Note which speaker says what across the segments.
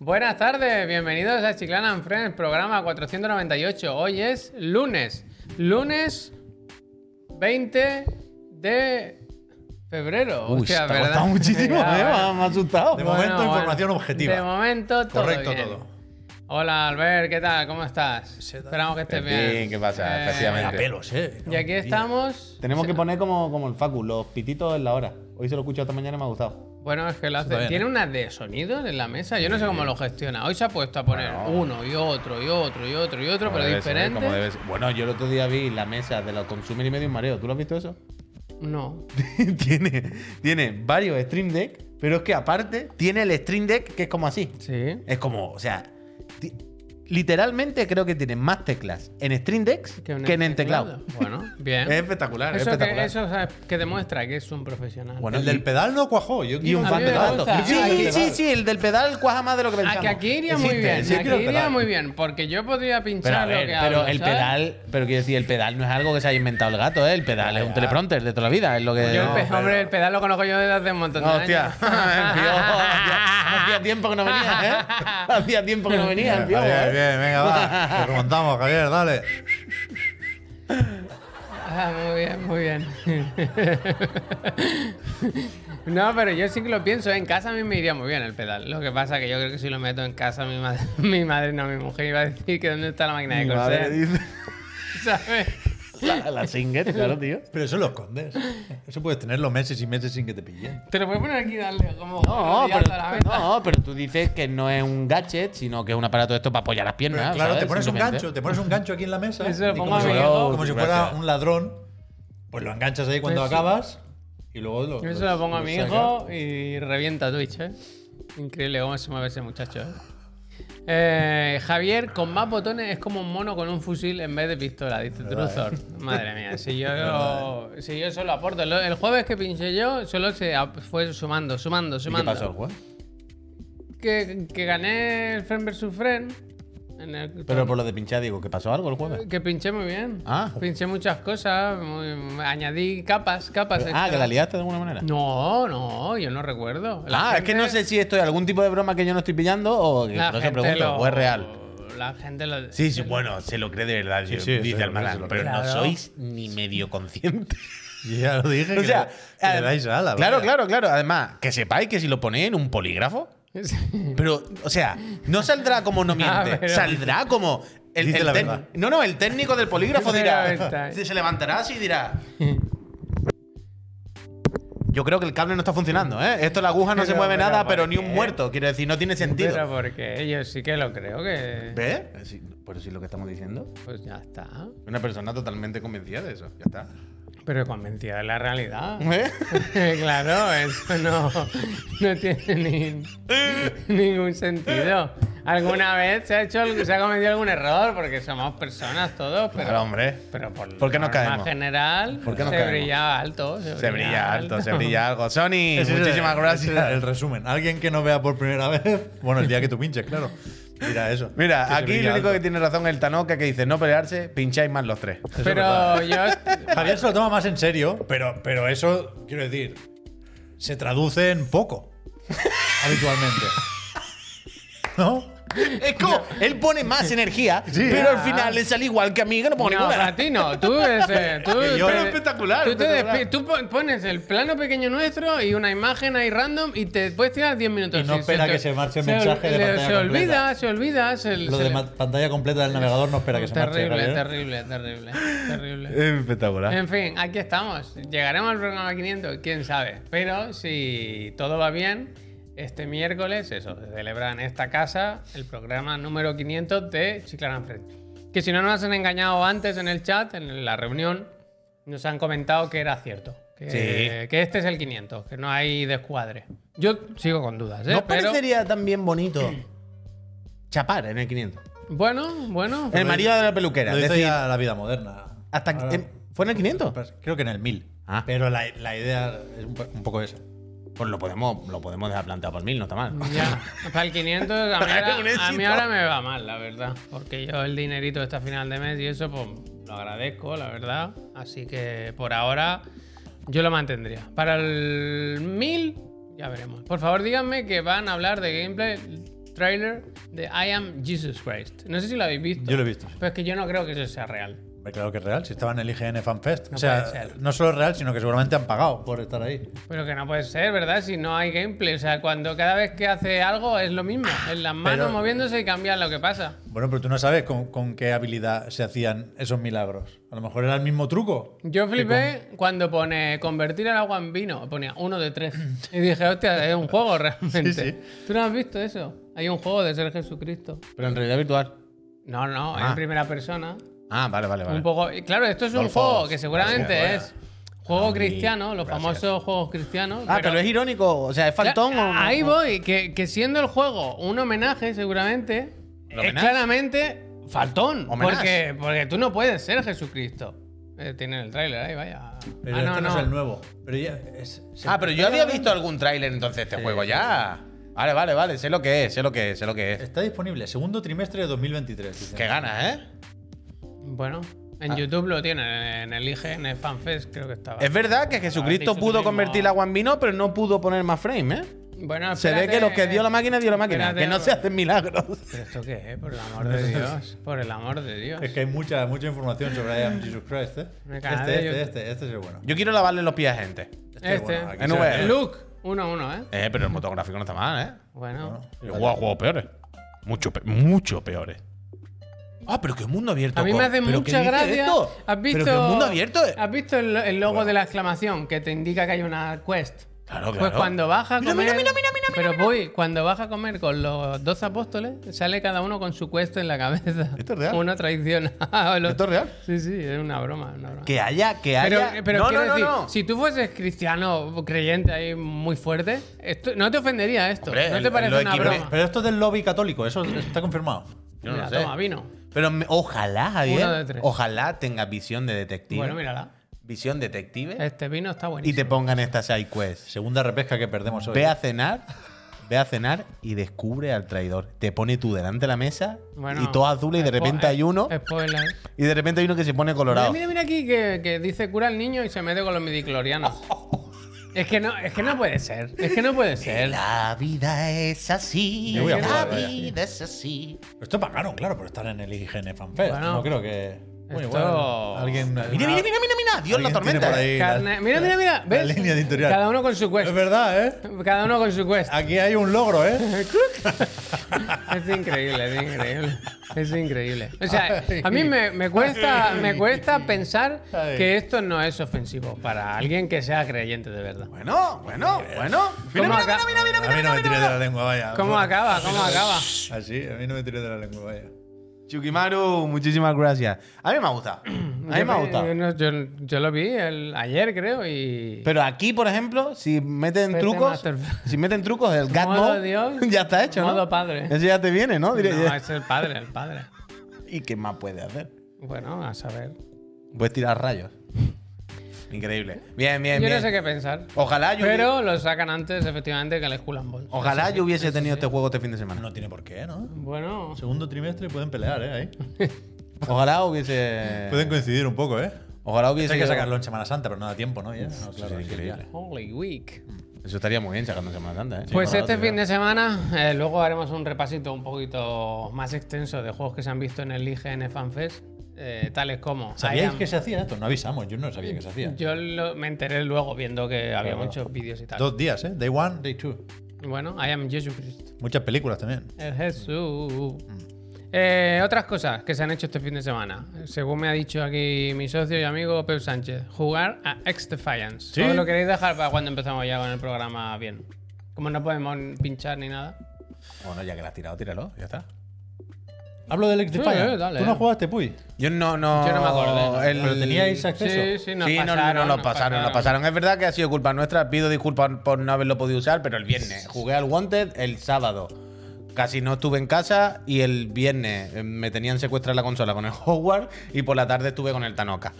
Speaker 1: Buenas tardes, bienvenidos a Chiclana and Friends, programa 498. Hoy es lunes, lunes 20 de febrero.
Speaker 2: Uy,
Speaker 1: Hostia,
Speaker 2: te ha
Speaker 1: ¿verdad?
Speaker 2: costado muchísimo,
Speaker 1: Ya,
Speaker 2: eh, me
Speaker 1: bueno.
Speaker 2: ha- me ha asustado.
Speaker 3: De momento, información objetiva.
Speaker 1: De momento, todo
Speaker 3: Correcto
Speaker 1: bien.
Speaker 3: todo.
Speaker 1: Hola, Albert, ¿qué tal? ¿Cómo estás?
Speaker 3: Setas.
Speaker 1: Esperamos que estés bien.
Speaker 4: Pepín, ¿qué pasa?
Speaker 1: Eh,
Speaker 4: Efectivamente.
Speaker 3: A pelos, eh.
Speaker 1: Y aquí estamos.
Speaker 2: Tenemos que poner como, como el Facu, los pititos en la hora. Hoy se lo he escuchado esta mañana y me ha gustado.
Speaker 1: Bueno, es que lo hace.
Speaker 3: está bien,
Speaker 1: Tiene
Speaker 3: ¿eh?
Speaker 1: una de sonidos en la mesa. Yo no sé cómo lo gestiona. Hoy se ha puesto a poner
Speaker 4: Bueno.
Speaker 1: uno y otro y otro y otro y otro,
Speaker 4: Como
Speaker 1: pero
Speaker 2: eh,
Speaker 4: debe ser,
Speaker 3: ¿eh?
Speaker 1: diferente.
Speaker 4: como debe ser.
Speaker 2: Bueno, yo el otro día vi la mesa de los Consumer y Medio Mareo. ¿Tú lo has visto eso?
Speaker 1: No.
Speaker 2: tiene, tiene varios Stream Deck, pero es que aparte tiene el Stream Deck que es como así.
Speaker 1: Sí.
Speaker 2: Es como, o sea, ti- literalmente creo que tiene más teclas en Stream Decks que,
Speaker 1: un
Speaker 2: en el teclado.
Speaker 1: Bueno, bien.
Speaker 2: Es espectacular, es
Speaker 1: eso que,
Speaker 2: espectacular.
Speaker 1: eso o sea, que demuestra que es un profesional.
Speaker 2: Bueno,
Speaker 3: El del pedal no cuajó. Yo
Speaker 2: Y
Speaker 3: quiero
Speaker 2: un
Speaker 1: A
Speaker 2: fan
Speaker 1: mí
Speaker 2: de
Speaker 1: me
Speaker 2: pedal.
Speaker 1: gusta,
Speaker 2: Sí,
Speaker 1: a mí me
Speaker 2: sí,
Speaker 1: gusta.
Speaker 2: sí, sí, el del pedal cuaja más de lo que
Speaker 1: Ah,
Speaker 2: pensamos.
Speaker 1: que aquí iría muy
Speaker 2: Existe,
Speaker 1: bien.
Speaker 2: sí,
Speaker 1: aquí
Speaker 2: quiero el
Speaker 1: iría
Speaker 2: pedal.
Speaker 1: muy bien. Porque yo podría pinchar
Speaker 2: Pero a ver,
Speaker 1: lo que
Speaker 2: pero
Speaker 1: hablo,
Speaker 2: el
Speaker 1: ¿sabes?
Speaker 2: pedal, pero quiero decir, el pedal no es algo que se haya inventado el gato, ¿eh? El pedal es un teleprompter de toda la vida, es lo que.
Speaker 1: Pues Yo el
Speaker 2: no,
Speaker 1: pe-
Speaker 3: pero-
Speaker 1: Hombre, el pedal lo conozco yo desde hace un montón de
Speaker 2: no,
Speaker 1: años.
Speaker 2: hostia. El piojo, hacía- Hacía tiempo que no venía, ¿eh? Hacía tiempo que no venía, el piojo,
Speaker 3: Bien,
Speaker 2: ¿eh?
Speaker 3: bien, venga, va. Te remontamos, Javier, dale.
Speaker 1: Ah, muy bien, muy bien. No, pero yo sí que lo pienso, ¿eh? en casa a mí me iría muy bien el pedal. Lo que pasa que yo creo que si lo meto en casa, mi madre, mi madre no, mi mujer iba a decir que dónde está la máquina de
Speaker 2: Mi madre
Speaker 1: coser.
Speaker 2: dice-
Speaker 1: ¿Sabes?
Speaker 2: La, la Singer, claro, tío.
Speaker 3: Pero eso lo escondes. Eso puedes tenerlo meses y meses sin que te pillen.
Speaker 1: Te lo voy a poner aquí y darle como
Speaker 2: No,
Speaker 1: rodeando
Speaker 2: pero,
Speaker 1: la venta.
Speaker 2: no, pero tú dices que no es un gadget, sino que es un aparato de esto para apoyar las
Speaker 3: Pero,
Speaker 2: piernas.
Speaker 3: claro,
Speaker 2: ¿sabes?
Speaker 3: te pones un
Speaker 2: Simplemente.
Speaker 3: gancho, te pones un gancho aquí en la mesa.
Speaker 1: Ah, Eso lo
Speaker 3: y
Speaker 1: pongo a
Speaker 3: como, si,
Speaker 1: mi
Speaker 3: fuera-
Speaker 1: hijo.
Speaker 3: como si fuera un ladrón, pues lo enganchas ahí cuando
Speaker 1: Eso.
Speaker 3: acabas y luego lo.
Speaker 1: Yo se lo pongo a mi
Speaker 3: sacas.
Speaker 1: hijo y revienta Twitch, ¿eh? Increíble cómo se mueve ese muchacho, ¿eh? Eh, Javier, con más botones es como un mono con un fusil en vez de pistola, dice Truzor. Madre mía, si yo, si yo solo aporto. Lo- El jueves que pinché yo, solo se ap- fue sumando, sumando,
Speaker 2: ¿Y ¿Qué
Speaker 1: sumando.
Speaker 2: pasó, güey?
Speaker 1: Que, que gané el Friend vs Friend. en el-
Speaker 2: Pero por lo de pinchar, digo, ¿que pasó algo el jueves?
Speaker 1: Que pinché muy bien.
Speaker 2: Ah.
Speaker 1: Pinché muchas cosas, muy- añadí capas, capas.
Speaker 2: Ah,
Speaker 1: extra.
Speaker 2: que la liaste de alguna manera.
Speaker 1: No, no, yo no recuerdo. La
Speaker 2: Ah, es que no
Speaker 1: gente-
Speaker 2: sé si esto es algún tipo de broma que yo no estoy pillando o que
Speaker 1: La
Speaker 2: no se
Speaker 1: gente
Speaker 2: pregunta,
Speaker 1: lo-
Speaker 2: o es real.
Speaker 1: La gente lo.
Speaker 4: Sí, sí, bueno, se lo cree de
Speaker 2: Ah,
Speaker 4: verdad, yo-
Speaker 3: sí, se
Speaker 4: dice
Speaker 3: lo
Speaker 4: Almanaz,
Speaker 3: cree, se lo
Speaker 4: pero
Speaker 3: cree.
Speaker 4: no
Speaker 1: Claro.
Speaker 4: sois ni medio conscientes.
Speaker 3: Ya lo dije.
Speaker 2: O sea,
Speaker 3: que le, que le
Speaker 2: eh,
Speaker 3: dais ala.
Speaker 2: Claro,
Speaker 3: vaya.
Speaker 2: claro, claro. Además, que sepáis que si lo ponéis en un polígrafo, pero, o sea, no saldrá como no miente,
Speaker 1: pero-
Speaker 2: saldrá como. El,
Speaker 3: Dice
Speaker 2: el
Speaker 3: la
Speaker 2: tec-
Speaker 3: verdad.
Speaker 2: no, no, el técnico del polígrafo
Speaker 1: Dice la
Speaker 2: dirá.
Speaker 1: verdad.
Speaker 2: Se levantará así y dirá. Yo creo que el cable no está funcionando, ¿eh? Esto la aguja no se
Speaker 1: Pero-
Speaker 2: mueve
Speaker 1: pero
Speaker 2: nada,
Speaker 1: ¿por
Speaker 2: pero ni un
Speaker 1: qué?
Speaker 2: muerto. Quiero decir, no tiene sentido.
Speaker 1: Pero porque yo sí que lo creo que.
Speaker 2: ¿Ves?
Speaker 3: ¿Eh?
Speaker 2: Eh, Sí, Pero sí es lo que estamos diciendo.
Speaker 1: Pues ya está.
Speaker 2: Una persona totalmente convencida de eso. Ya está.
Speaker 1: Pero convencida de la realidad.
Speaker 2: ¿Eh?
Speaker 1: claro, eso no, no tiene ni- ningún sentido. Alguna vez se ha hecho algo- se ha cometido algún error, porque somos personas todos, pero,
Speaker 2: Claro, hombre.
Speaker 1: pero por,
Speaker 2: ¿Por qué nos
Speaker 1: norma
Speaker 2: caemos?
Speaker 1: general
Speaker 2: ¿Por qué nos
Speaker 1: se
Speaker 2: caemos?
Speaker 1: brilla alto. Se,
Speaker 4: Se brilla alto, se brilla algo. Sony,
Speaker 3: Ese es el-
Speaker 4: muchísimas
Speaker 3: ese
Speaker 4: gracias.
Speaker 3: es El resumen. Alguien que no vea por primera vez, bueno, el día que tú pinches, claro. Mira eso. Que
Speaker 4: Mira,
Speaker 3: se
Speaker 4: aquí
Speaker 3: brilla
Speaker 4: lo único que
Speaker 3: alto.
Speaker 4: tiene razón es el Tanoca que dice no pelearse, pincháis más los tres.
Speaker 3: Eso es
Speaker 1: Pero
Speaker 3: verdad.
Speaker 1: yo
Speaker 3: Javier se lo toma más en serio, pero, pero eso, quiero decir, se traduce en poco. habitualmente. ¿No?
Speaker 2: Es como, él pone más energía, pero al final le sale igual que a mí, que no pongo
Speaker 1: No,
Speaker 2: ninguna.
Speaker 1: a ti no. Tú, es, eh, tú
Speaker 3: Que yo-
Speaker 1: te-
Speaker 3: Pero
Speaker 4: espectacular,
Speaker 1: Tú, te
Speaker 4: espectacular.
Speaker 1: despi- tú pon- pones el plano pequeño nuestro y una imagen ahí random y te puedes tirar 10 minutos.
Speaker 3: Y no
Speaker 1: Sí,
Speaker 3: espera
Speaker 1: te-
Speaker 3: que se marche el
Speaker 1: ol-
Speaker 3: mensaje de
Speaker 1: le-
Speaker 3: pantalla
Speaker 1: Se
Speaker 3: completa.
Speaker 1: olvida, se olvida. Se,
Speaker 3: Lo
Speaker 1: se
Speaker 3: de
Speaker 1: le-
Speaker 3: ma- pantalla completa del navegador no espera que se marche.
Speaker 1: terrible,
Speaker 3: Javier.
Speaker 1: terrible, terrible, terrible.
Speaker 4: Espectacular.
Speaker 1: En fin, aquí estamos. Llegaremos al programa 500, quién sabe. Pero si todo va bien, este miércoles, eso, se celebra en esta casa el programa número 500 de Chiclana Fred. Que si no nos han engañado antes en el chat, en la reunión, nos han comentado que era cierto. Que,
Speaker 4: Sí.
Speaker 1: que este es el 500, que no hay descuadre. Yo sigo con dudas, ¿eh?
Speaker 2: ¿No
Speaker 1: Pero,
Speaker 2: parecería también bonito chapar en el 500?
Speaker 1: bueno, bueno.
Speaker 2: El marido de la peluquera.
Speaker 3: Lo
Speaker 2: es
Speaker 3: dice
Speaker 2: decir,
Speaker 3: ya la vida moderna.
Speaker 2: hasta que-
Speaker 3: Ahora,
Speaker 2: eh, ¿Fue en el 500?
Speaker 3: creo que en el 1000.
Speaker 2: Ah.
Speaker 3: Pero la, la idea es un, po- un poco esa.
Speaker 2: Pues lo podemos, lo podemos dejar planteado por mil, no está mal.
Speaker 1: Ya, para el 500 a mí,
Speaker 2: Mm, Un
Speaker 1: ahora, a mí
Speaker 2: éxito.
Speaker 1: ahora me va mal, la verdad. Porque yo el dinerito esta final de mes y eso, pues lo agradezco, la verdad. Así que por ahora yo lo mantendría. Para el 1000, ya veremos. Por favor, díganme que van a hablar de gameplay trailer de I Am Jesus Christ. No sé si lo habéis visto.
Speaker 3: Yo lo he visto, sí.
Speaker 1: Pero es que yo no creo que eso sea real.
Speaker 3: Hombre, Claro que es real, si estaba en el IGN Fan Fest.
Speaker 1: No
Speaker 3: o sea,
Speaker 1: puede ser.
Speaker 3: no solo es real, sino que seguramente han pagado por estar ahí.
Speaker 1: Pero que no puede ser, ¿verdad? Si no hay gameplay. O sea, cuando cada vez que hace algo es lo mismo. En las manos
Speaker 3: Pero-
Speaker 1: moviéndose y cambian lo que pasa.
Speaker 3: Bueno, pero tú no sabes con, con qué habilidad se hacían esos milagros. A lo mejor era el mismo truco.
Speaker 1: Yo flipé cuando pone convertir el agua en vino. Ponía uno de tres. Y dije, hostia, es un juego realmente.
Speaker 3: Sí, sí.
Speaker 1: ¿Tú no has visto eso? Hay un juego de ser Jesucristo.
Speaker 2: Pero en realidad virtual.
Speaker 1: No, no, en primera persona.
Speaker 2: Ah, vale, vale, vale.
Speaker 1: Un poco. y Claro, esto es un
Speaker 2: Golfos.
Speaker 1: juego que seguramente
Speaker 2: Gracias.
Speaker 1: es juego
Speaker 2: Hombre,
Speaker 1: cristiano, los
Speaker 2: gracias.
Speaker 1: famosos juegos cristianos.
Speaker 2: Ah, pero, es irónico. O sea, es faltón.
Speaker 1: Claro,
Speaker 2: o-
Speaker 1: Ahí voy, que, que siendo el juego un homenaje, seguramente,
Speaker 2: ¿Un
Speaker 1: es
Speaker 2: homenaje?
Speaker 1: claramente faltón.
Speaker 2: Homenaje.
Speaker 1: Porque, porque tú no puedes ser Jesucristo. Eh, tienen el tráiler ahí, vaya.
Speaker 3: Pero
Speaker 1: ah, no,
Speaker 3: este no.
Speaker 1: no.
Speaker 3: es el nuevo. Pero ya es- se-
Speaker 2: Ah, pero yo había visto algún tráiler entonces de este juego ya. Vale, vale, vale. Sé lo que es, sé lo que es, sé lo que es.
Speaker 3: Está disponible segundo trimestre de 2023. dicen.
Speaker 2: Qué ganas, ¿eh?
Speaker 1: Bueno, en YouTube lo tienen, en el IGN FanFest creo que estaba.
Speaker 2: Ah. Es verdad que
Speaker 1: Habrás
Speaker 2: Jesucristo
Speaker 1: dicho
Speaker 2: pudo
Speaker 1: tú mismo.
Speaker 2: convertir el agua en vino, pero no pudo poner más frame, ¿eh?
Speaker 1: Bueno,
Speaker 2: Se ve
Speaker 1: espérate,
Speaker 2: que lo que dio la máquina, dio la máquina.
Speaker 1: espérate,
Speaker 2: Que no
Speaker 1: ahora.
Speaker 2: se hacen milagros.
Speaker 1: ¿Pero esto qué es? Por el amor de Dios. Por el amor de Dios.
Speaker 3: Es que hay mucha, mucha información sobre I am Jesus Christ, ¿eh?
Speaker 1: Me
Speaker 3: Este,
Speaker 1: cago en
Speaker 3: este,
Speaker 1: Dios.
Speaker 3: este, este es el bueno.
Speaker 2: Yo quiero lavarle los pies a gente.
Speaker 1: Este,
Speaker 3: bueno, aquí
Speaker 2: en
Speaker 3: se
Speaker 2: VR.
Speaker 3: ve.
Speaker 1: Luke, 1-1, ¿eh?
Speaker 2: Eh, pero el motográfico no está mal, ¿eh?
Speaker 1: Bueno.
Speaker 2: Igual juegos peores. Mucho, pe- mucho peores. Ah, pero qué mundo abierto.
Speaker 1: A mí me
Speaker 2: co-
Speaker 1: hace
Speaker 2: ¿Pero qué
Speaker 1: mucha
Speaker 2: dice
Speaker 1: gracia.
Speaker 2: esto?
Speaker 1: ¿Has visto,
Speaker 2: Pero qué mundo abierto. es?
Speaker 1: ¿Has visto el, el logo de la exclamación que te indica que hay una quest?
Speaker 2: Claro,
Speaker 1: Pues
Speaker 2: claro.
Speaker 1: cuando baja a
Speaker 2: Mira,
Speaker 1: comer.
Speaker 2: mira, mira, mira, mira,
Speaker 1: pero voy, cuando baja a comer con los 12 apóstoles, sale cada uno con su quest en la cabeza.
Speaker 2: ¿Esto es real?
Speaker 1: Uno traiciona. al otro.
Speaker 2: ¿Esto es real?
Speaker 1: Sí, sí, es una broma. una broma.
Speaker 2: Que haya, que
Speaker 1: Pero, eh,
Speaker 2: haya.
Speaker 1: pero
Speaker 2: no,
Speaker 1: quiero
Speaker 2: no, no,
Speaker 1: decir,
Speaker 2: no.
Speaker 1: si tú fueses cristiano creyente ahí muy fuerte, esto, no te ofendería esto.
Speaker 2: Hombre,
Speaker 1: no
Speaker 2: el-
Speaker 1: te
Speaker 2: el-
Speaker 1: parece
Speaker 2: Eh, lo
Speaker 1: una
Speaker 2: equivoqué.
Speaker 1: broma.
Speaker 3: Pero esto es del lobby católico, eso está confirmado.
Speaker 2: Yo no
Speaker 1: Mira,
Speaker 2: lo sé.
Speaker 1: toma, vino.
Speaker 2: Pero me- ojalá,
Speaker 1: Uno de
Speaker 2: Javier,
Speaker 1: tres.
Speaker 2: ojalá tenga visión de detective.
Speaker 1: Bueno, mírala.
Speaker 2: Visión detective.
Speaker 1: Este vino está
Speaker 2: y
Speaker 1: buenísimo.
Speaker 2: te pongan esta side quest.
Speaker 3: Segunda repesca que perdemos hoy.
Speaker 2: Ve a cenar, ve a cenar y descubre al traidor. Te pone tú delante de la mesa
Speaker 1: Bueno,
Speaker 2: y todo azul y de
Speaker 1: spo-
Speaker 2: repente hay uno
Speaker 1: Spoiler.
Speaker 2: y de repente hay uno que se pone
Speaker 1: Mira,
Speaker 2: colorado.
Speaker 1: mira, mira aquí que, que dice cura al niño y se mete con los midiclorianos. Es que no, es que no puede ser. Es que no puede ser.
Speaker 2: La vida es así,
Speaker 3: Yo voy a
Speaker 2: la
Speaker 3: jugar, vaya.
Speaker 2: vida es así.
Speaker 3: Esto pagaron, claro, por estar en el IGN Fan Fest.
Speaker 1: Bueno,
Speaker 3: no creo que.
Speaker 1: esto-
Speaker 3: Bueno, igual alguien.
Speaker 2: Mira, mira, mira, mira, mira. Dios, la
Speaker 3: Alguien tiene
Speaker 2: tormenta.
Speaker 3: por
Speaker 2: eh.
Speaker 3: ahí la-
Speaker 1: Carne- mira, mira, mira.
Speaker 3: la
Speaker 1: ¿Ves?
Speaker 3: línea editorial.
Speaker 1: Cada uno con su
Speaker 3: Es
Speaker 1: quest.
Speaker 3: verdad, ¿eh?
Speaker 1: Cada uno con su quest.
Speaker 3: Aquí hay un logro, ¿eh?
Speaker 1: Es increíble, es increíble. Es increíble. O sea, a mí me, me cuesta, me cuesta pensar
Speaker 3: Ay.
Speaker 1: que esto no es ofensivo para alguien que sea creyente de verdad.
Speaker 2: Bueno, bueno, bueno. Mira,
Speaker 1: ¿Cómo
Speaker 2: mira,
Speaker 1: acá?
Speaker 2: mira, mira, mira,
Speaker 3: A mí no me tiré de la lengua, vaya.
Speaker 1: ¿Cómo acaba? ¿Cómo acaba?
Speaker 3: Así, a mí no me tiré de la lengua, vaya.
Speaker 2: Chukimaru, muchísimas gracias. A mí me ha gustado. A mí
Speaker 1: Yo
Speaker 2: me ha
Speaker 1: me-
Speaker 2: gustado.
Speaker 1: yo no- Yo, yo lo vi el- ayer, creo, y.
Speaker 2: Pero aquí, por ejemplo, si meten
Speaker 1: Pete
Speaker 2: trucos,
Speaker 1: Master-
Speaker 2: si meten trucos, el gat
Speaker 1: Modo
Speaker 2: mode
Speaker 1: Dios,
Speaker 2: ya está hecho, ¿no?
Speaker 1: modo padre.
Speaker 2: Eso ya te viene, ¿no? Diré-
Speaker 1: no, es el padre, el padre.
Speaker 2: ¿Y qué más puede hacer?
Speaker 1: Bueno, a saber.
Speaker 2: Puedes tirar rayos. Increíble. Bien, bien,
Speaker 1: Yo
Speaker 2: bien.
Speaker 1: no sé qué pensar.
Speaker 2: Eh, Ojalá yo,
Speaker 1: Pero lo sacan antes, efectivamente, que el Skull and Bones.
Speaker 2: ojalá yo hubiese tenido este juego este fin de semana.
Speaker 3: No tiene por qué, ¿no?
Speaker 1: Bueno,
Speaker 3: Segundo trimestre pueden pelear, ¿eh? Ahí.
Speaker 2: Ojalá hubiese.
Speaker 3: Pueden coincidir un poco, ¿eh?
Speaker 2: Ojalá hubiese.
Speaker 3: Hay que sacarlo en Semana Santa, pero no da tiempo, ¿no? Ya, no,
Speaker 2: Claro,
Speaker 3: claro, sí,
Speaker 2: increíble.
Speaker 1: Holy Week.
Speaker 2: Eso estaría muy bien sacando Semana Santa, ¿eh?
Speaker 1: Pues
Speaker 3: para la
Speaker 1: este
Speaker 3: otra.
Speaker 1: fin de semana, eh, luego haremos un repasito un poquito más extenso de juegos que se han visto en el IGN FanFest, eh, tales como.
Speaker 3: ya.
Speaker 1: I
Speaker 3: ¿Sabíais
Speaker 1: Am-
Speaker 3: que se hacía esto? No avisamos, yo no sabía que se hacía.
Speaker 1: Yo lo- me enteré luego viendo que había
Speaker 3: Claro.
Speaker 1: muchos vídeos y tal.
Speaker 3: Dos días, ¿eh? Day one, day two.
Speaker 1: Bueno, I am Jesucristo.
Speaker 3: Muchas películas también.
Speaker 1: El Jesús. Eh, otras cosas que se han hecho este fin de semana. Según me ha dicho aquí mi socio y amigo Pep Sánchez, jugar a X Defiance.
Speaker 3: ¿Sí?
Speaker 1: ¿Todo lo queréis dejar para cuando empezamos ya con el programa bien? Como no podemos pinchar ni nada.
Speaker 2: Bueno, ya que la has tirado, tíralo, ya está.
Speaker 3: Hablo del X
Speaker 1: Sí,
Speaker 3: Defiant.
Speaker 1: eh, dale.
Speaker 3: ¿Tú no jugaste, Puy?
Speaker 2: Yo no, no.
Speaker 1: Yo no me acordé, no.
Speaker 2: el-
Speaker 3: ¿Pero teníais acceso?
Speaker 1: Sí, sí, nos
Speaker 2: sí, no,
Speaker 1: pasaron.
Speaker 2: no, no, nos
Speaker 1: nos
Speaker 2: pasaron, nos pasaron. Es verdad que ha sido culpa nuestra. Pido disculpas por no haberlo podido usar, pero el viernes jugué al Wanted el sábado. Casi no estuve en casa y el viernes eh, me tenían secuestrada la consola con el Hogwarts y por la tarde estuve con el Tanoka,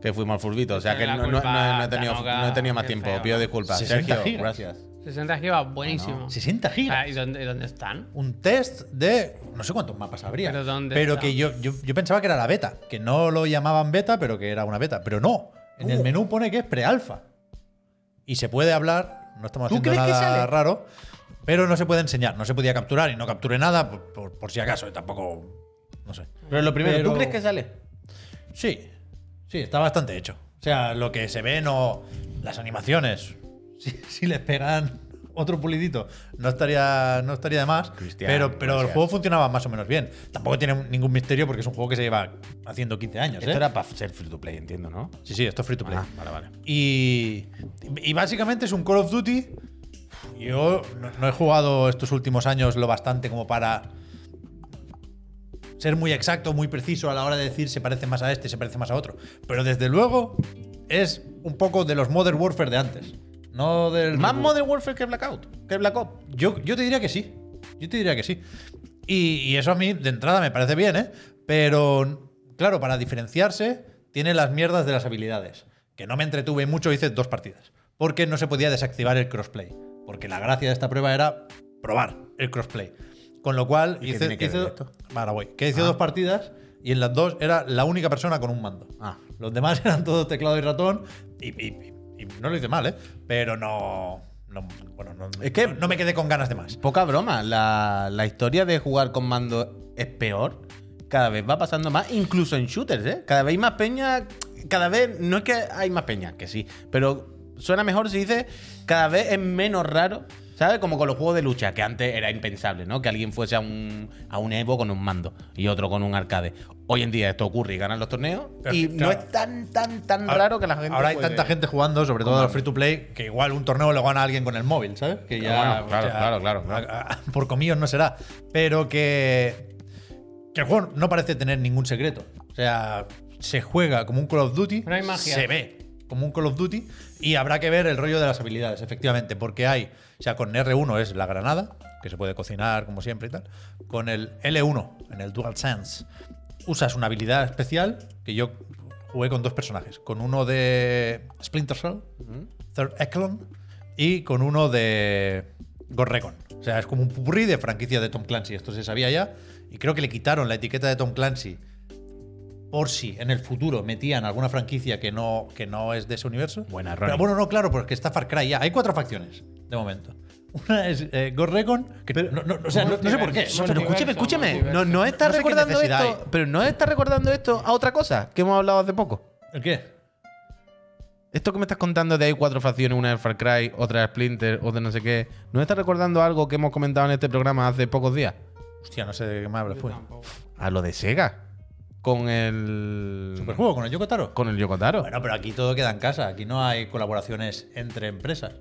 Speaker 2: que fuimos al furbito. O sea que
Speaker 1: Tiene
Speaker 2: no,
Speaker 1: la
Speaker 2: no- no-
Speaker 1: culpa,
Speaker 2: no he tenido,
Speaker 1: Tanoka,
Speaker 2: no he tenido más
Speaker 1: qué
Speaker 2: tiempo.
Speaker 1: feo,
Speaker 2: Pido
Speaker 1: ¿no?
Speaker 2: disculpas.
Speaker 3: 60
Speaker 2: Sergio,
Speaker 3: gigas.
Speaker 2: gracias.
Speaker 1: 60 gigas, buenísimo.
Speaker 3: 60 gigas.
Speaker 1: Ah, ¿Y dónde, dónde están?
Speaker 3: Un test de. No sé cuántos mapas habría.
Speaker 1: ¿Pero dónde
Speaker 3: Pero
Speaker 1: está?
Speaker 3: que yo, yo, yo pensaba que era la beta. Que no lo llamaban beta, pero que era una beta. Pero no. En
Speaker 1: Uh.
Speaker 3: el menú pone que es pre-alfa. Y se puede hablar. No estamos
Speaker 2: ¿Tú
Speaker 3: haciendo
Speaker 2: crees que
Speaker 3: nada
Speaker 2: sale?
Speaker 3: raro. Pero no se puede enseñar, no se podía capturar y no capturé nada por, por- por si acaso, y tampoco. No sé.
Speaker 2: Pero lo primero,
Speaker 3: Pero-
Speaker 2: ¿tú crees que sale?
Speaker 3: Sí, sí, está bastante hecho. O sea, lo que se ve no. Las animaciones, si, si les pegan otro pulidito, no estaría, no estaría de más.
Speaker 2: Cristian,
Speaker 3: pero pero el
Speaker 2: gracias.
Speaker 3: juego funcionaba más o menos bien. Tampoco tiene ningún misterio porque es un juego que se lleva haciendo 15 años. ¿eh?
Speaker 2: Esto era para ser free to play, entiendo, ¿no?
Speaker 3: Sí, sí, esto es free to play.
Speaker 2: Ah, vale, vale.
Speaker 3: Y, y básicamente es un Call of Duty. Yo no, no he jugado estos últimos años lo bastante como para ser muy exacto, muy preciso a la hora de decir se parece más a este, se parece más a otro. Pero desde luego es un poco de los Modern Warfare de antes. No del.
Speaker 2: Más Modern Warfare que Blackout, que Black Ops.
Speaker 3: Yo, yo te diría que sí. Yo te diría que sí. Y, y eso a mí, de entrada, me parece bien, ¿eh? Pero, claro, para diferenciarse, tiene las mierdas de las habilidades. Que no me entretuve mucho, hice dos partidas. Porque no se podía desactivar el crossplay. Porque la gracia de esta prueba era probar el crossplay. Con lo cual,
Speaker 2: qué
Speaker 3: hice,
Speaker 2: tiene que
Speaker 3: hice-
Speaker 2: ver esto?
Speaker 3: Ahora voy. Que hice
Speaker 2: Ah.
Speaker 3: dos partidas y en las dos era la única persona con un mando.
Speaker 2: Ah.
Speaker 3: Los demás eran todos teclado y ratón. Y, y- y- y no lo hice mal, ¿eh? Pero no. no- bueno, no,
Speaker 2: Es que-
Speaker 3: no, no me quedé con ganas de más.
Speaker 2: Poca broma, la, la historia de jugar con mando es peor. Cada vez va pasando más, incluso en shooters, ¿eh? Cada vez hay más peña. Cada vez. No es que hay más peña, que sí. Pero suena mejor si dices. Cada vez es menos raro. ¿Sabes? Como con los juegos de lucha, que antes era impensable, ¿no? Que alguien fuese a un, a un Evo con un mando y otro con un arcade. Hoy en día esto ocurre y ganan los torneos.
Speaker 3: Pero
Speaker 2: y
Speaker 3: es que,
Speaker 2: no
Speaker 3: claro.
Speaker 2: es tan, tan, tan
Speaker 3: Ahora-
Speaker 2: raro que la gente.
Speaker 3: Ahora hay
Speaker 2: juegue.
Speaker 3: tanta gente jugando, sobre todo a los free to play, que igual un torneo lo gana alguien con el móvil, ¿sabes? Que ya.
Speaker 2: Bueno, claro,
Speaker 3: hostia,
Speaker 2: claro, claro, claro.
Speaker 3: a- a- por comillos no será. Pero que. Que el juego no parece tener ningún secreto. O sea, se juega como un Call of Duty.
Speaker 1: No hay magia.
Speaker 3: Se ve como un Call of Duty. Y habrá que ver el rollo de las habilidades, efectivamente. Porque hay. O sea, con R1 es la granada, que se puede cocinar como siempre y tal. Con el L1, en el Dual Sense, usas una habilidad especial que yo jugué con dos personajes. Con uno de Splinter Cell, Third Echelon, y con uno de Ghost Recon. O sea, es como un pupurrí de franquicia de Tom Clancy. Esto se sabía ya. Y creo que le quitaron la etiqueta de Tom Clancy por si en el futuro metían alguna franquicia que no, que no es de ese universo.
Speaker 2: Buena, Ronnie.
Speaker 3: Pero bueno, no, claro, porque está Far Cry ya. Hay cuatro facciones, de momento. Una es eh, Ghost Recon, que no, no- o sea, no- no sé por qué.
Speaker 1: Multiverso,
Speaker 2: Pero escúchame,
Speaker 1: multiverso,
Speaker 2: escúchame.
Speaker 1: multiverso.
Speaker 2: No, no está
Speaker 3: No sé qué
Speaker 2: recordando esto.
Speaker 3: necesidad
Speaker 2: Pero no está recordando esto a otra cosa que hemos hablado hace poco.
Speaker 3: ¿El qué?
Speaker 2: Esto que me estás contando de hay cuatro facciones, una de Far Cry, otra de Splinter, otra no sé qué. ¿No está recordando algo que hemos comentado en este programa hace pocos días?
Speaker 3: Hostia, no sé de qué me hablas. Pues.
Speaker 1: Tampoco.
Speaker 2: A lo de Sega. Con el.
Speaker 3: ¿Superjuego con el Yoko Taro?
Speaker 2: Con el Yokotaro. Bueno,
Speaker 3: Bueno, pero aquí todo queda en casa. Aquí no hay colaboraciones entre empresas.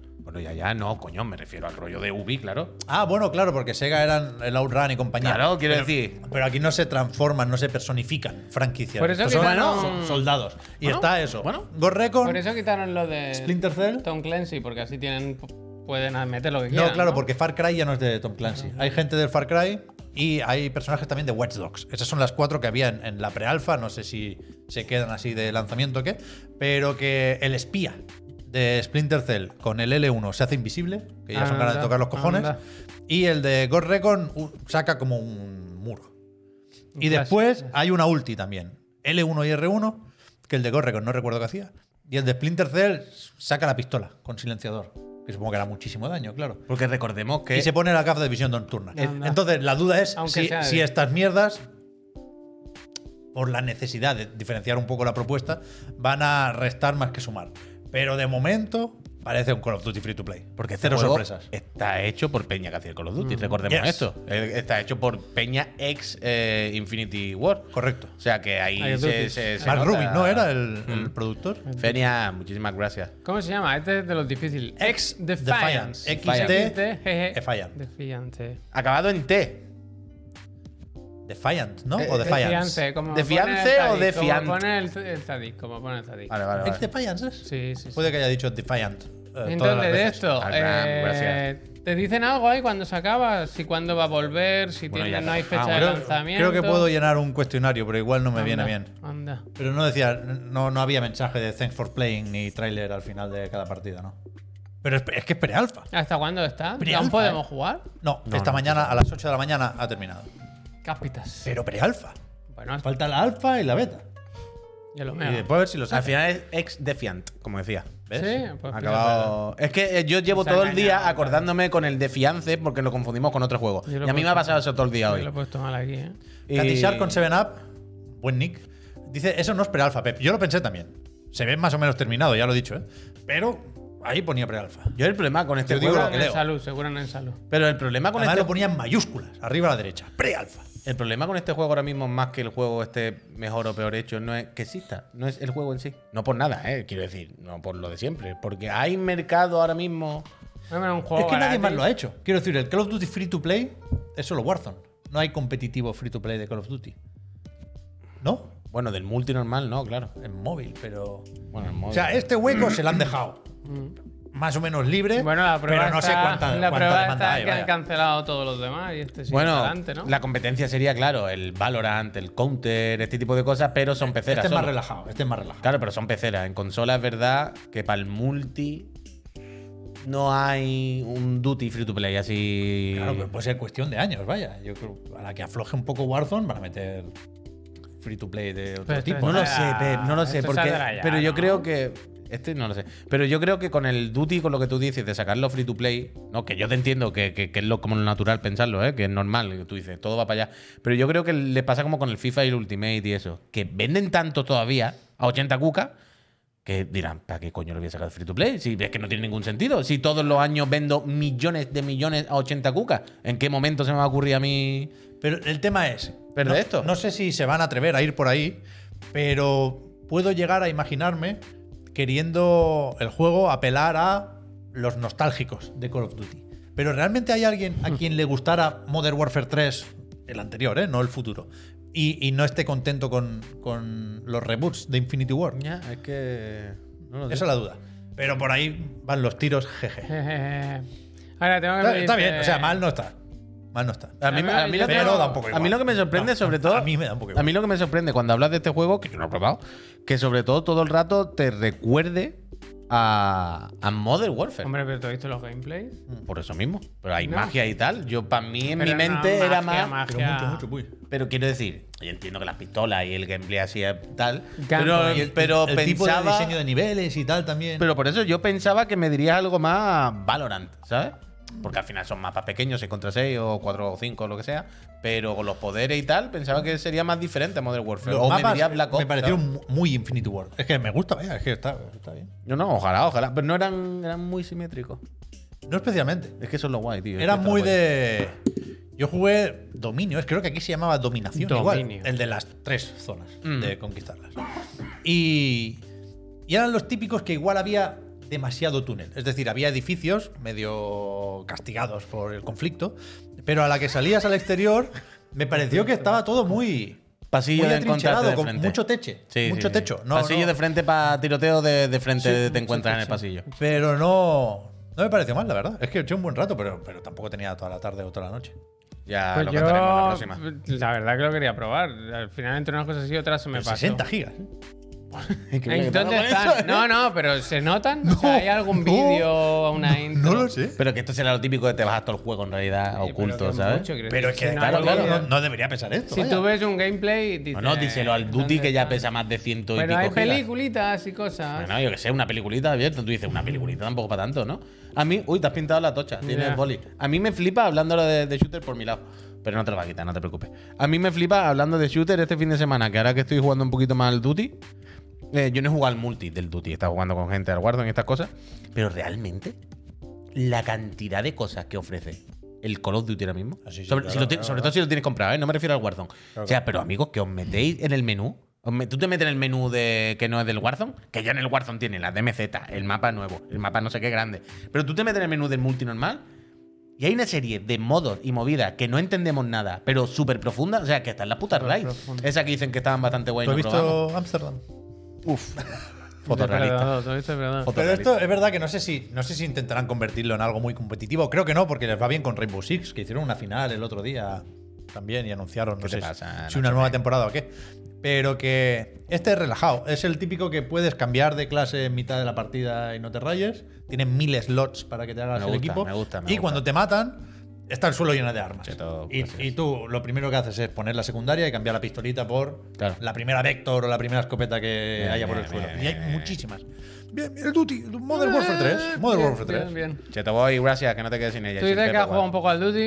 Speaker 2: ya, ya, no, coño, me refiero al rollo de Ubi, claro.
Speaker 3: Ah, bueno, claro, porque Sega eran el Outrun y compañía.
Speaker 2: Claro, quiero
Speaker 3: Pero-
Speaker 2: decir.
Speaker 3: Pero aquí no se transforman, no se personifican franquicias.
Speaker 1: Por eso
Speaker 3: Estos son
Speaker 1: quitaron-
Speaker 3: son soldados. Y
Speaker 2: Bueno,
Speaker 3: está eso.
Speaker 2: bueno.
Speaker 3: Ghost Recon.
Speaker 1: Por eso quitaron lo de
Speaker 3: Splinter Cell.
Speaker 1: Tom Clancy, porque así tienen pueden meter lo que quieran.
Speaker 3: No, claro, porque Far Cry ya no es de Tom Clancy. Hay gente del Far Cry y hay personajes también de Watch Dogs. Esas son las cuatro que había en, en la pre-alfa. No sé si se quedan así de lanzamiento o qué. Pero que el espía de Splinter Cell con el L1 se hace invisible, que ya
Speaker 1: Ah,
Speaker 3: son
Speaker 1: Anda,
Speaker 3: ganas de tocar los cojones.
Speaker 1: anda.
Speaker 3: Y el de Ghost Recon uh, saca como un muro.
Speaker 1: Un
Speaker 3: Y
Speaker 1: flash.
Speaker 3: después hay una ulti también. L1 y R1, que el de Gorrecon no recuerdo qué hacía. Y el de Splinter Cell saca la pistola con silenciador. Que supongo que hará muchísimo daño, claro.
Speaker 2: Porque recordemos que.
Speaker 3: Y se pone la capa de visión nocturna.
Speaker 1: Anda.
Speaker 3: Entonces, la duda es
Speaker 1: Aunque
Speaker 3: si,
Speaker 1: sea de-
Speaker 3: si estas mierdas, por la necesidad de diferenciar un poco la propuesta, van a restar más que sumar. Pero de momento, parece un Call of Duty free to play. Porque
Speaker 2: Este
Speaker 3: cero
Speaker 2: juego
Speaker 3: sorpresas.
Speaker 2: Está hecho por Peña que hacía Call of Duty, recordemos
Speaker 3: Yes.
Speaker 2: esto. Eh, Está hecho por Peña ex eh, Infinity War.
Speaker 3: Correcto.
Speaker 2: O sea que ahí
Speaker 1: Hay
Speaker 2: se,
Speaker 1: duties.
Speaker 2: se, se
Speaker 3: Mark
Speaker 2: nota-
Speaker 3: Rubin, ¿no? Era el, el
Speaker 2: Hmm.
Speaker 3: productor.
Speaker 2: Fenia, muchísimas gracias.
Speaker 1: ¿Cómo se llama? Este es de los difíciles.
Speaker 3: Ex Defiance.
Speaker 1: Defiance.
Speaker 3: XD
Speaker 1: jeje.
Speaker 3: Defiant.
Speaker 1: Defiante.
Speaker 2: Acabado en T.
Speaker 3: Defiant, ¿no?
Speaker 2: Eh,
Speaker 3: O Defiance.
Speaker 1: Defiance. como
Speaker 2: ¿Defiance
Speaker 1: pone el
Speaker 2: o
Speaker 1: Tadic,
Speaker 2: defiante?
Speaker 1: Como pone el, el Tadic, como pone el Tadic.
Speaker 2: Vale, vale,
Speaker 3: ¿Ex
Speaker 2: vale.
Speaker 3: Defiance es?
Speaker 1: Sí, sí, sí.
Speaker 3: Puede que haya dicho Defiant. eh, todas las
Speaker 1: Entonces, de
Speaker 3: veces.
Speaker 1: esto,
Speaker 2: Ah, gran,
Speaker 1: eh,
Speaker 2: gracias.
Speaker 1: ¿te dicen algo ahí cuando se acaba? ¿Si cuándo va a volver? ¿Si
Speaker 2: Bueno,
Speaker 1: tiene-
Speaker 2: ya
Speaker 1: no hay
Speaker 2: está.
Speaker 1: fecha
Speaker 2: Ah,
Speaker 1: de
Speaker 2: creo-
Speaker 1: lanzamiento?
Speaker 3: Creo que puedo llenar un cuestionario, pero igual no me viene bien.
Speaker 1: Anda.
Speaker 3: Pero no decía, no, no había mensaje de thanks for playing ni tráiler al final de cada partida, ¿no? Pero es, es que es pre-alfa.
Speaker 1: ¿Hasta cuándo está?
Speaker 3: Pero
Speaker 1: ¿Aún
Speaker 3: alfa,
Speaker 1: podemos
Speaker 3: eh.
Speaker 1: jugar?
Speaker 3: No, esta mañana a las 8 de la mañana ha terminado.
Speaker 1: Cáspitas.
Speaker 3: Pero pre-alfa.
Speaker 1: Bueno,
Speaker 3: Falta la alfa y la beta.
Speaker 1: ya lo
Speaker 3: Pues,
Speaker 1: veo.
Speaker 3: Y
Speaker 1: Ah.
Speaker 3: después a ver si lo
Speaker 2: Al
Speaker 3: sacan.
Speaker 2: final es ex Defiant, como decía.
Speaker 3: ¿Ves?
Speaker 1: Sí, pues
Speaker 2: Acabado. Es que eh, yo llevo
Speaker 1: Se ha
Speaker 2: todo el día
Speaker 1: engañado,
Speaker 2: acordándome con el de fiance porque lo confundimos con otro juego.
Speaker 1: Yo lo
Speaker 2: Y a mí
Speaker 1: he
Speaker 2: me ha
Speaker 1: puesto-
Speaker 2: pasado eso todo el día
Speaker 1: Yo Lo he
Speaker 2: hoy.
Speaker 1: puesto mal aquí, ¿eh?
Speaker 2: Y-
Speaker 3: Katy Sharp con 7up, buen nick. Dice, eso no es pre-alfa, Pep. Yo lo pensé también. Se ve más o menos terminado, ya lo he dicho, ¿eh? Pero ahí ponía pre-alfa.
Speaker 2: Yo el problema con este
Speaker 3: Yo digo
Speaker 2: juego.
Speaker 3: lo
Speaker 1: Seguro
Speaker 3: que
Speaker 1: en
Speaker 3: leo.
Speaker 1: salud, seguro en salud.
Speaker 2: Pero el problema con
Speaker 3: Además
Speaker 2: este
Speaker 3: lo ponía en mayúsculas, arriba a la derecha. Pre-alfa.
Speaker 2: El problema con este juego ahora mismo, más que el juego esté mejor o peor hecho, no es que exista, no es el juego en sí. No por nada, ¿eh? quiero decir, no por lo de siempre, porque hay mercado ahora mismo.
Speaker 1: Bueno, era un juego
Speaker 3: Es que nadie
Speaker 1: gratis.
Speaker 3: más lo ha hecho. Quiero decir, el Call of Duty Free to Play es solo Warzone. No hay competitivo Free to Play de Call of Duty. ¿No?
Speaker 2: Bueno, del multi normal, no, claro.
Speaker 3: En móvil, pero...
Speaker 2: Bueno, el
Speaker 3: O
Speaker 2: modo.
Speaker 3: sea, este hueco se lo han dejado. Más o menos libre,
Speaker 1: Bueno, la prueba
Speaker 3: pero no sé
Speaker 1: está-
Speaker 3: cuánta,
Speaker 1: la
Speaker 3: cuánta
Speaker 1: prueba
Speaker 3: demanda
Speaker 1: está
Speaker 3: hay,
Speaker 1: que han
Speaker 3: vaya.
Speaker 1: cancelado todos los demás y este sigue
Speaker 2: bueno,
Speaker 1: adelante, ¿no?
Speaker 2: la competencia sería, claro, el Valorant, el Counter, este tipo de cosas, pero son peceras.
Speaker 3: Este es más
Speaker 2: solo.
Speaker 3: relajado, este es más relajado.
Speaker 2: Claro, pero son peceras. En consola es verdad que para el multi no hay un duty free to play así.
Speaker 3: Claro, pero puede ser cuestión de años, vaya. Yo creo a la que afloje un poco Warzone van a meter free to play de otro
Speaker 1: Pero esto
Speaker 3: tipo.
Speaker 1: es
Speaker 2: No lo
Speaker 1: Para-
Speaker 2: sé, Pep, no lo sé.
Speaker 1: esto
Speaker 2: Porque,
Speaker 1: saldrá ya,
Speaker 2: pero yo
Speaker 1: ¿no?
Speaker 2: creo que. Este no lo sé. Pero yo creo que con el duty, con lo que tú dices, de sacarlo free to play, no, que yo te entiendo que, que- que es lo, como lo natural pensarlo, ¿eh? que es normal, que tú dices, todo va para allá. Pero yo creo que le pasa como con el FIFA y el Ultimate y eso, que venden tanto todavía a 80 cucas que dirán, ¿para qué coño lo voy a sacar free to play? Si es que no tiene ningún sentido. Si todos los años vendo millones de millones a 80 cucas, ¿en qué momento se me va a ocurrir a mí?
Speaker 3: Pero el tema es.
Speaker 2: Pero
Speaker 3: no,
Speaker 2: de esto.
Speaker 3: No sé si se van a atrever a ir por ahí, pero puedo llegar a imaginarme queriendo el juego apelar a los nostálgicos de Call of Duty. Pero realmente hay alguien
Speaker 2: Hmm.
Speaker 3: a quien le gustara Modern Warfare 3, el anterior, ¿eh? no el futuro, y, y no esté contento con, con los reboots de Infinity War.
Speaker 2: Ya, es que. No lo sé.
Speaker 3: Esa es la duda. Pero por ahí van los tiros, jeje.
Speaker 1: Jejeje. Ahora tengo que
Speaker 3: Está,
Speaker 1: pedirte-
Speaker 3: está bien, o sea, mal no está. Mal no está.
Speaker 2: A mí, a mí lo que,
Speaker 3: Pero da un poco
Speaker 2: a mí
Speaker 3: igual.
Speaker 2: lo que me sorprende,
Speaker 3: No,
Speaker 2: sobre todo.
Speaker 3: a mí me da un poco
Speaker 2: A mí lo que me sorprende cuando hablas de este juego, que yo no lo he probado, que sobre todo todo el rato te recuerde a, a Modern Warfare.
Speaker 1: Hombre, pero ¿tú has visto los gameplays?
Speaker 2: Por eso mismo. Pero hay
Speaker 1: No.
Speaker 2: magia y tal. Yo, para mí, en
Speaker 1: Pero
Speaker 2: mi
Speaker 1: no,
Speaker 2: mente era
Speaker 1: magia,
Speaker 2: más.
Speaker 1: magia.
Speaker 2: Pero quiero decir, yo entiendo que las pistolas y el gameplay así es tal.
Speaker 1: Campo.
Speaker 2: Pero,
Speaker 1: Y
Speaker 2: pero
Speaker 3: el tipo de
Speaker 2: pensaba.
Speaker 3: diseño de niveles y tal también.
Speaker 2: Pero por eso yo pensaba que me dirías algo más Valorant, ¿sabes? Porque al final son mapas pequeños, 6 contra 6 o 4 o 5 o lo que sea. Pero con los poderes y tal, pensaba que sería más diferente a Modern Warfare.
Speaker 3: Los
Speaker 2: o me
Speaker 3: mapas
Speaker 2: diría Black Ops.
Speaker 3: me parecieron
Speaker 2: ¿sabes?
Speaker 3: mu- muy Infinity War. Es que me gusta, vaya, es que está, está bien.
Speaker 2: No, no, ojalá, ojalá. Pero no eran, eran muy simétricos.
Speaker 3: No especialmente.
Speaker 2: Es que eso es lo guay, tío.
Speaker 3: Era
Speaker 2: Es que está
Speaker 3: muy
Speaker 2: guay.
Speaker 3: de. Yo jugué dominio, es creo que aquí se llamaba dominación
Speaker 1: Dominio.
Speaker 3: igual. El de las tres zonas
Speaker 2: Mm.
Speaker 3: de conquistarlas. Y, y eran los típicos que igual había demasiado túnel. Es decir, había edificios medio castigados por el conflicto, pero a la que salías al exterior me pareció que estaba todo muy.
Speaker 2: Pasillo
Speaker 3: muy
Speaker 2: de encontrarte de
Speaker 3: atrincherado, con
Speaker 2: frente.
Speaker 3: mucho teche.
Speaker 2: Sí, sí,
Speaker 3: mucho
Speaker 2: sí.
Speaker 3: techo. No,
Speaker 2: pasillo
Speaker 3: no.
Speaker 2: de frente para tiroteo, de, de frente te encuentras en el pasillo.
Speaker 3: Pero no. No me pareció mal, la verdad. Es que eché un buen rato, pero, pero tampoco tenía toda la tarde o toda la noche.
Speaker 2: Ya
Speaker 1: Pues
Speaker 2: lo
Speaker 1: yo,
Speaker 2: contaremos la próxima.
Speaker 1: la verdad que lo quería probar. Al final, entre unas cosas y otras, se me
Speaker 3: Pero
Speaker 1: pasó.
Speaker 3: 60 gigas. ¿eh?
Speaker 1: ¿En dónde están? No, no, pero ¿se notan? O sea, ¿Hay algún
Speaker 3: no,
Speaker 1: vídeo o una intro?
Speaker 3: sé.
Speaker 2: Pero que esto será lo típico de te bajas todo el juego en realidad,
Speaker 1: Sí, pero
Speaker 2: oculto,
Speaker 1: que
Speaker 2: ¿sabes?
Speaker 1: mucho, quiero
Speaker 3: Pero es
Speaker 1: decir,
Speaker 3: que,
Speaker 1: si no
Speaker 3: claro,
Speaker 1: hay
Speaker 3: claro,
Speaker 1: vídeo-
Speaker 3: no, no debería pensar esto.
Speaker 1: Si
Speaker 3: vaya.
Speaker 1: tú ves un gameplay, dices,
Speaker 2: No, no, díselo al Duty
Speaker 1: ¿dónde
Speaker 2: que ya
Speaker 1: están?
Speaker 2: pesa más de ciento y
Speaker 1: Pero
Speaker 2: pico
Speaker 1: hay
Speaker 2: gigas.
Speaker 1: peliculitas y cosas.
Speaker 2: Bueno, yo que sé, una peliculita abierta. Tú dices, una peliculita tampoco para tanto, ¿no? A mí, uy, te has pintado la tocha, tienes
Speaker 1: Ya.
Speaker 2: boli. A mí me flipa hablando ahora de, de shooter por mi lado. Pero no te lo va a quitar, no te preocupes. A mí me flipa hablando de shooter este fin de semana, que ahora que estoy jugando un poquito más al Duty. eh, yo no he jugado al multi del Duty, he estado jugando con gente al Warzone y estas cosas. Pero realmente, la cantidad de cosas que ofrece el Call of Duty ahora mismo.
Speaker 3: Ah, sí, sí,
Speaker 2: sobre,
Speaker 3: claro,
Speaker 2: si lo ti-
Speaker 3: claro,
Speaker 2: sobre
Speaker 3: claro.
Speaker 2: todo si lo tienes comprado, ¿eh? no me refiero al Warzone. o sea, pero amigos, que os metéis en el menú. Os me- Tú te metes en el menú de que no es del Warzone, que ya en el Warzone tiene la DMZ, el mapa nuevo, el mapa no sé qué grande. Pero tú te metes en el menú del multi normal y hay una serie de modos y movidas que no entendemos nada, pero súper profundas. O sea, que están las putas raíz.
Speaker 1: profundas.
Speaker 2: Esas que dicen que estaban bastante guay.
Speaker 3: ¿Tú has
Speaker 2: no probamos.
Speaker 3: visto Ámsterdam?
Speaker 2: Uf. Fotorrealista.
Speaker 1: Fotorrealista. Fotorrealista.
Speaker 3: Pero esto es verdad que no sé si no sé si intentarán convertirlo en algo muy competitivo. Creo que no, porque les va bien con Rainbow Six, que hicieron una final el otro día también y anunciaron no
Speaker 2: te
Speaker 3: sé
Speaker 2: pasa, ¿eh?
Speaker 3: si una nueva temporada o qué. Pero que este es relajado, es el típico que puedes cambiar de clase en mitad de la partida y no te rayes. Tiene mil slots para que te hagas
Speaker 2: Me
Speaker 3: el
Speaker 2: gusta,
Speaker 3: equipo.
Speaker 2: me gusta, me
Speaker 3: y
Speaker 2: gusta.
Speaker 3: cuando te matan Está el suelo lleno de armas.
Speaker 5: Sí, todo,
Speaker 3: y,
Speaker 5: gracias.
Speaker 3: y tú lo primero que haces es poner la secundaria y cambiar la pistolita por
Speaker 5: Claro.
Speaker 3: la primera Vector o la primera escopeta que
Speaker 5: Bien,
Speaker 3: haya por
Speaker 5: bien,
Speaker 3: el suelo.
Speaker 5: bien,
Speaker 3: y hay
Speaker 5: bien, bien.
Speaker 3: muchísimas. Bien, el Duty, Modern Warfare 3. Modern
Speaker 1: Eh, Bien,
Speaker 3: Warfare
Speaker 1: Bien,
Speaker 3: 3.
Speaker 1: bien.
Speaker 5: Cheto Boy, gracias, que no te quedes sin ella.
Speaker 1: Tú
Speaker 5: sin
Speaker 1: dices que
Speaker 5: perro,
Speaker 1: has jugado
Speaker 5: guau.
Speaker 1: un poco al Duty.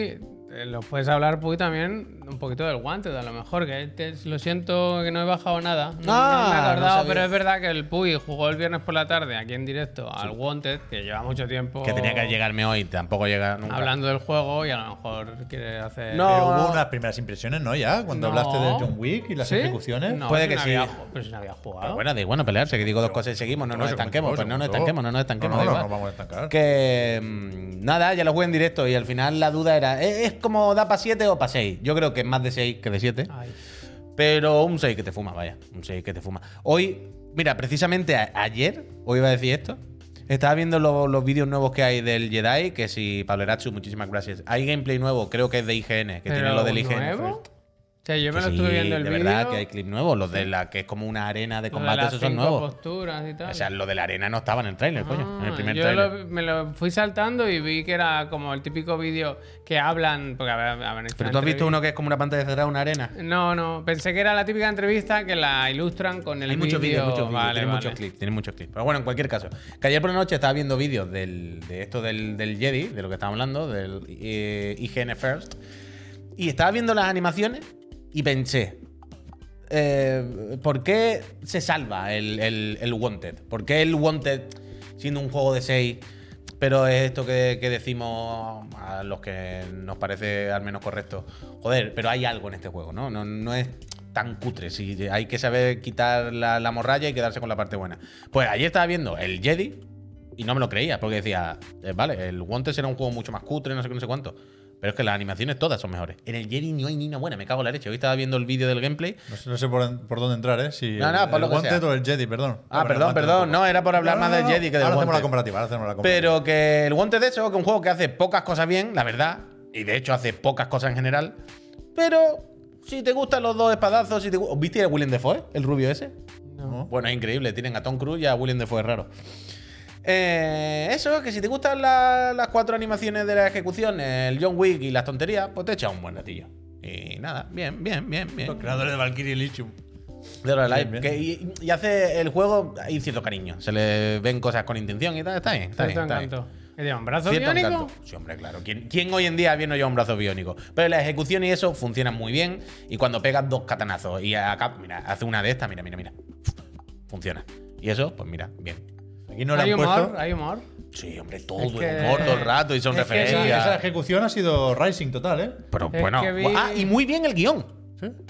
Speaker 1: eh, Lo puedes hablar, Puy, también un poquito del Wanted, a lo mejor. Que te- lo siento que no he bajado nada. No, no me
Speaker 2: Ah,
Speaker 1: he
Speaker 2: no
Speaker 1: acordado,
Speaker 2: sabía.
Speaker 1: pero es verdad que el Puy jugó el viernes por la tarde aquí en directo al Wanted, que lleva mucho tiempo.
Speaker 2: Que tenía que llegarme hoy, tampoco llega nunca.
Speaker 1: Hablando del juego y a lo mejor quiere hacer.
Speaker 2: No,
Speaker 3: Pero
Speaker 2: no.
Speaker 3: Eh, hubo unas primeras impresiones, ¿no? Ya, cuando
Speaker 1: No.
Speaker 3: hablaste de John Wick y las
Speaker 1: ¿Sí?
Speaker 3: ejecuciones.
Speaker 1: No,
Speaker 2: Puede
Speaker 1: si
Speaker 2: que
Speaker 1: no
Speaker 2: sí.
Speaker 1: había ju- pero si no había jugado.
Speaker 2: Pero Ah, bueno, da igual no pelearse, que digo dos cosas y seguimos. No nos
Speaker 3: Segundo,
Speaker 2: estanquemos, pues no nos
Speaker 3: segundo.
Speaker 2: estanquemos, no nos estanquemos. da
Speaker 3: No, no, no,
Speaker 2: igual.
Speaker 3: nos vamos a estancar.
Speaker 2: Que mm, nada, ya lo jugué en directo y al final la duda era, ¿e-, ¿es, es como da para 7 o para 6? Yo creo que es más de 6 que de 7.
Speaker 1: Ay.
Speaker 2: Pero un 6 que te fuma, vaya. Un 6 que te fuma. Hoy, mira, precisamente a- ayer, hoy iba a decir esto. Estaba viendo lo- los vídeos nuevos que hay del Jedi, que si Pablo Erachu, muchísimas gracias. Hay gameplay nuevo, creo que es de IGN, que tiene
Speaker 1: ¿Pero
Speaker 2: lo del IGN.
Speaker 1: nuevo?
Speaker 2: First.
Speaker 1: O sea, yo me
Speaker 2: Que
Speaker 1: lo
Speaker 2: sí,
Speaker 1: estuve viendo el
Speaker 2: de
Speaker 1: vídeo.
Speaker 2: verdad que hay clips nuevos, los de la que es como una arena
Speaker 1: lo de
Speaker 2: de combate,
Speaker 1: las
Speaker 2: esos son
Speaker 1: cinco
Speaker 2: nuevos.
Speaker 1: posturas y tal.
Speaker 2: O sea, lo de la arena no estaba en el tráiler, coño, en el
Speaker 1: Ah,
Speaker 2: primer
Speaker 1: yo
Speaker 2: tráiler.
Speaker 1: lo- me lo fui saltando y vi que era como el típico vídeo que hablan. Porque, a ver, a ver,
Speaker 2: Pero tú has visto uno que es como una pantalla cerrada, una arena.
Speaker 1: No, no. Pensé que era la típica entrevista que la ilustran con el
Speaker 2: Hay muchos
Speaker 1: vídeo.
Speaker 2: vídeos, muchos vídeos,
Speaker 1: Vale,
Speaker 2: tiene
Speaker 1: vale.
Speaker 2: muchos clips, tiene muchos clips. Pero bueno, en cualquier caso, que ayer por la noche estaba viendo vídeos del- de esto del, del Jedi, de lo que estábamos hablando, del eh, IGN First, y estaba viendo las animaciones y pensé, eh, ¿por qué se salva el, el- el Wanted? ¿Por qué el Wanted, siendo un juego de 6, pero es esto que, que decimos a los que nos parece al menos correcto? Joder, pero hay algo en este juego, ¿no? No, no es tan cutre. Si hay que saber quitar la, la morralla y quedarse con la parte buena. Pues ayer estaba viendo el Jedi y no me lo creía, porque decía, eh, vale, el Wanted era un juego mucho más cutre, no sé qué, no sé cuánto. Pero es que las animaciones todas son mejores. En el Jedi no hay ni una buena, me cago en la leche. Hoy estaba viendo el vídeo del gameplay
Speaker 3: No sé, no sé por, por dónde entrar, ¿eh? Si
Speaker 2: No, no,
Speaker 3: el,
Speaker 2: por lo
Speaker 3: el
Speaker 2: que
Speaker 3: Wanted
Speaker 2: sea.
Speaker 3: o el Jedi, perdón.
Speaker 2: Ah,
Speaker 3: Bueno,
Speaker 2: perdón,
Speaker 3: el Wanted
Speaker 2: perdón.
Speaker 3: tampoco.
Speaker 2: No, era por hablar
Speaker 3: No,
Speaker 2: más
Speaker 3: no,
Speaker 2: del
Speaker 3: no.
Speaker 2: Jedi que del
Speaker 3: Ahora hacemos la
Speaker 2: Wanted.
Speaker 3: comparativa, ahora hacemos la comparativa.
Speaker 2: Pero que el Wanted de eso, que es un juego que hace pocas cosas bien, la verdad, y de hecho hace pocas cosas en general, pero si te gustan los dos espadazos, si te gu- ¿viste a Willem Dafoe, el rubio ese?
Speaker 3: No.
Speaker 2: Bueno, es increíble, tienen a Tom Cruise y a Willem Dafoe raro. Eh, eso, que si te gustan la- las cuatro animaciones de la ejecución, el John Wick y las tonterías, pues te echas un buen ratillo. Y nada, bien, bien, bien, bien.
Speaker 3: Los creadores de Valkyrie Lichum.
Speaker 2: De Horror Live,
Speaker 3: Bien, bien.
Speaker 2: que- y, y hace el juego, hay cierto cariño. Se le ven cosas con intención y tal. Está bien, está bien.
Speaker 1: Cierto
Speaker 2: Está bien.
Speaker 1: encanto. Que lleva un brazo
Speaker 2: Cierto
Speaker 1: biónico.
Speaker 2: encanto. Sí, hombre, claro. ¿Quién, quién hoy en día bien no lleva un brazo biónico? Pero la ejecución y eso funcionan muy bien. Y cuando pegas dos catanazos y acá, mira, hace una de estas, mira, mira, mira. Funciona. Y eso, pues mira, bien.
Speaker 3: Aquí no le
Speaker 1: hay
Speaker 3: han
Speaker 1: humor,
Speaker 3: puesto.
Speaker 1: hay humor.
Speaker 2: Sí, hombre, todo
Speaker 1: Es que-
Speaker 2: el humor todo el rato y son
Speaker 3: Es que esa,
Speaker 2: referencias.
Speaker 3: esa ejecución ha sido Rising total, ¿eh?
Speaker 2: Pero
Speaker 1: Es
Speaker 2: bueno.
Speaker 1: que vi-
Speaker 2: Ah, y muy bien el guión.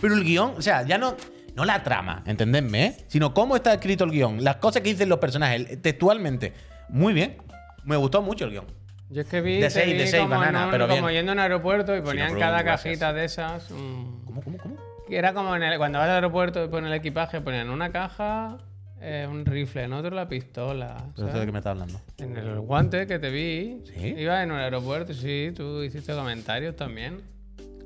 Speaker 2: Pero el guión, o sea, ya no, no la trama, entendedme, ¿eh? Sino cómo está escrito el guión, las cosas que dicen los personajes eh, textualmente. Muy bien. Me gustó mucho el guión.
Speaker 1: Yo es que vi.
Speaker 2: De
Speaker 1: te
Speaker 2: seis,
Speaker 1: vi
Speaker 2: de seis,
Speaker 1: como en
Speaker 2: banana,
Speaker 1: un-
Speaker 2: pero
Speaker 1: Como
Speaker 2: bien.
Speaker 1: yendo a un aeropuerto y ponían
Speaker 2: problem,
Speaker 1: cada
Speaker 2: gracias.
Speaker 1: cajita de esas. un-
Speaker 2: ¿Cómo, cómo, cómo?
Speaker 1: Que era como en el- cuando vas al aeropuerto y ponen el equipaje, ponían una caja, eh, un rifle, en otro la pistola.
Speaker 2: Pero
Speaker 1: ¿sabes?
Speaker 2: sé de qué me estás hablando.
Speaker 1: En el guante que te vi,
Speaker 2: ¿Sí?
Speaker 1: iba en un aeropuerto, sí, tú hiciste comentarios también.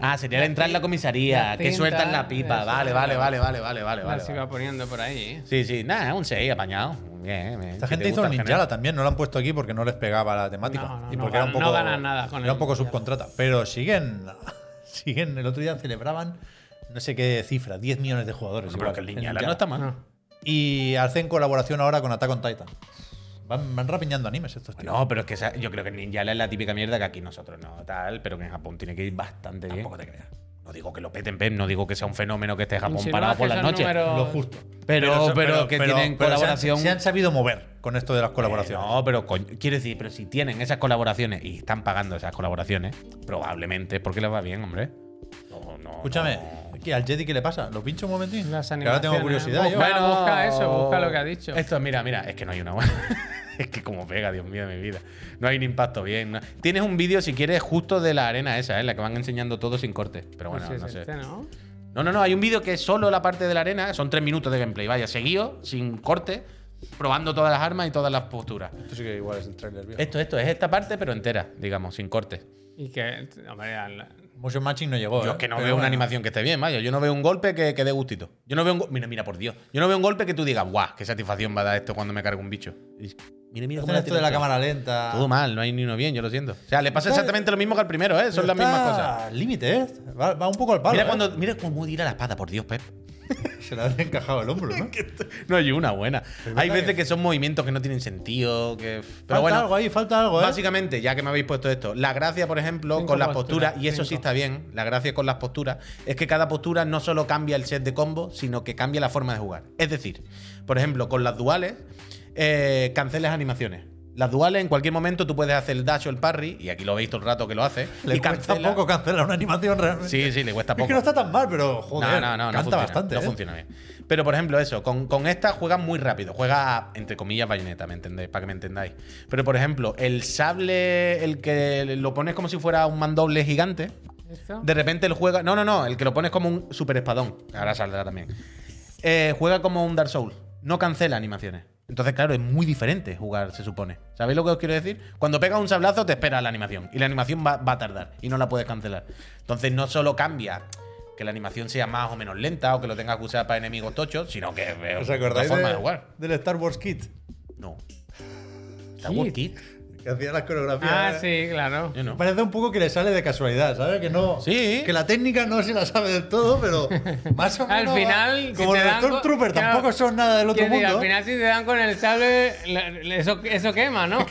Speaker 2: Ah, sería el entrar en la comisaría,
Speaker 1: la
Speaker 2: que
Speaker 1: tinta,
Speaker 2: sueltan la pipa.
Speaker 1: eso,
Speaker 2: Vale, vale, vale, vale, vale, vale,
Speaker 1: Las
Speaker 2: vale.
Speaker 1: iba poniendo por ahí.
Speaker 2: Sí, sí, nada, un 6 apañado. Bien, bien.
Speaker 3: Esta
Speaker 2: Si te
Speaker 3: gente hizo
Speaker 2: gusta
Speaker 3: el Ninjala
Speaker 2: género.
Speaker 3: también, no lo han puesto aquí porque no les pegaba la temática.
Speaker 1: No, no,
Speaker 3: y
Speaker 1: no
Speaker 3: porque era
Speaker 1: ganan-
Speaker 3: un poco,
Speaker 1: no ganan nada con
Speaker 3: Era
Speaker 1: el
Speaker 3: un poco
Speaker 1: Ninjala.
Speaker 3: subcontrata. Pero siguen, siguen. El otro día celebraban no sé qué cifra, 10 millones de jugadores.
Speaker 2: Pero
Speaker 3: igual,
Speaker 2: que el
Speaker 3: el
Speaker 2: Ninjala
Speaker 3: Ninjala.
Speaker 2: no está mal.
Speaker 1: No.
Speaker 3: Y hacen colaboración ahora con Attack on Titan. Van, van rapiñando animes estos tíos.
Speaker 2: No, pero es que esa- yo creo que el Ninjala es la típica mierda que aquí nosotros no tal, pero que en Japón tiene que ir bastante bien.
Speaker 3: Tampoco te creas.
Speaker 2: No digo que lo peten, Pep, no digo que sea un fenómeno que esté Japón
Speaker 1: Si no
Speaker 2: parado por
Speaker 1: haces
Speaker 2: las
Speaker 1: el
Speaker 2: noches.
Speaker 1: número-
Speaker 3: Lo justo.
Speaker 2: Pero- pero que tienen
Speaker 3: se han-
Speaker 2: colaboración.
Speaker 3: Se han, sabido mover con esto de las
Speaker 2: Colaboración.
Speaker 3: colaboraciones.
Speaker 2: No, pero coño, quiero decir, pero si tienen esas colaboraciones y están pagando esas colaboraciones, probablemente porque les va bien, hombre. No, no,
Speaker 3: Escúchame,
Speaker 2: no.
Speaker 3: ¿qué, ¿al Jedi qué le pasa? ¿Lo pincho un momentín?
Speaker 1: Las
Speaker 3: Que ahora tengo
Speaker 1: animaciones.
Speaker 3: curiosidad. yo. eh.
Speaker 1: Bueno, busca eso, busca lo que ha dicho.
Speaker 2: Esto, mira, mira, es que no hay una buena. es que como pega, Dios mío de mi vida. No hay un impacto bien. no- Tienes un vídeo, si quieres, justo de la arena esa, ¿eh? la que van enseñando todo sin corte. Pero bueno,
Speaker 1: No sé si
Speaker 2: no
Speaker 1: es
Speaker 2: sé.
Speaker 1: este, ¿no?
Speaker 2: No, no, no, hay un vídeo que es solo la parte de la arena, son tres minutos de gameplay, vaya, seguido, sin corte, probando todas las armas y todas las posturas.
Speaker 3: Esto sí que igual es el trailer viejo.
Speaker 2: Esto, esto, es esta parte, pero entera, digamos, sin corte.
Speaker 1: Y que, hombre, al-
Speaker 3: Motion Matching no llegó.
Speaker 2: Yo es
Speaker 3: ¿eh?
Speaker 2: que no
Speaker 3: Pero
Speaker 2: veo una
Speaker 3: bueno.
Speaker 2: animación que esté bien, vaya. Yo no veo un golpe que, que dé gustito. Yo no veo un go- Mira, mira, por Dios. Yo no veo un golpe que tú digas, guau, qué satisfacción va a dar esto cuando me cargue un bicho. Y
Speaker 5: Mira, mira
Speaker 3: Hacen
Speaker 5: cómo la
Speaker 3: esto
Speaker 5: tiene
Speaker 3: de la
Speaker 5: hecha.
Speaker 3: cámara lenta.
Speaker 2: Todo mal, no hay ni uno bien, yo lo siento. O sea, le pasa exactamente lo mismo que al primero, ¿eh? Son las
Speaker 3: Está
Speaker 2: mismas cosas.
Speaker 3: al Límite, ¿eh? Va, va un poco al palo.
Speaker 5: Mira,
Speaker 3: ¿eh?
Speaker 5: cuando, mira cómo tira la espada, por Dios, Pep.
Speaker 3: Se le ha encajado el hombro, ¿no?
Speaker 5: No hay una buena. Hay
Speaker 3: verdad
Speaker 5: veces
Speaker 3: que
Speaker 5: que son movimientos que no tienen sentido. Que... Pero
Speaker 3: falta
Speaker 5: bueno,
Speaker 3: algo ahí, falta algo, ¿eh?
Speaker 2: Básicamente, ya que me habéis puesto esto, la gracia, por ejemplo,
Speaker 1: Cinco
Speaker 2: con las
Speaker 1: posturas,
Speaker 2: posturas, y eso sí
Speaker 1: cinco.
Speaker 2: está bien, la gracia con las posturas, es que cada postura no solo cambia el set de combo, sino que cambia la forma de jugar. Es decir, por ejemplo, con las duales, eh, cancelas animaciones. Las duales, en cualquier momento, tú puedes hacer el dash o el parry, y aquí lo veis todo el rato que lo hace.
Speaker 3: Le
Speaker 2: y
Speaker 3: cuesta
Speaker 2: cancela-
Speaker 3: poco cancelar una animación realmente.
Speaker 2: Sí, sí, le cuesta poco.
Speaker 3: Es que no está tan mal, pero joder,
Speaker 2: no, no, no, no
Speaker 3: canta
Speaker 2: funciona,
Speaker 3: bastante.
Speaker 2: No
Speaker 3: ¿eh?
Speaker 2: funciona bien. Pero, por ejemplo, eso, con, con esta juegas muy rápido. Juega, a, entre comillas, bayoneta, ¿me entendéis? Para que me entendáis. Pero, por ejemplo, el sable, el que lo pones como si fuera un mandoble gigante,
Speaker 1: ¿Esto?
Speaker 2: de repente el juega. No, no, no, el que lo pones como un super espadón. Ahora saldrá también. Eh, juega como un Dark Souls. No cancela animaciones. Entonces, claro, es muy diferente jugar, se supone. ¿Sabéis lo que os quiero decir? Cuando pegas un sablazo, te espera la animación. Y la animación va, va a tardar. Y no la puedes cancelar. Entonces, no solo cambia que la animación sea más o menos lenta o que lo tengas que usar para enemigos tochos, sino que veo
Speaker 3: ¿Os acordáis
Speaker 2: forma
Speaker 3: de-
Speaker 2: de jugar.
Speaker 3: del Star Wars Kit?
Speaker 2: No. Está War Kid.
Speaker 3: Que hacía las coreografías.
Speaker 1: Ah,
Speaker 3: ¿eh?
Speaker 1: sí, claro.
Speaker 2: Yo no.
Speaker 3: Parece un poco que le sale de casualidad, ¿sabes? Que no.
Speaker 2: Sí.
Speaker 3: Que la técnica no se la sabe del todo, pero más o
Speaker 1: Al
Speaker 3: menos. va-
Speaker 1: final, si
Speaker 3: Como
Speaker 1: te
Speaker 3: los
Speaker 1: dan co-
Speaker 3: Stormtroopers
Speaker 1: claro.
Speaker 3: tampoco son nada del otro
Speaker 1: Quiero decir,
Speaker 3: mundo.
Speaker 1: al final, si te dan con el sable, la- la- eso, eso quema, ¿no?
Speaker 2: Eh,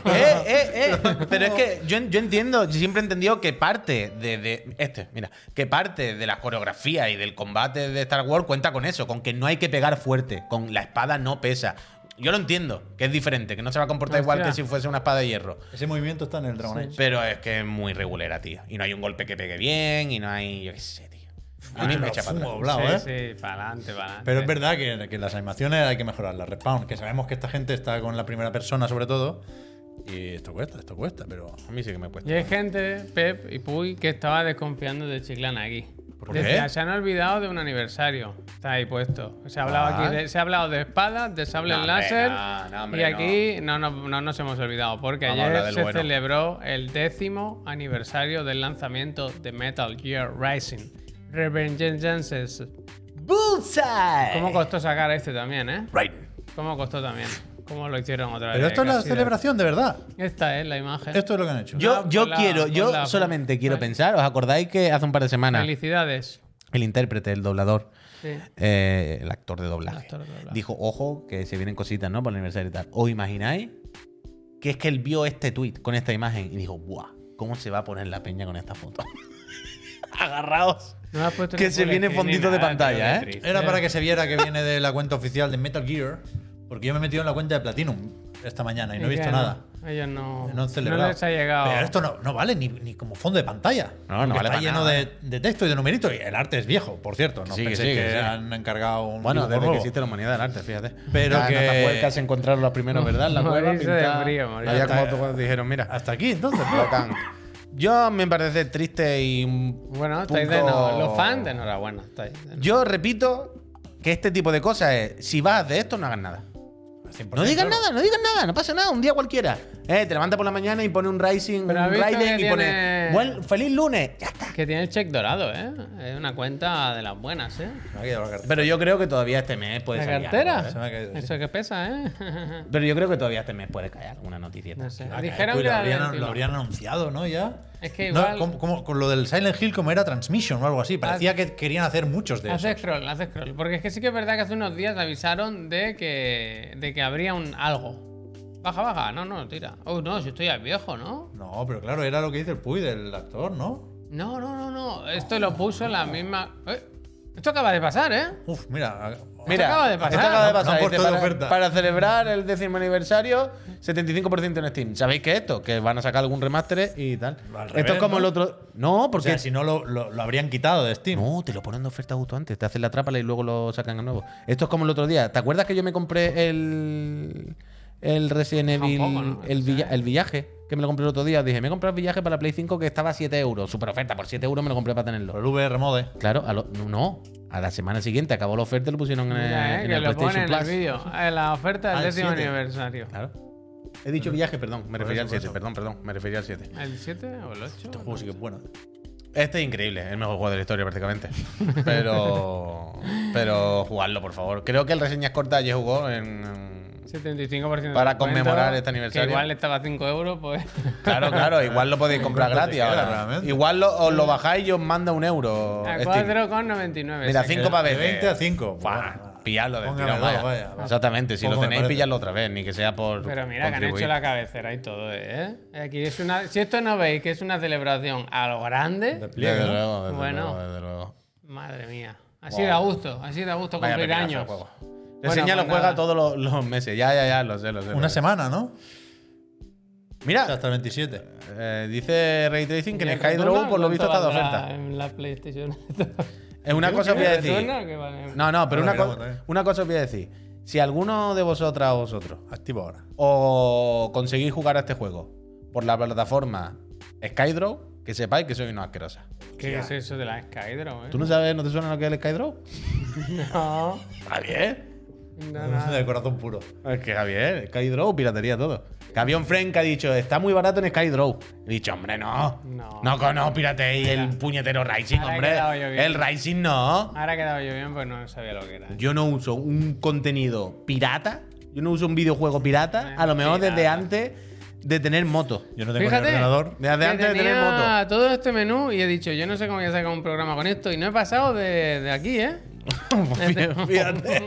Speaker 2: eh, eh. Pero es que yo, yo entiendo, yo siempre he entendido que parte de, de- Este, mira, que parte de la coreografía y del combate de Star Wars cuenta con eso, con que no hay que pegar fuerte, con la espada no pesa. Yo lo entiendo, que es diferente, que no se va a comportar igual que
Speaker 1: Hostia.
Speaker 2: si fuese una espada de hierro.
Speaker 3: Ese movimiento está en el Dragon Age.
Speaker 2: Pero es que es muy regulera, tío. Y no hay un golpe que pegue bien, y no hay. Yo qué sé, tío. A mí me echa para atrás.
Speaker 3: Fumo hablado, ¿eh?
Speaker 1: sí, sí, para adelante, para adelante.
Speaker 3: Pero es verdad que, que las animaciones hay que mejorarlas. Respawn, que sabemos que esta gente está con la primera persona sobre todo. Y esto cuesta, esto cuesta, pero.
Speaker 2: A mí sí que me cuesta.
Speaker 1: Y hay gente, Pep y Puy, que estaba desconfiando de Chiclana aquí.
Speaker 2: ¿Por
Speaker 1: Decía,
Speaker 2: qué?
Speaker 1: Se han olvidado de un aniversario. Está ahí puesto. Se ha hablado,
Speaker 2: Ah.
Speaker 1: aquí de, se ha hablado de espadas, de sable
Speaker 2: No, hombre,
Speaker 1: láser.
Speaker 2: no, no, hombre,
Speaker 1: y aquí no. No, no nos hemos olvidado, porque
Speaker 2: Vamos a hablar
Speaker 1: ayer
Speaker 2: del
Speaker 1: se
Speaker 2: bueno.
Speaker 1: celebró el décimo aniversario del lanzamiento de Metal Gear Rising. Revengeance.
Speaker 2: ¡Bullseye!
Speaker 1: ¿Cómo costó sacar este también, eh?
Speaker 2: Right.
Speaker 1: ¿Cómo costó también? ¿Cómo lo hicieron otra vez?
Speaker 3: Pero esto es la
Speaker 1: Casi de-
Speaker 3: celebración, de verdad.
Speaker 1: Esta es la imagen.
Speaker 3: Esto es lo que han hecho.
Speaker 2: Yo,
Speaker 1: Con
Speaker 2: yo
Speaker 1: la-
Speaker 2: quiero,
Speaker 1: con
Speaker 2: yo
Speaker 1: la-
Speaker 2: solamente quiero pensar. ¿Os acordáis que hace un par de semanas
Speaker 1: Felicidades.
Speaker 2: el intérprete, el doblador,
Speaker 1: Sí.
Speaker 2: eh, el actor de doblaje,
Speaker 1: El actor de doblaje.
Speaker 2: dijo, ojo, que se vienen cositas, ¿no? Por el aniversario y tal. ¿Os imagináis que es que él vio este tweet con esta imagen y dijo, ¡buah! ¿Cómo se va a poner la peña con esta foto? Agarrados.
Speaker 1: No la has puesto
Speaker 2: Que
Speaker 1: en
Speaker 2: se
Speaker 1: full
Speaker 2: viene
Speaker 1: screen ni
Speaker 2: fondito de
Speaker 1: nada,
Speaker 2: pantalla,
Speaker 1: tío,
Speaker 2: ¿eh?
Speaker 1: qué triste.
Speaker 3: Era para que se viera que viene de la cuenta oficial de Metal Gear, porque yo me he metido en la cuenta de Platinum esta mañana y no he
Speaker 1: Y que
Speaker 3: visto nada.
Speaker 1: Ellos no,
Speaker 3: No han celebrado.
Speaker 1: les ha llegado.
Speaker 3: Pero esto no, no vale ni, ni como fondo de pantalla.
Speaker 2: No, no vale
Speaker 3: Porque Está
Speaker 2: para
Speaker 3: lleno
Speaker 2: nada. eh.
Speaker 3: de, de texto y de numeritos. Y el arte es viejo, por cierto. No
Speaker 2: Sí, que
Speaker 3: penséis
Speaker 2: sí, que
Speaker 3: que
Speaker 2: sí.
Speaker 3: han encargado un
Speaker 2: Bueno,
Speaker 3: dibujo
Speaker 2: desde
Speaker 3: nuevo.
Speaker 2: que existe la humanidad del arte, fíjate.
Speaker 3: Pero
Speaker 2: Las
Speaker 3: que-
Speaker 2: notas puercas se encontraron los primeros, ¿verdad? En La cueva
Speaker 1: Morirse de
Speaker 2: pintada.
Speaker 1: frío, morirse
Speaker 2: Había
Speaker 1: de
Speaker 2: como otros cuando dijeron, mira,
Speaker 3: Hasta aquí, entonces.
Speaker 2: Locan. Yo me parece triste y un
Speaker 1: Bueno, estáis de
Speaker 2: punto-
Speaker 1: no- los fans de enhorabuena. estáis de no-
Speaker 2: Yo repito que este tipo de cosas es, si vas de esto, no hagas nada. No digas nada, no digas nada, no pasa nada, un día cualquiera. Eh, te levantas por la mañana y pone un Rising, un
Speaker 1: Pero ha visto
Speaker 2: Raiden
Speaker 1: que
Speaker 2: y pone
Speaker 1: tiene-
Speaker 2: "Buen- feliz lunes. Ya está.
Speaker 1: Que tiene el check dorado, ¿eh? Es una cuenta de las buenas, ¿eh?
Speaker 3: Me ha quedado la cartera.
Speaker 2: Pero yo creo que todavía este mes puede
Speaker 3: Pues
Speaker 1: La
Speaker 2: salir
Speaker 1: cartera.
Speaker 2: algo,
Speaker 3: ¿eh? Se me ha caído, sí.
Speaker 1: Eso que pesa, ¿eh?
Speaker 2: ¿eh? Pero yo creo que todavía este mes puede caer alguna noticieta.
Speaker 1: No sé.
Speaker 3: Ah,
Speaker 1: Dijeron
Speaker 3: tú,
Speaker 1: que
Speaker 3: lo,
Speaker 1: era
Speaker 3: habrían,
Speaker 1: 21.
Speaker 3: lo habrían anunciado, ¿no? Ya.
Speaker 1: Es que
Speaker 3: No,
Speaker 1: igual- Ah,
Speaker 3: como- como- con lo del Silent Hill, como era Transmission o algo así. Parecía que querían hacer muchos de
Speaker 1: Hace
Speaker 3: esos.
Speaker 1: scroll, hace scroll. Porque es que sí que es verdad que hace unos días avisaron de que, de que habría un algo. Baja, baja. No, no, tira. Oh, no, si estoy al viejo, ¿no?
Speaker 3: No, pero claro, era lo que dice el Puy del actor, ¿no?
Speaker 1: No, no, no, no. Esto lo puso en la misma. Eh, Esto acaba de pasar, ¿eh?
Speaker 3: Uf, mira.
Speaker 1: Mira, acaba de pasar.
Speaker 2: esto acaba de
Speaker 3: No, no
Speaker 2: pasar.
Speaker 3: han
Speaker 2: Dice,
Speaker 3: puesto de
Speaker 2: para,
Speaker 3: oferta.
Speaker 2: para celebrar el décimo aniversario, 75% en Steam. ¿Sabéis qué es esto? Que van a sacar algún remaster y tal.
Speaker 3: Al
Speaker 2: esto
Speaker 3: revés,
Speaker 2: es como
Speaker 3: ¿no?
Speaker 2: el otro. No,
Speaker 3: O
Speaker 2: porque
Speaker 3: sea, si no, lo, lo- lo habrían quitado de Steam.
Speaker 2: No, te lo ponen de oferta justo antes. Te hacen la trápala y luego lo sacan de nuevo. Esto es como el otro día. ¿Te acuerdas que yo me compré el. El Resident Evil.
Speaker 1: Tampoco, ¿no?
Speaker 2: el, villa- el villaje. Que me lo compré el otro día. Dije, me he comprado el villaje para la Play 5 que estaba a 7 euros. Super oferta, por 7 euros me lo compré para
Speaker 3: Por
Speaker 2: tenerlo.
Speaker 3: el VR Mode. ¿eh?
Speaker 2: Claro, a lo- no. A la semana siguiente acabó la oferta y lo pusieron en, el-
Speaker 1: Mira, eh,
Speaker 2: en
Speaker 1: que
Speaker 2: el
Speaker 1: lo pone
Speaker 2: PlayStation
Speaker 1: en el
Speaker 2: Plus.
Speaker 1: vídeo. Eh, La oferta del
Speaker 3: Al
Speaker 1: décimo
Speaker 3: siete.
Speaker 1: aniversario.
Speaker 2: Claro. He dicho villaje, perdón. Me refería al
Speaker 3: eso, por
Speaker 2: 7, perdón, perdón. Me refería al 7.
Speaker 1: ¿El 7 o el 8?
Speaker 3: Este juego sí que es bueno.
Speaker 2: Este es increíble, el mejor juego de la historia prácticamente. Pero. pero jugadlo, por favor. Creo que el Reseñas Cortas ya jugó en.
Speaker 1: 75% de
Speaker 2: Para
Speaker 1: descuento,
Speaker 2: conmemorar este
Speaker 1: que
Speaker 2: aniversario.
Speaker 1: igual estaba a 5 euros, pues.
Speaker 2: Claro, claro, igual lo podéis comprar
Speaker 3: ¿Cuánto te
Speaker 2: gratis
Speaker 3: queda,
Speaker 2: ahora.
Speaker 3: realmente?
Speaker 2: Igual lo- os lo bajáis y os manda un euro.
Speaker 1: A
Speaker 2: Steam.
Speaker 1: 4,99.
Speaker 2: Oh, este Mira,
Speaker 1: saca.
Speaker 2: 5 para
Speaker 3: De
Speaker 2: veces.
Speaker 3: 20 a 5.
Speaker 2: Buah, pilladlo del
Speaker 3: Póngame
Speaker 2: tirón,
Speaker 3: dos,
Speaker 2: vaya.
Speaker 3: vaya, vaya.
Speaker 2: Exactamente, si
Speaker 3: Poco
Speaker 2: lo
Speaker 3: me
Speaker 2: tenéis,
Speaker 3: parece.
Speaker 2: pilladlo otra vez, ni que sea por.
Speaker 1: Pero mira que han
Speaker 2: contribuir.
Speaker 1: hecho la cabecera y todo, ¿eh? Aquí es una, si esto no veis que es una celebración a lo grande,
Speaker 2: Desde luego, desde
Speaker 1: Bueno.
Speaker 2: luego, desde luego.
Speaker 1: madre mía. Así da gusto, así da gusto
Speaker 2: Vaya
Speaker 1: cumplir
Speaker 2: pepinazo de
Speaker 1: años.
Speaker 2: juego.
Speaker 1: Bueno,
Speaker 2: Reseña
Speaker 1: pues
Speaker 2: lo juega
Speaker 1: nada.
Speaker 2: todos los, los meses. Ya, ya, ya, lo sé, lo sé. lo
Speaker 3: Una
Speaker 2: sé.
Speaker 3: semana, ¿no?
Speaker 2: Mira,
Speaker 3: Hasta el 27.
Speaker 2: eh, dice Ray Tracing que
Speaker 1: ¿Y
Speaker 2: en
Speaker 1: el
Speaker 2: Skydrow,
Speaker 1: Returnal
Speaker 2: por lo visto, está de
Speaker 1: cuánto
Speaker 2: oferta.
Speaker 1: valdrá En la PlayStation.
Speaker 2: Es una cosa os voy a
Speaker 1: ¿El
Speaker 2: decir.
Speaker 1: Returnal? Que vale.
Speaker 2: No, no, pero una,
Speaker 3: Ahora veremos,
Speaker 2: cosa-
Speaker 3: también.
Speaker 2: una cosa os voy a decir. Si alguno de vosotras o vosotros
Speaker 3: Activo ahora.
Speaker 2: o conseguís jugar a este juego por la plataforma Skydrow, que sepáis que soy una asquerosa.
Speaker 1: ¿Qué es eso de la Skydrow, eh?
Speaker 2: ¿Tú no sabes, no te suena lo que es el Skydrow?
Speaker 1: No.
Speaker 2: Javier.
Speaker 1: No, no.
Speaker 3: De corazón puro.
Speaker 2: Es que Javier, Skydrow, piratería todo. Que había un friend que ha dicho, está muy barato en Skydrow. He dicho, hombre, no.
Speaker 1: No.
Speaker 2: No, no, no pirateéis el puñetero Rising,
Speaker 1: Ahora he
Speaker 2: hombre.
Speaker 1: quedado yo bien.
Speaker 2: El Rising no.
Speaker 1: Ahora he quedado yo bien porque no sabía lo que era.
Speaker 2: Yo no uso un contenido pirata. Yo no uso un videojuego pirata. A lo mejor
Speaker 1: Pirata.
Speaker 2: desde antes de tener moto.
Speaker 3: Yo no tengo ni
Speaker 1: Fíjate.
Speaker 3: ordenador.
Speaker 2: Desde
Speaker 1: Que
Speaker 2: antes de tener
Speaker 1: tenía
Speaker 2: moto.
Speaker 1: todo este menú y he dicho, yo no sé cómo voy a sacar un programa con esto y no he pasado de, de aquí, ¿eh?
Speaker 2: Fíjate.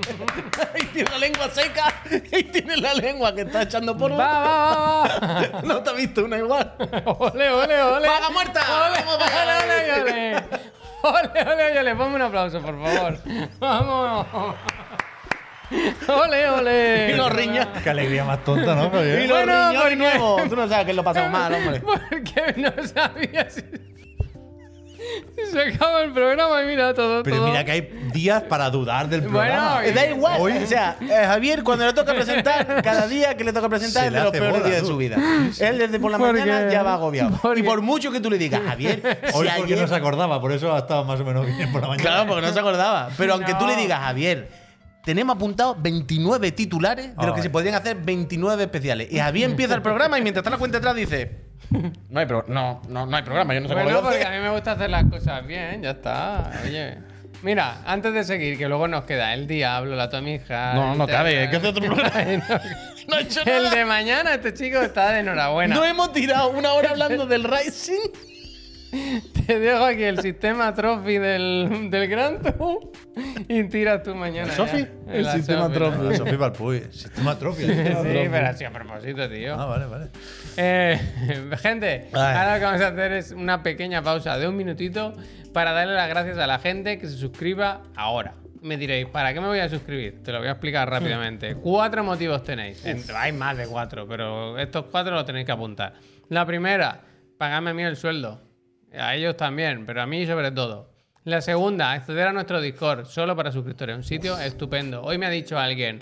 Speaker 2: y tiene la lengua seca. Y tiene la lengua que está echando
Speaker 1: Va,
Speaker 2: polvo.
Speaker 1: va, va, va.
Speaker 2: no te ha visto una igual.
Speaker 1: Ole, ole, ole.
Speaker 2: ¡Vaga muerta!
Speaker 1: Ole,
Speaker 2: ¡Vamos, eh.
Speaker 1: ole,
Speaker 2: vaga!
Speaker 1: ole, ole. Ole, ole, ole. Ponme un aplauso, por favor. Vamos. Ole, ole.
Speaker 2: Y los riñones.
Speaker 3: Qué alegría más tonta, ¿no?
Speaker 2: Y
Speaker 3: Javier?
Speaker 2: los
Speaker 1: Bueno,
Speaker 2: riñones
Speaker 1: porque-
Speaker 2: nuevos. Tú no sabes que lo pasamos mal, hombre.
Speaker 1: Porque no sabía si... si se acaba el programa y mira todo,
Speaker 3: Pero
Speaker 1: todo.
Speaker 3: mira que hay días para dudar del
Speaker 1: Bueno,
Speaker 3: programa.
Speaker 1: y-
Speaker 2: Eh, Da igual.
Speaker 3: Hoy-
Speaker 2: O sea, eh, Javier, cuando le toca presentar, cada día que le toca presentar
Speaker 3: Se
Speaker 2: es
Speaker 3: le
Speaker 2: de los
Speaker 3: hace
Speaker 2: peores
Speaker 3: bola,
Speaker 2: días de
Speaker 3: tú.
Speaker 2: su vida. Él desde por la
Speaker 1: ¿Por
Speaker 2: mañana
Speaker 1: qué?
Speaker 2: ya va agobiado.
Speaker 1: ¿Por
Speaker 2: y
Speaker 1: qué?
Speaker 2: por mucho que tú le digas, Javier, si
Speaker 3: Hoy porque
Speaker 2: ayer-
Speaker 3: no se acordaba, por eso ha estado más o menos bien por la mañana.
Speaker 2: Claro, porque no se acordaba. Pero aunque tú
Speaker 1: No.
Speaker 2: le digas, Javier, tenemos apuntados 29 titulares de los que
Speaker 3: Ay.
Speaker 2: se podrían hacer 29 especiales. Y Javier empieza el programa y mientras está la cuenta atrás dice... No hay, pro- no, no, no hay programa, yo no sé cómo
Speaker 1: Bueno,
Speaker 2: lo voy a
Speaker 1: porque
Speaker 2: hacer".
Speaker 1: a mí me gusta hacer las cosas bien, ya está. Oye. Mira, antes de seguir, que luego nos queda el diablo, la tomija.
Speaker 2: No, no
Speaker 1: el-
Speaker 2: cabe, hay que hacer otro programa. No he hecho
Speaker 1: El
Speaker 2: nada.
Speaker 1: de mañana, este chico está de enhorabuena.
Speaker 2: No hemos tirado una hora hablando del Rising.
Speaker 1: Te dejo aquí el sistema Trophy del, del Gran Tour y tiras tú mañana. ya.
Speaker 3: Eh,
Speaker 2: Sofi? El
Speaker 1: La
Speaker 2: sistema
Speaker 1: Sofi,
Speaker 2: Trophy.
Speaker 1: ¿no?
Speaker 3: Ah, Sofía Valpuy, sistema atrofia. sistema
Speaker 1: Sí,
Speaker 3: atrofia.
Speaker 1: pero así a propósito, tío.
Speaker 3: Ah, vale, vale.
Speaker 1: Eh, gente,
Speaker 2: Ay.
Speaker 1: ahora lo que vamos a hacer es una pequeña pausa de un minutito para darle las gracias a la gente que se suscriba ahora. Me diréis, ¿para qué me voy a suscribir? Te lo voy a explicar rápidamente. cuatro motivos tenéis. Entre- Hay más de cuatro, pero estos cuatro los tenéis que apuntar. La primera, pagarme a mí el sueldo. A ellos también, pero a mí sobre todo. La segunda, acceder a nuestro Discord solo para suscriptores. Un sitio estupendo. Hoy me ha dicho alguien,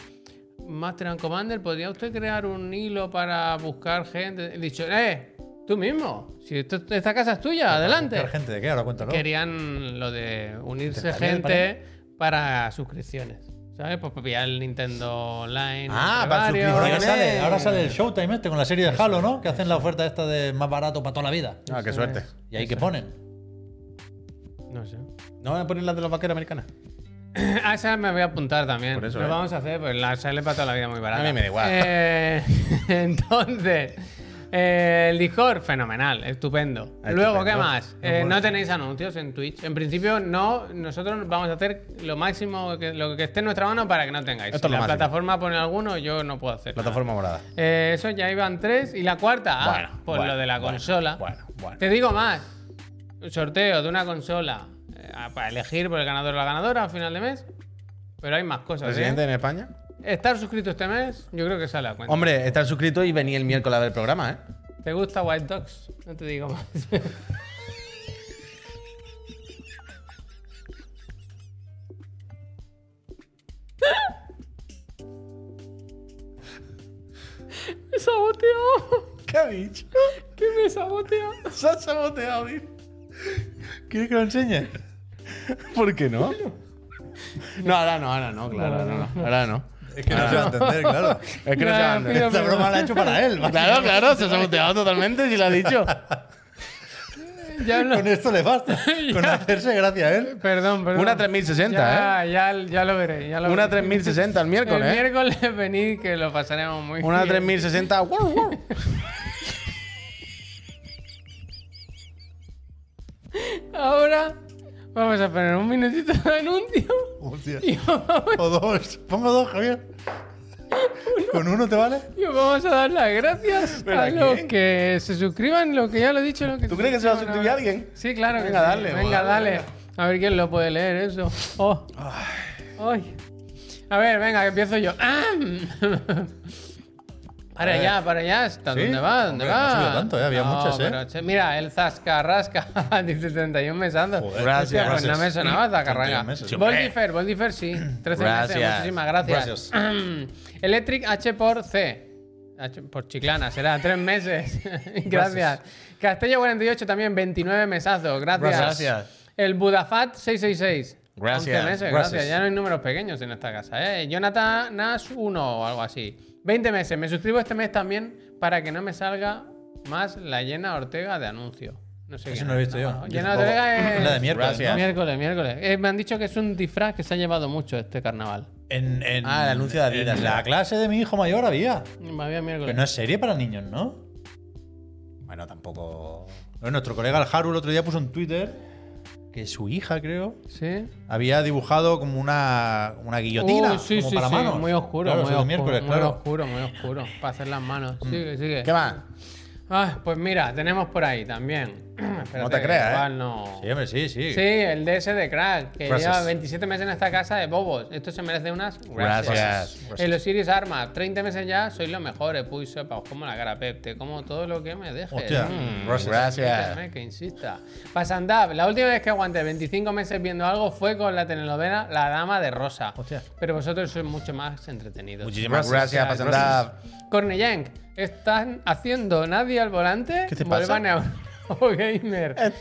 Speaker 1: Master and Commander, ¿podría usted crear un hilo para buscar gente? He dicho, eh, tú mismo. Si esto- esta casa es tuya, adelante.
Speaker 3: ¿Buscar gente de qué? Ahora cuéntalo.
Speaker 1: Querían lo de unirse
Speaker 3: ¿Intercambio de
Speaker 1: gente para suscripciones. ¿Sabes? Pues para pillar el Nintendo Online.
Speaker 2: Ah,
Speaker 1: entre
Speaker 2: para
Speaker 1: varios.
Speaker 3: Ahora, que
Speaker 2: suscripciones.
Speaker 3: sale, ahora sale el Showtime este con la serie de Halo, ¿no? Que hacen la oferta esta de más barato para toda la vida.
Speaker 2: Ah, qué suerte.
Speaker 3: Y ahí que ponen.
Speaker 1: No sé.
Speaker 2: No voy a poner las de los vaqueros americanas.
Speaker 1: A Ah, esa me voy a apuntar también.
Speaker 2: Por eso,
Speaker 1: Lo
Speaker 2: eh.
Speaker 1: vamos a hacer, pues la sale para toda la vida muy barata.
Speaker 2: A mí me da igual.
Speaker 1: Eh, entonces, eh, el Discord, fenomenal, estupendo. Luego, ¿qué más? Eh, no tenéis anuncios en Twitch. En principio, no. Nosotros vamos a hacer lo máximo, que, lo que esté en nuestra mano para que no tengáis.
Speaker 2: Esto
Speaker 1: si
Speaker 2: es lo
Speaker 1: la
Speaker 2: máximo.
Speaker 1: plataforma pone alguno, yo no puedo hacer. nada.
Speaker 2: Plataforma morada.
Speaker 1: Eh, eso ya iban tres. Y la cuarta, ah,
Speaker 2: Bueno,
Speaker 1: por
Speaker 2: bueno,
Speaker 1: lo de la
Speaker 2: bueno,
Speaker 1: consola.
Speaker 2: bueno, bueno.
Speaker 1: Te digo más. Un sorteo de una consola eh, ah, para elegir por el ganador o la ganadora a final de mes. Pero hay más cosas. ¿eh?
Speaker 2: ¿Presidente en España?
Speaker 1: Estar suscrito este mes, yo creo que sale a cuenta.
Speaker 2: Hombre, estar suscrito y venir el miércoles a ver el programa, ¿eh?
Speaker 1: ¿Te gusta Wild Dogs? No te digo más. ¡Me saboteó!
Speaker 2: ¿Qué ha dicho?
Speaker 1: ¡Que me saboteó!
Speaker 2: Se ha saboteado,
Speaker 3: ¿Quieres que lo enseñe?
Speaker 2: ¿Por qué no? No, ahora no, ahora no, claro, ahora no. Ahora no.
Speaker 3: Es que no se va a entender, claro.
Speaker 2: Es que no se va a entender.
Speaker 3: Esta broma la ha hecho para él.
Speaker 2: Claro, claro, se ha saboteado totalmente si lo ha dicho.
Speaker 1: Ya lo-
Speaker 3: Con esto le basta. Con hacerse gracia a él.
Speaker 1: Perdón, perdón.
Speaker 2: Una 3060,
Speaker 1: ya, ¿eh? Ya, ya lo veré. Ya lo
Speaker 2: Una
Speaker 1: veré.
Speaker 2: 3060 el
Speaker 1: El
Speaker 2: miércoles, ¿eh?
Speaker 1: miércoles venid que lo pasaremos muy
Speaker 2: Una
Speaker 1: bien.
Speaker 2: 3060. guau, guau.
Speaker 1: Ahora vamos a poner un minutito de anuncio.
Speaker 3: Hostia.
Speaker 1: Y vamos,
Speaker 3: O dos. Pongo dos, Javier. ¿Con uno te vale?
Speaker 1: y vamos a dar las gracias
Speaker 2: ¿Pero
Speaker 1: a,
Speaker 2: a
Speaker 1: los
Speaker 2: quién?
Speaker 1: que se suscriban, lo que ya lo he dicho. Lo que
Speaker 2: ¿Tú crees que se va a suscribir alguien?
Speaker 1: Sí, claro. que
Speaker 2: Venga,
Speaker 1: sí.
Speaker 2: dale,
Speaker 1: Venga,
Speaker 2: vale,
Speaker 1: dale.
Speaker 2: venga.
Speaker 1: A ver quién lo puede leer eso. Oh. Ay. A ver, venga, que empiezo yo. ¡Ah! Para
Speaker 2: Eh.
Speaker 1: allá, para allá. ¿Hasta
Speaker 3: Sí,
Speaker 1: dónde va? ¿Dónde
Speaker 3: hombre,
Speaker 1: va?
Speaker 3: no ha subido tanto, eh, había muchas, eh.
Speaker 1: che, mira, el Zascarrasca. Dice 31 mesazos.
Speaker 3: Joder,
Speaker 2: Gracias,
Speaker 1: Pues no me sonaba Zascarrasca.
Speaker 3: 31 meses. Sí, hombre.
Speaker 1: Voldifer, Voldifer sí. 13 meses,
Speaker 2: Gracias.
Speaker 1: muchísimas gracias.
Speaker 3: Gracias.
Speaker 1: Electric H por C. H Por chiclana, será tres meses. Gracias. Castello 48 también, 29 mesazos. Gracias.
Speaker 2: Gracias.
Speaker 1: El Budafat 666.
Speaker 2: Gracias.
Speaker 1: 11 meses, gracias.
Speaker 3: Gracias.
Speaker 1: Ya no hay números pequeños en esta casa. ¿eh? Jonathan Nash 1 o algo así. 20 meses. Me suscribo este mes también para que no me salga más la llena Ortega de anuncio. No sé
Speaker 3: Eso
Speaker 1: quién
Speaker 3: no lo he
Speaker 1: es.
Speaker 3: visto yo. Yo
Speaker 1: Llena
Speaker 3: tampoco.
Speaker 1: Ortega es.
Speaker 3: La de miércoles.
Speaker 2: Gracias.
Speaker 3: ¿no?
Speaker 1: Miércoles, miércoles. Eh, me han dicho que es un disfraz que se ha llevado mucho este carnaval.
Speaker 3: En, en-
Speaker 2: Ah, el anuncio de Adidas.
Speaker 3: en la clase de mi hijo mayor había.
Speaker 1: Había miércoles.
Speaker 3: Pero no es serie para niños, ¿no?
Speaker 2: Bueno, tampoco.
Speaker 3: Bueno, nuestro colega el Haru el otro día puso en Twitter que su hija, creo,
Speaker 1: Sí.
Speaker 3: había dibujado como una, una guillotina.
Speaker 1: Uy, sí,
Speaker 3: como
Speaker 1: sí,
Speaker 3: para
Speaker 1: sí,
Speaker 3: manos.
Speaker 1: Muy oscuro,
Speaker 3: Claro,
Speaker 1: muy,
Speaker 3: eso es
Speaker 1: oscuro
Speaker 3: de miércoles,
Speaker 1: muy
Speaker 3: claro. Mm.
Speaker 1: oscuro, muy oscuro. Para hacer las manos. Sigue, sigue.
Speaker 2: ¿Qué más?
Speaker 1: Ah, pues mira, tenemos por ahí también.
Speaker 2: No te creas, ¿eh?
Speaker 1: no.
Speaker 3: Sí, hombre, sí, sí.
Speaker 1: Sí, el DS de Crack, que
Speaker 3: Gracias.
Speaker 1: lleva 27 meses en esta casa de bobos. Esto se merece unas gracias.
Speaker 2: Gracias.
Speaker 3: Gracias.
Speaker 1: El Osiris Arma, 30 meses ya, sois los mejores. Puy, sopa, os como la cara, Pep, te como todo lo que me dejes.
Speaker 3: Hostia.
Speaker 1: Mm.
Speaker 3: Gracias.
Speaker 2: Gracias.
Speaker 1: Déjame que insista. Pasandab, la última vez que aguanté 25 meses viendo algo fue con la telenovela La Dama de Rosa.
Speaker 3: Hostia.
Speaker 1: Pero vosotros sois mucho más entretenidos.
Speaker 2: Muchísimas gracias,
Speaker 1: Gracias.
Speaker 2: Pasandab.
Speaker 1: Corneyank, ¿están haciendo nadie al volante?
Speaker 2: ¿Qué te
Speaker 1: Vuelvan a Eurogamer.
Speaker 2: ¿Eh?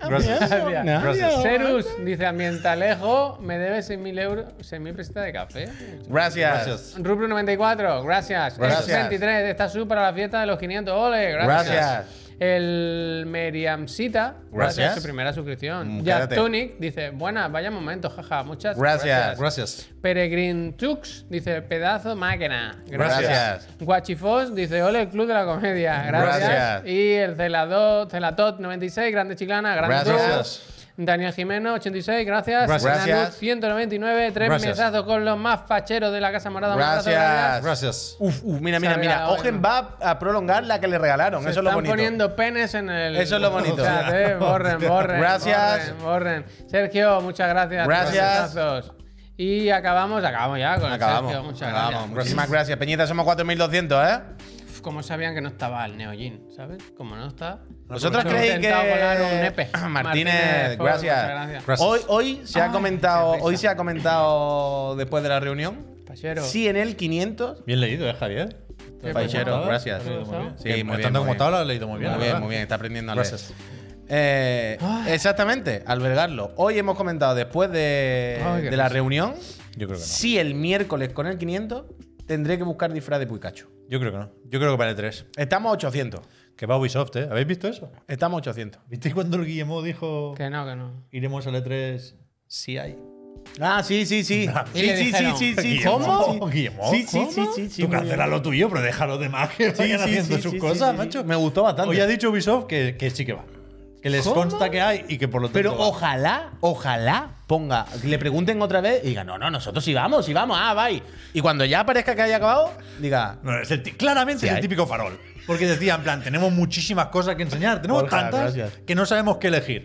Speaker 3: Gracias.
Speaker 1: Gracias.
Speaker 3: Gracias.
Speaker 1: Serus dice ambientalejo, me debe 6.000 euros, 6.000 pesetas de café.
Speaker 2: Gracias.
Speaker 1: Rubru94, gracias.
Speaker 2: Gracias.
Speaker 1: Ex23, está su para la fiesta de los 500, ole, gracias.
Speaker 2: Gracias.
Speaker 1: El Meriamcita,
Speaker 2: Gracias.
Speaker 1: su primera suscripción.
Speaker 2: Mm, cállate.
Speaker 1: Tunic dice, buena, vaya momento, jaja, muchas
Speaker 2: Gracias.
Speaker 3: Gracias.
Speaker 1: Peregrin Tux dice, pedazo máquina.
Speaker 2: Gracias.
Speaker 1: Guachifos dice, ole, el club de la comedia. Gracias.
Speaker 2: Gracias.
Speaker 1: Y el Celado- Celatot96, grande chiclana, grande
Speaker 2: Gracias.
Speaker 1: tú. Daniel Jimeno, 86, gracias.
Speaker 2: Gracias.
Speaker 1: Nanut, 199, tres
Speaker 3: Gracias.
Speaker 1: mesazos con los más facheros de la Casa Morada. Un abrazo,
Speaker 2: Gracias.
Speaker 3: Gracias.
Speaker 2: Uf, uf, mira, mira,
Speaker 1: Se
Speaker 2: mira.
Speaker 1: regala,
Speaker 2: Ogen
Speaker 1: bueno.
Speaker 2: va a prolongar la que le regalaron.
Speaker 1: Se
Speaker 2: Eso es lo
Speaker 1: están
Speaker 2: bonito.
Speaker 1: poniendo penes en el.
Speaker 2: Eso es lo bonito.
Speaker 1: chat, eh. Borren, borren.
Speaker 2: Gracias.
Speaker 1: Borren, borren. Sergio, muchas gracias.
Speaker 2: Gracias.
Speaker 1: Besazos. Y acabamos, acabamos ya con el
Speaker 2: Acabamos.
Speaker 1: Sergio. Muchas
Speaker 2: acabamos.
Speaker 1: gracias.
Speaker 2: Muchísimas gracias. Peñita, somos 4200, ¿eh?
Speaker 1: Uf, ¿Cómo sabían que no estaba el Neojin? ¿Sabes? Como no está.
Speaker 2: ¿Vosotros
Speaker 1: Yo he
Speaker 2: creéis que
Speaker 1: intentado volar un nepe.
Speaker 2: Martínez,
Speaker 1: Ford, muchas
Speaker 2: gracias. Hoy, hoy se ha
Speaker 1: Ay,
Speaker 2: comentado,
Speaker 1: qué risa.
Speaker 2: hoy se ha comentado después de la reunión.
Speaker 1: Pachero.
Speaker 2: Sí, en el 500.
Speaker 3: Bien leído, ¿eh, Javier?
Speaker 1: ¿Qué
Speaker 2: Fachero,
Speaker 1: pasó?
Speaker 2: gracias.
Speaker 1: ¿Qué pasó?
Speaker 2: Sí, muy bien,
Speaker 3: Estando
Speaker 2: muy
Speaker 3: como
Speaker 2: bien.
Speaker 3: estaba, lo has leído muy bien.
Speaker 2: Muy
Speaker 3: la
Speaker 2: bien,
Speaker 3: verdad.
Speaker 2: muy bien, está aprendiendo a leer.
Speaker 3: Gracias.
Speaker 2: Eh, exactamente, albergarlo. Hoy hemos comentado después de,
Speaker 1: Ay, qué
Speaker 2: de la
Speaker 1: risa.
Speaker 2: reunión,
Speaker 3: Yo creo que no.
Speaker 2: si el miércoles con el 500 tendré que buscar disfraz de Pikachu.
Speaker 3: Yo creo que no. Yo creo que vale 3.
Speaker 2: Estamos a 800.
Speaker 3: Que va Ubisoft, ¿eh? ¿Habéis visto eso?
Speaker 2: Estamos a 800.
Speaker 3: ¿Visteis cuando el Guillemot dijo
Speaker 1: Que no, que no.
Speaker 3: iremos al E3 si hay?
Speaker 2: Ah, sí, sí, sí.
Speaker 1: Y
Speaker 2: Sí,
Speaker 1: le
Speaker 2: sí, sí,
Speaker 1: dijeron,
Speaker 2: sí, sí.
Speaker 3: ¿Cómo?
Speaker 2: Sí,
Speaker 3: Guillemot,
Speaker 2: sí, sí,
Speaker 3: ¿cómo?
Speaker 2: sí, sí, sí.
Speaker 3: Tú cancela lo tuyo, pero deja a los demás que vayan
Speaker 2: sí,
Speaker 3: haciendo
Speaker 2: sí,
Speaker 3: sus
Speaker 2: sí,
Speaker 3: cosas,
Speaker 2: sí, sí.
Speaker 3: macho.
Speaker 2: Me gustó bastante.
Speaker 3: Hoy ha dicho Ubisoft que, que sí que va. Que les
Speaker 2: ¿Cómo?
Speaker 3: consta que hay y que por lo tanto.
Speaker 2: Pero
Speaker 3: va.
Speaker 2: ojalá, ojalá ponga, le pregunten otra vez y diga, no, no, nosotros sí vamos, sí vamos, ah, bye. Y cuando ya parezca que haya acabado, diga,
Speaker 3: No, es el ti- claramente
Speaker 2: Sí
Speaker 3: es el
Speaker 2: hay.
Speaker 3: típico farol. Porque decía, en plan, tenemos muchísimas cosas que enseñar, tenemos
Speaker 2: Borja,
Speaker 3: tantas
Speaker 2: gracias.
Speaker 3: que no sabemos qué elegir.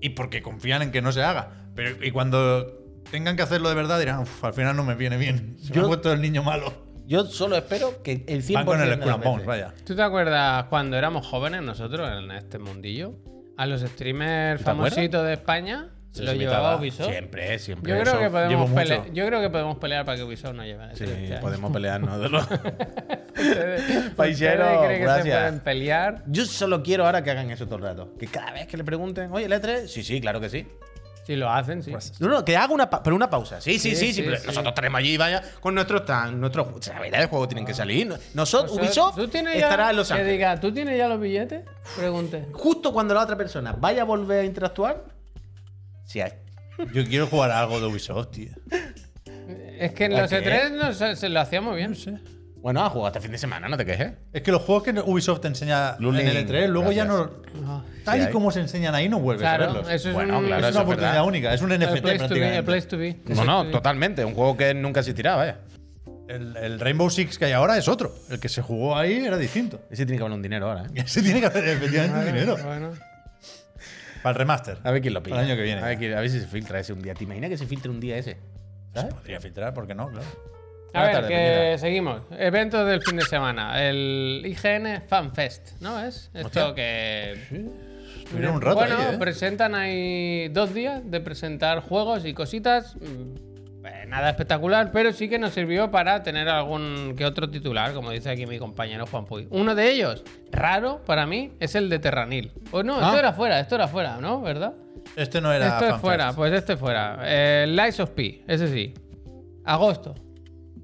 Speaker 3: Y porque confían en que no se haga. Pero, y cuando tengan que hacerlo de verdad, dirán, "Uf, al final no me viene bien. Se me
Speaker 2: Yo-
Speaker 3: ha puesto el niño malo.
Speaker 2: yo solo espero que el 100%
Speaker 3: Van con el
Speaker 2: de las
Speaker 3: Skull and Bones,
Speaker 2: veces".
Speaker 3: vaya.
Speaker 1: ¿Tú te acuerdas cuando éramos jóvenes nosotros en este mundillo? A los streamers
Speaker 3: ¿Te acuerdas?
Speaker 1: famositos de España
Speaker 3: Se
Speaker 1: lo
Speaker 3: los
Speaker 1: llevaba
Speaker 3: invitaba.
Speaker 1: Ubisoft.
Speaker 2: Siempre, siempre.
Speaker 1: Yo creo,
Speaker 2: eso.
Speaker 1: que
Speaker 3: llevo
Speaker 1: podemos
Speaker 3: mucho.
Speaker 1: pelear, yo creo que podemos pelear para que Ubisoft no lleve
Speaker 2: Sí,
Speaker 1: este-
Speaker 2: podemos pelearnos de los...
Speaker 1: Ustedes-
Speaker 2: Paisero,
Speaker 1: ustedes creen que se
Speaker 2: gracias.
Speaker 1: pueden pelear?
Speaker 2: Yo solo quiero ahora que hagan eso todo el rato. Que cada vez que le pregunten, oye, el E3, sí, sí, claro que sí.
Speaker 1: Si lo hacen, sí.
Speaker 5: Pues-
Speaker 2: No, no, que haga una, pa- pero una pausa. Sí,
Speaker 1: Sí,
Speaker 2: sí, sí, sí.
Speaker 1: sí,
Speaker 2: pero
Speaker 1: sí.
Speaker 2: Nosotros estaremos allí, vaya, con nuestros tan, nuestros. o sea, la verdad, el juego tienen que salir. Nosotros, Ubisoft
Speaker 1: Ah. ¿Tú tienes ya-
Speaker 2: estará en Los
Speaker 1: que
Speaker 2: Ángeles.
Speaker 1: diga, ¿tú tienes ya los billetes? Pregunte.
Speaker 2: Justo cuando la otra persona vaya a volver a interactuar, si hay.
Speaker 3: Yo quiero jugar a algo de Ubisoft, tío.
Speaker 1: Es que en
Speaker 2: ¿A
Speaker 1: los
Speaker 2: qué?
Speaker 1: E3 no se, se lo hacíamos bien.
Speaker 2: Bueno, ha jugado este fin de semana, no te quejes.
Speaker 3: Es que los juegos que Ubisoft te enseña
Speaker 2: Luling,
Speaker 3: en el E3, luego ya no.
Speaker 1: Ah.
Speaker 3: Tal y
Speaker 2: Sí, hay.
Speaker 3: como se enseñan ahí, no vuelves a
Speaker 1: Claro,
Speaker 3: verlos.
Speaker 1: eso es
Speaker 2: Bueno,
Speaker 1: un,
Speaker 2: claro,
Speaker 3: es
Speaker 1: es
Speaker 3: una
Speaker 2: eso es verdad.
Speaker 3: oportunidad única, es un
Speaker 1: un
Speaker 3: NFT
Speaker 1: place to be, a place
Speaker 3: prácticamente.
Speaker 1: to be.
Speaker 2: No, no,
Speaker 1: Sí.
Speaker 2: totalmente. Un juego que nunca existirá, vaya.
Speaker 3: El, el Rainbow Six que hay ahora es otro. El que se jugó ahí era distinto.
Speaker 2: Ese tiene que valer un dinero ahora, ¿eh?
Speaker 3: Ese tiene que haber efectivamente
Speaker 1: Bueno,
Speaker 3: dinero.
Speaker 1: bueno.
Speaker 3: Para el remaster.
Speaker 1: Ah,
Speaker 2: A ver quién lo pilla.
Speaker 3: Para el año que viene.
Speaker 2: A ver, quién- a ver si se filtra ese un día. ¿Te imaginas que se filtre un día ese?
Speaker 3: Se podría filtrar, ¿por qué no? Claro.
Speaker 1: A
Speaker 2: Buenas
Speaker 1: ver,
Speaker 2: tardes,
Speaker 1: que
Speaker 2: Peñita.
Speaker 1: seguimos. Eventos del fin de semana. El IGN Fan Fest, ¿no es? Esto
Speaker 3: Hostia.
Speaker 1: que.
Speaker 3: Estuvieron un rato
Speaker 1: bueno,
Speaker 3: ahí, ¿eh?
Speaker 1: presentan ahí dos días de presentar juegos y cositas. Mm, eh, Nada espectacular, pero sí que nos sirvió para tener algún que otro titular, como dice aquí mi compañero Juan Puy. Uno de ellos, raro para mí, es el de Terranil. O no, esto
Speaker 3: Ah.
Speaker 1: era fuera, esto era fuera, ¿no? ¿Verdad?
Speaker 3: Este no era
Speaker 1: Esto es
Speaker 3: fanfest.
Speaker 1: fuera, pues este es fuera. Eh, Lies of P, ese sí. Agosto.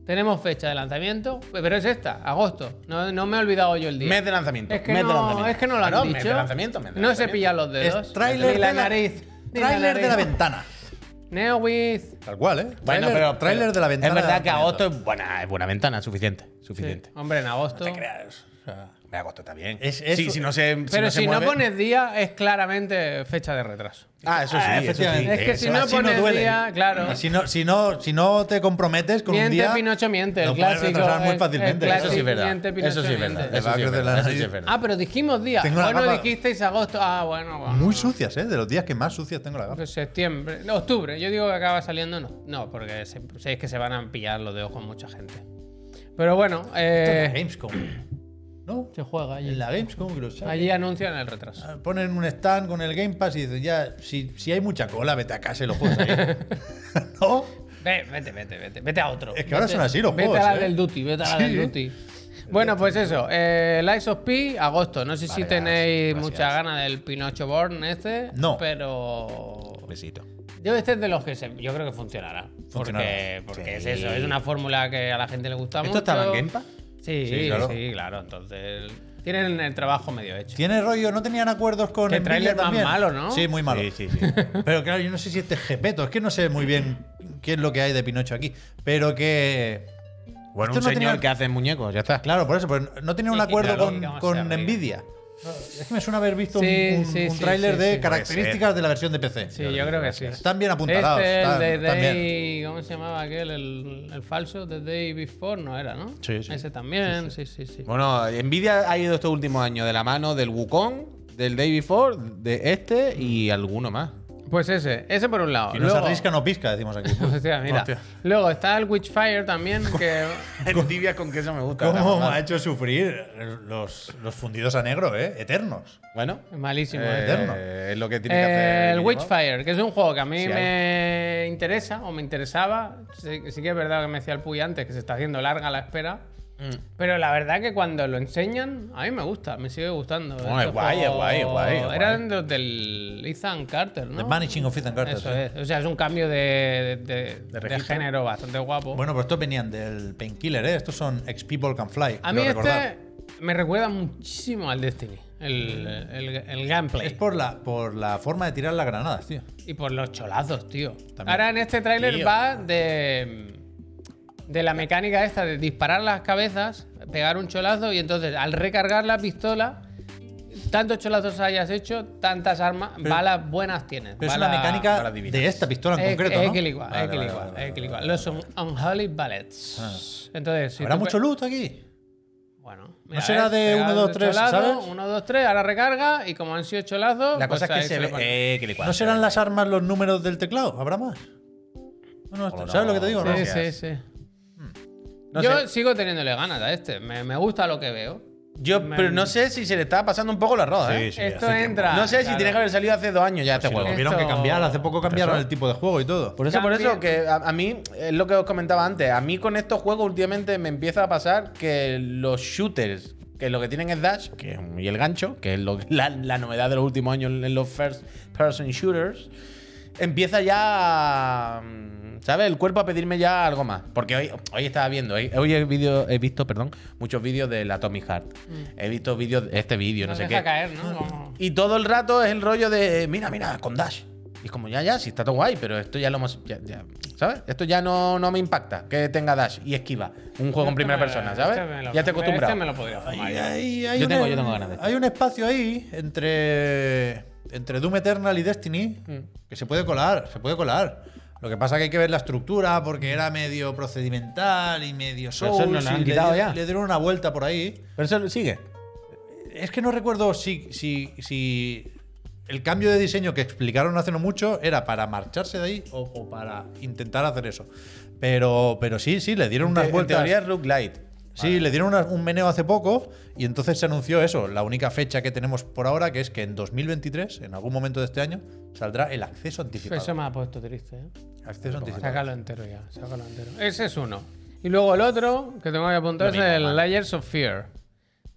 Speaker 1: Tenemos fecha de lanzamiento, pero es esta, agosto. No, no me he olvidado yo el día.
Speaker 2: Mes de lanzamiento.
Speaker 1: es que,
Speaker 2: mes de
Speaker 1: no,
Speaker 2: lanzamiento.
Speaker 1: es que no lo han
Speaker 2: Claro,
Speaker 1: dicho.
Speaker 2: Mes de lanzamiento, mes de
Speaker 1: no se
Speaker 2: lanzamiento.
Speaker 1: pillan los dedos.
Speaker 3: Es tráiler
Speaker 1: ni la
Speaker 3: de la-
Speaker 1: nariz. ni
Speaker 3: Tráiler de la
Speaker 1: nariz.
Speaker 3: ventana.
Speaker 1: Neowith.
Speaker 3: Tal cual, ¿eh?
Speaker 2: Bueno,
Speaker 3: Tráiler-
Speaker 2: pero.
Speaker 3: Tráiler
Speaker 2: pero
Speaker 3: de la ventana.
Speaker 2: Es verdad
Speaker 3: de
Speaker 2: que
Speaker 3: lanzamiento.
Speaker 2: agosto es buena, es buena ventana, suficiente. Suficiente.
Speaker 1: Hombre, en agosto.
Speaker 2: O sea, Ah, me agosto está bien.
Speaker 3: Es- es-
Speaker 2: sí, si no se.
Speaker 1: pero
Speaker 2: se
Speaker 1: si no
Speaker 2: mueve-
Speaker 1: pones día, es claramente fecha de retraso.
Speaker 2: Ah, eso sí,
Speaker 3: Ah,
Speaker 2: eso sí.
Speaker 3: efectivamente.
Speaker 1: Es que
Speaker 3: Eso,
Speaker 1: si no
Speaker 3: así no
Speaker 1: pones
Speaker 3: duele.
Speaker 1: día, claro.
Speaker 3: Si no, si, no, si no te comprometes con un
Speaker 1: Miente,
Speaker 3: día.
Speaker 1: Pinocho miente, el
Speaker 3: lo puedes
Speaker 1: clásico,
Speaker 3: retrasar
Speaker 1: el-
Speaker 3: muy
Speaker 1: el
Speaker 3: fácilmente.
Speaker 2: Eso sí es verdad.
Speaker 1: Miente, Pinocho,
Speaker 2: Eso sí es verdad.
Speaker 1: miente.
Speaker 2: Eso sí es verdad. Eso sí es verdad.
Speaker 1: Ah, pero dijimos día.
Speaker 3: Tengo la
Speaker 1: Hoy no
Speaker 3: capa-
Speaker 1: dijisteis agosto. Ah, bueno, bueno.
Speaker 3: Muy sucias, ¿eh? De los días que más sucias tengo la gafa.
Speaker 1: Pues Septiembre, no, octubre, yo digo que acaba saliendo, no, no, porque se- sé que se van a pillar los dedos con mucha gente. Pero bueno,
Speaker 3: En la
Speaker 1: eh,
Speaker 3: Gamescom. ¿No?
Speaker 1: se juega allí.
Speaker 3: En la Gamescom que lo sacan.
Speaker 1: Allí anuncian el retraso.
Speaker 3: Ponen un stand con el Game Pass y dicen, ya, si, si hay mucha cola, vete a casa y lo juegas ahí. ¿No?
Speaker 1: Ve, vete, vete, vete, vete a otro.
Speaker 3: Es que ahora
Speaker 1: Vete-
Speaker 3: son así los
Speaker 1: Vete
Speaker 3: juegos,
Speaker 1: a la
Speaker 3: ¿eh?
Speaker 1: del Duty, vete a la
Speaker 3: Sí.
Speaker 1: del Duty. Bueno, pues eso, eh, Lies of P, agosto. No sé si tenéis mucha gana del Pinocho Born este,
Speaker 3: No.
Speaker 1: pero
Speaker 2: Besito.
Speaker 1: Yo este es de los que se- yo creo que funcionará.
Speaker 3: Funcionará.
Speaker 1: Porque, porque
Speaker 2: Sí.
Speaker 1: es eso, es una fórmula que a la gente le gusta
Speaker 2: ¿Esto
Speaker 1: mucho.
Speaker 2: estaba en Game Pass?
Speaker 1: Sí, sí,
Speaker 3: Sí,
Speaker 1: claro.
Speaker 3: claro.
Speaker 1: Entonces, tienen el trabajo medio hecho.
Speaker 3: Tiene rollo, no tenían acuerdos con.
Speaker 1: Qué
Speaker 3: Nvidia
Speaker 1: tráiler más
Speaker 3: también?
Speaker 1: malo, ¿no?
Speaker 3: Sí, muy malo.
Speaker 2: Sí, sí, sí.
Speaker 3: Pero claro, yo no sé si este es Gepeto, es que no sé muy bien qué es lo que hay de Pinocho aquí. Pero que.
Speaker 2: Bueno,
Speaker 3: Esto
Speaker 2: un
Speaker 3: no
Speaker 2: señor
Speaker 3: tenía-
Speaker 2: que hace muñecos, ya está.
Speaker 3: Claro, por eso, pero no tenía un
Speaker 1: Sí,
Speaker 3: acuerdo
Speaker 1: claro,
Speaker 3: con,
Speaker 1: digamos,
Speaker 3: con
Speaker 1: se abriga.
Speaker 3: Nvidia. Es que me suena haber visto
Speaker 1: Sí,
Speaker 3: un, un,
Speaker 1: sí,
Speaker 3: un
Speaker 1: sí,
Speaker 3: tráiler
Speaker 1: sí,
Speaker 3: de
Speaker 1: sí.
Speaker 3: características de la versión de PC.
Speaker 1: Sí, yo creo que sí.
Speaker 3: Están bien apuntalados.
Speaker 1: Este,
Speaker 3: están-
Speaker 1: el de
Speaker 3: están bien.
Speaker 1: Day, ¿cómo se llamaba aquel? El, el falso de Day Before no era, ¿no?
Speaker 3: Sí, sí.
Speaker 1: Ese también, sí, sí, sí.
Speaker 2: Bueno, Nvidia ha ido estos últimos años de la mano del Wukong, del Day Before, de este y alguno más.
Speaker 1: Pues ese, ese por un lado.
Speaker 3: Si no se
Speaker 1: Luego,
Speaker 3: arrisca, no pisca, decimos aquí.
Speaker 1: Hostia, mira.
Speaker 2: Hostia.
Speaker 1: Luego está el Witchfire también, que
Speaker 2: Nvidia con queso me gusta.
Speaker 3: ¿Cómo me ha hecho sufrir los, los fundidos a negro, eh? Eternos.
Speaker 2: Bueno,
Speaker 1: es malísimo.
Speaker 2: eh,
Speaker 1: ¿eh?
Speaker 3: eterno.
Speaker 2: es lo que tiene que hacer.
Speaker 1: el
Speaker 2: Guillermo.
Speaker 1: Witchfire, que es un juego que a mí
Speaker 2: Sí, hay.
Speaker 1: me interesa o me interesaba. Sí, sí que es verdad que me decía el Puy antes que se está haciendo larga la espera.
Speaker 2: Mm.
Speaker 1: Pero la verdad que cuando lo enseñan, a mí me gusta, me sigue gustando.
Speaker 2: Bueno, es
Speaker 1: Estos
Speaker 2: guay, es
Speaker 1: juegos
Speaker 2: guay, es guay, es guay.
Speaker 1: Eran los del Ethan Carter, ¿no?
Speaker 3: The Vanishing of Ethan Carter.
Speaker 1: Eso
Speaker 3: sí.
Speaker 1: es. O sea, es un cambio de, de- de- de
Speaker 3: registro.
Speaker 1: género bastante guapo.
Speaker 3: Bueno, pero estos venían del Painkiller, ¿eh? Estos son Ex People Can Fly.
Speaker 1: a mí
Speaker 3: creo
Speaker 1: este
Speaker 3: recordar.
Speaker 1: me recuerda muchísimo al Destiny, el, el- el gameplay.
Speaker 3: Es por la, por la forma de tirar las granadas, tío.
Speaker 1: Y por los cholazos, tío.
Speaker 3: También.
Speaker 1: Ahora en este tráiler
Speaker 2: Tío.
Speaker 1: va de. De la mecánica esta de disparar las cabezas, pegar un cholazo y entonces al recargar la pistola, tantos cholazos hayas hecho, tantas armas, balas buenas tienes.
Speaker 3: Pero es una
Speaker 1: balas-
Speaker 3: mecánica
Speaker 2: bala divina.
Speaker 3: de esta pistola en
Speaker 1: Es-
Speaker 3: concreto,
Speaker 1: es
Speaker 3: ¿no?
Speaker 1: Eh, que le igual,
Speaker 3: Vale,
Speaker 1: es que le
Speaker 3: vale,
Speaker 1: igual,
Speaker 3: vale,
Speaker 1: es que le
Speaker 3: vale. Ah.
Speaker 1: igual. Los un- Unholy Ballets. Entonces, si
Speaker 3: ¿Habrá
Speaker 1: tú pe-
Speaker 3: mucho loot aquí?
Speaker 1: Bueno, eh,
Speaker 3: será de uno, dos, tres, ¿sabes?
Speaker 1: 1, 2, 3, ahora recarga y como han sido cholazos.
Speaker 2: La cosa
Speaker 1: pues ahí
Speaker 2: es que se
Speaker 1: le
Speaker 2: ve.
Speaker 1: pone.
Speaker 2: eh, que le cuadra.
Speaker 3: ¿No serán las armas los números del teclado? ¿Habrá más? No, no,
Speaker 2: O no.
Speaker 3: ¿Sabes lo que te digo?
Speaker 2: Sí,
Speaker 3: no?
Speaker 1: Sí, sí,
Speaker 2: gracias. Mm.
Speaker 1: sí.
Speaker 2: No
Speaker 1: Yo
Speaker 2: sé.
Speaker 1: sigo teniéndole ganas a este. Me, me gusta lo que veo.
Speaker 2: Yo, pero no sé si se le estaba pasando un poco la roda. ¿eh?
Speaker 3: Sí,
Speaker 1: Esto
Speaker 3: hace
Speaker 1: entra.
Speaker 2: No sé si
Speaker 1: claro.
Speaker 2: tiene que haber salido hace dos años ya este
Speaker 3: Si lo
Speaker 2: juego.
Speaker 3: tuvieron que
Speaker 1: Esto-
Speaker 3: cambiar, hace poco cambiaron
Speaker 2: Eso.
Speaker 3: el tipo de juego y todo.
Speaker 2: Por eso, por
Speaker 1: Cambie-
Speaker 2: eso, que a, a mí es lo que os comentaba antes. A mí con estos juegos últimamente me empieza a pasar que los shooters, que lo que tienen es dash que es un- y el gancho, que es lo- la, la novedad de los últimos años en los first person shooters, empieza ya. mm, ¿Sabes? El cuerpo a pedirme ya algo más. Porque hoy, hoy estaba viendo, hoy, hoy he, vídeo- he visto, perdón, muchos vídeos del Atomic Heart. He visto vídeos, este vídeo, no,
Speaker 1: No
Speaker 2: sé
Speaker 1: deja
Speaker 2: qué.
Speaker 1: caer, ¿no? Como-
Speaker 2: Y todo el rato es el rollo de, eh, mira, mira, con Dash. Y es como, ya, ya, sí, está todo guay, pero esto ya lo hemos... ya- ya, ¿Sabes? Esto ya no, no me impacta, que tenga Dash y esquiva. Un juego en
Speaker 1: Este
Speaker 2: primera
Speaker 1: me-
Speaker 2: persona,
Speaker 1: este me
Speaker 2: ¿sabes?
Speaker 1: lo-
Speaker 2: Ya te acostumbras.
Speaker 1: Este me lo podría fumar.
Speaker 3: Hay-
Speaker 1: yo.
Speaker 3: hay- hay
Speaker 2: Yo
Speaker 3: un- e-
Speaker 2: tengo- yo tengo ganas de esto.
Speaker 3: Hay un espacio ahí entre, entre Doom Eternal y Destiny
Speaker 2: Mm.
Speaker 3: que se puede colar, se puede colar. Lo que pasa que hay que ver la estructura porque era medio procedimental y medio
Speaker 2: Pero eso
Speaker 3: Souls.
Speaker 2: no lo
Speaker 3: y
Speaker 2: han
Speaker 3: le
Speaker 2: quitado
Speaker 3: di-
Speaker 2: ya.
Speaker 3: le dieron una vuelta por ahí.
Speaker 2: Pero eso sigue.
Speaker 3: Es que no recuerdo si, si, si el cambio de diseño que explicaron hace no mucho era para marcharse de ahí o, o para intentar hacer eso. Pero, pero sí, sí, le dieron unas
Speaker 2: En
Speaker 3: vueltas.
Speaker 2: teoría es Rook Light.
Speaker 3: Sí, le dieron una- un meneo hace poco y entonces se anunció eso, la única fecha que tenemos por ahora, que es que en 2023, en algún momento de este año, saldrá el acceso anticipado.
Speaker 1: Eso me ha puesto triste, ¿eh?
Speaker 3: Acceso anticipado.
Speaker 1: Sácalo entero ya, sácalo entero. Ese es uno. Y luego el otro que tengo que apuntar es
Speaker 2: mismo,
Speaker 1: el
Speaker 2: vale.
Speaker 1: Layers of Fear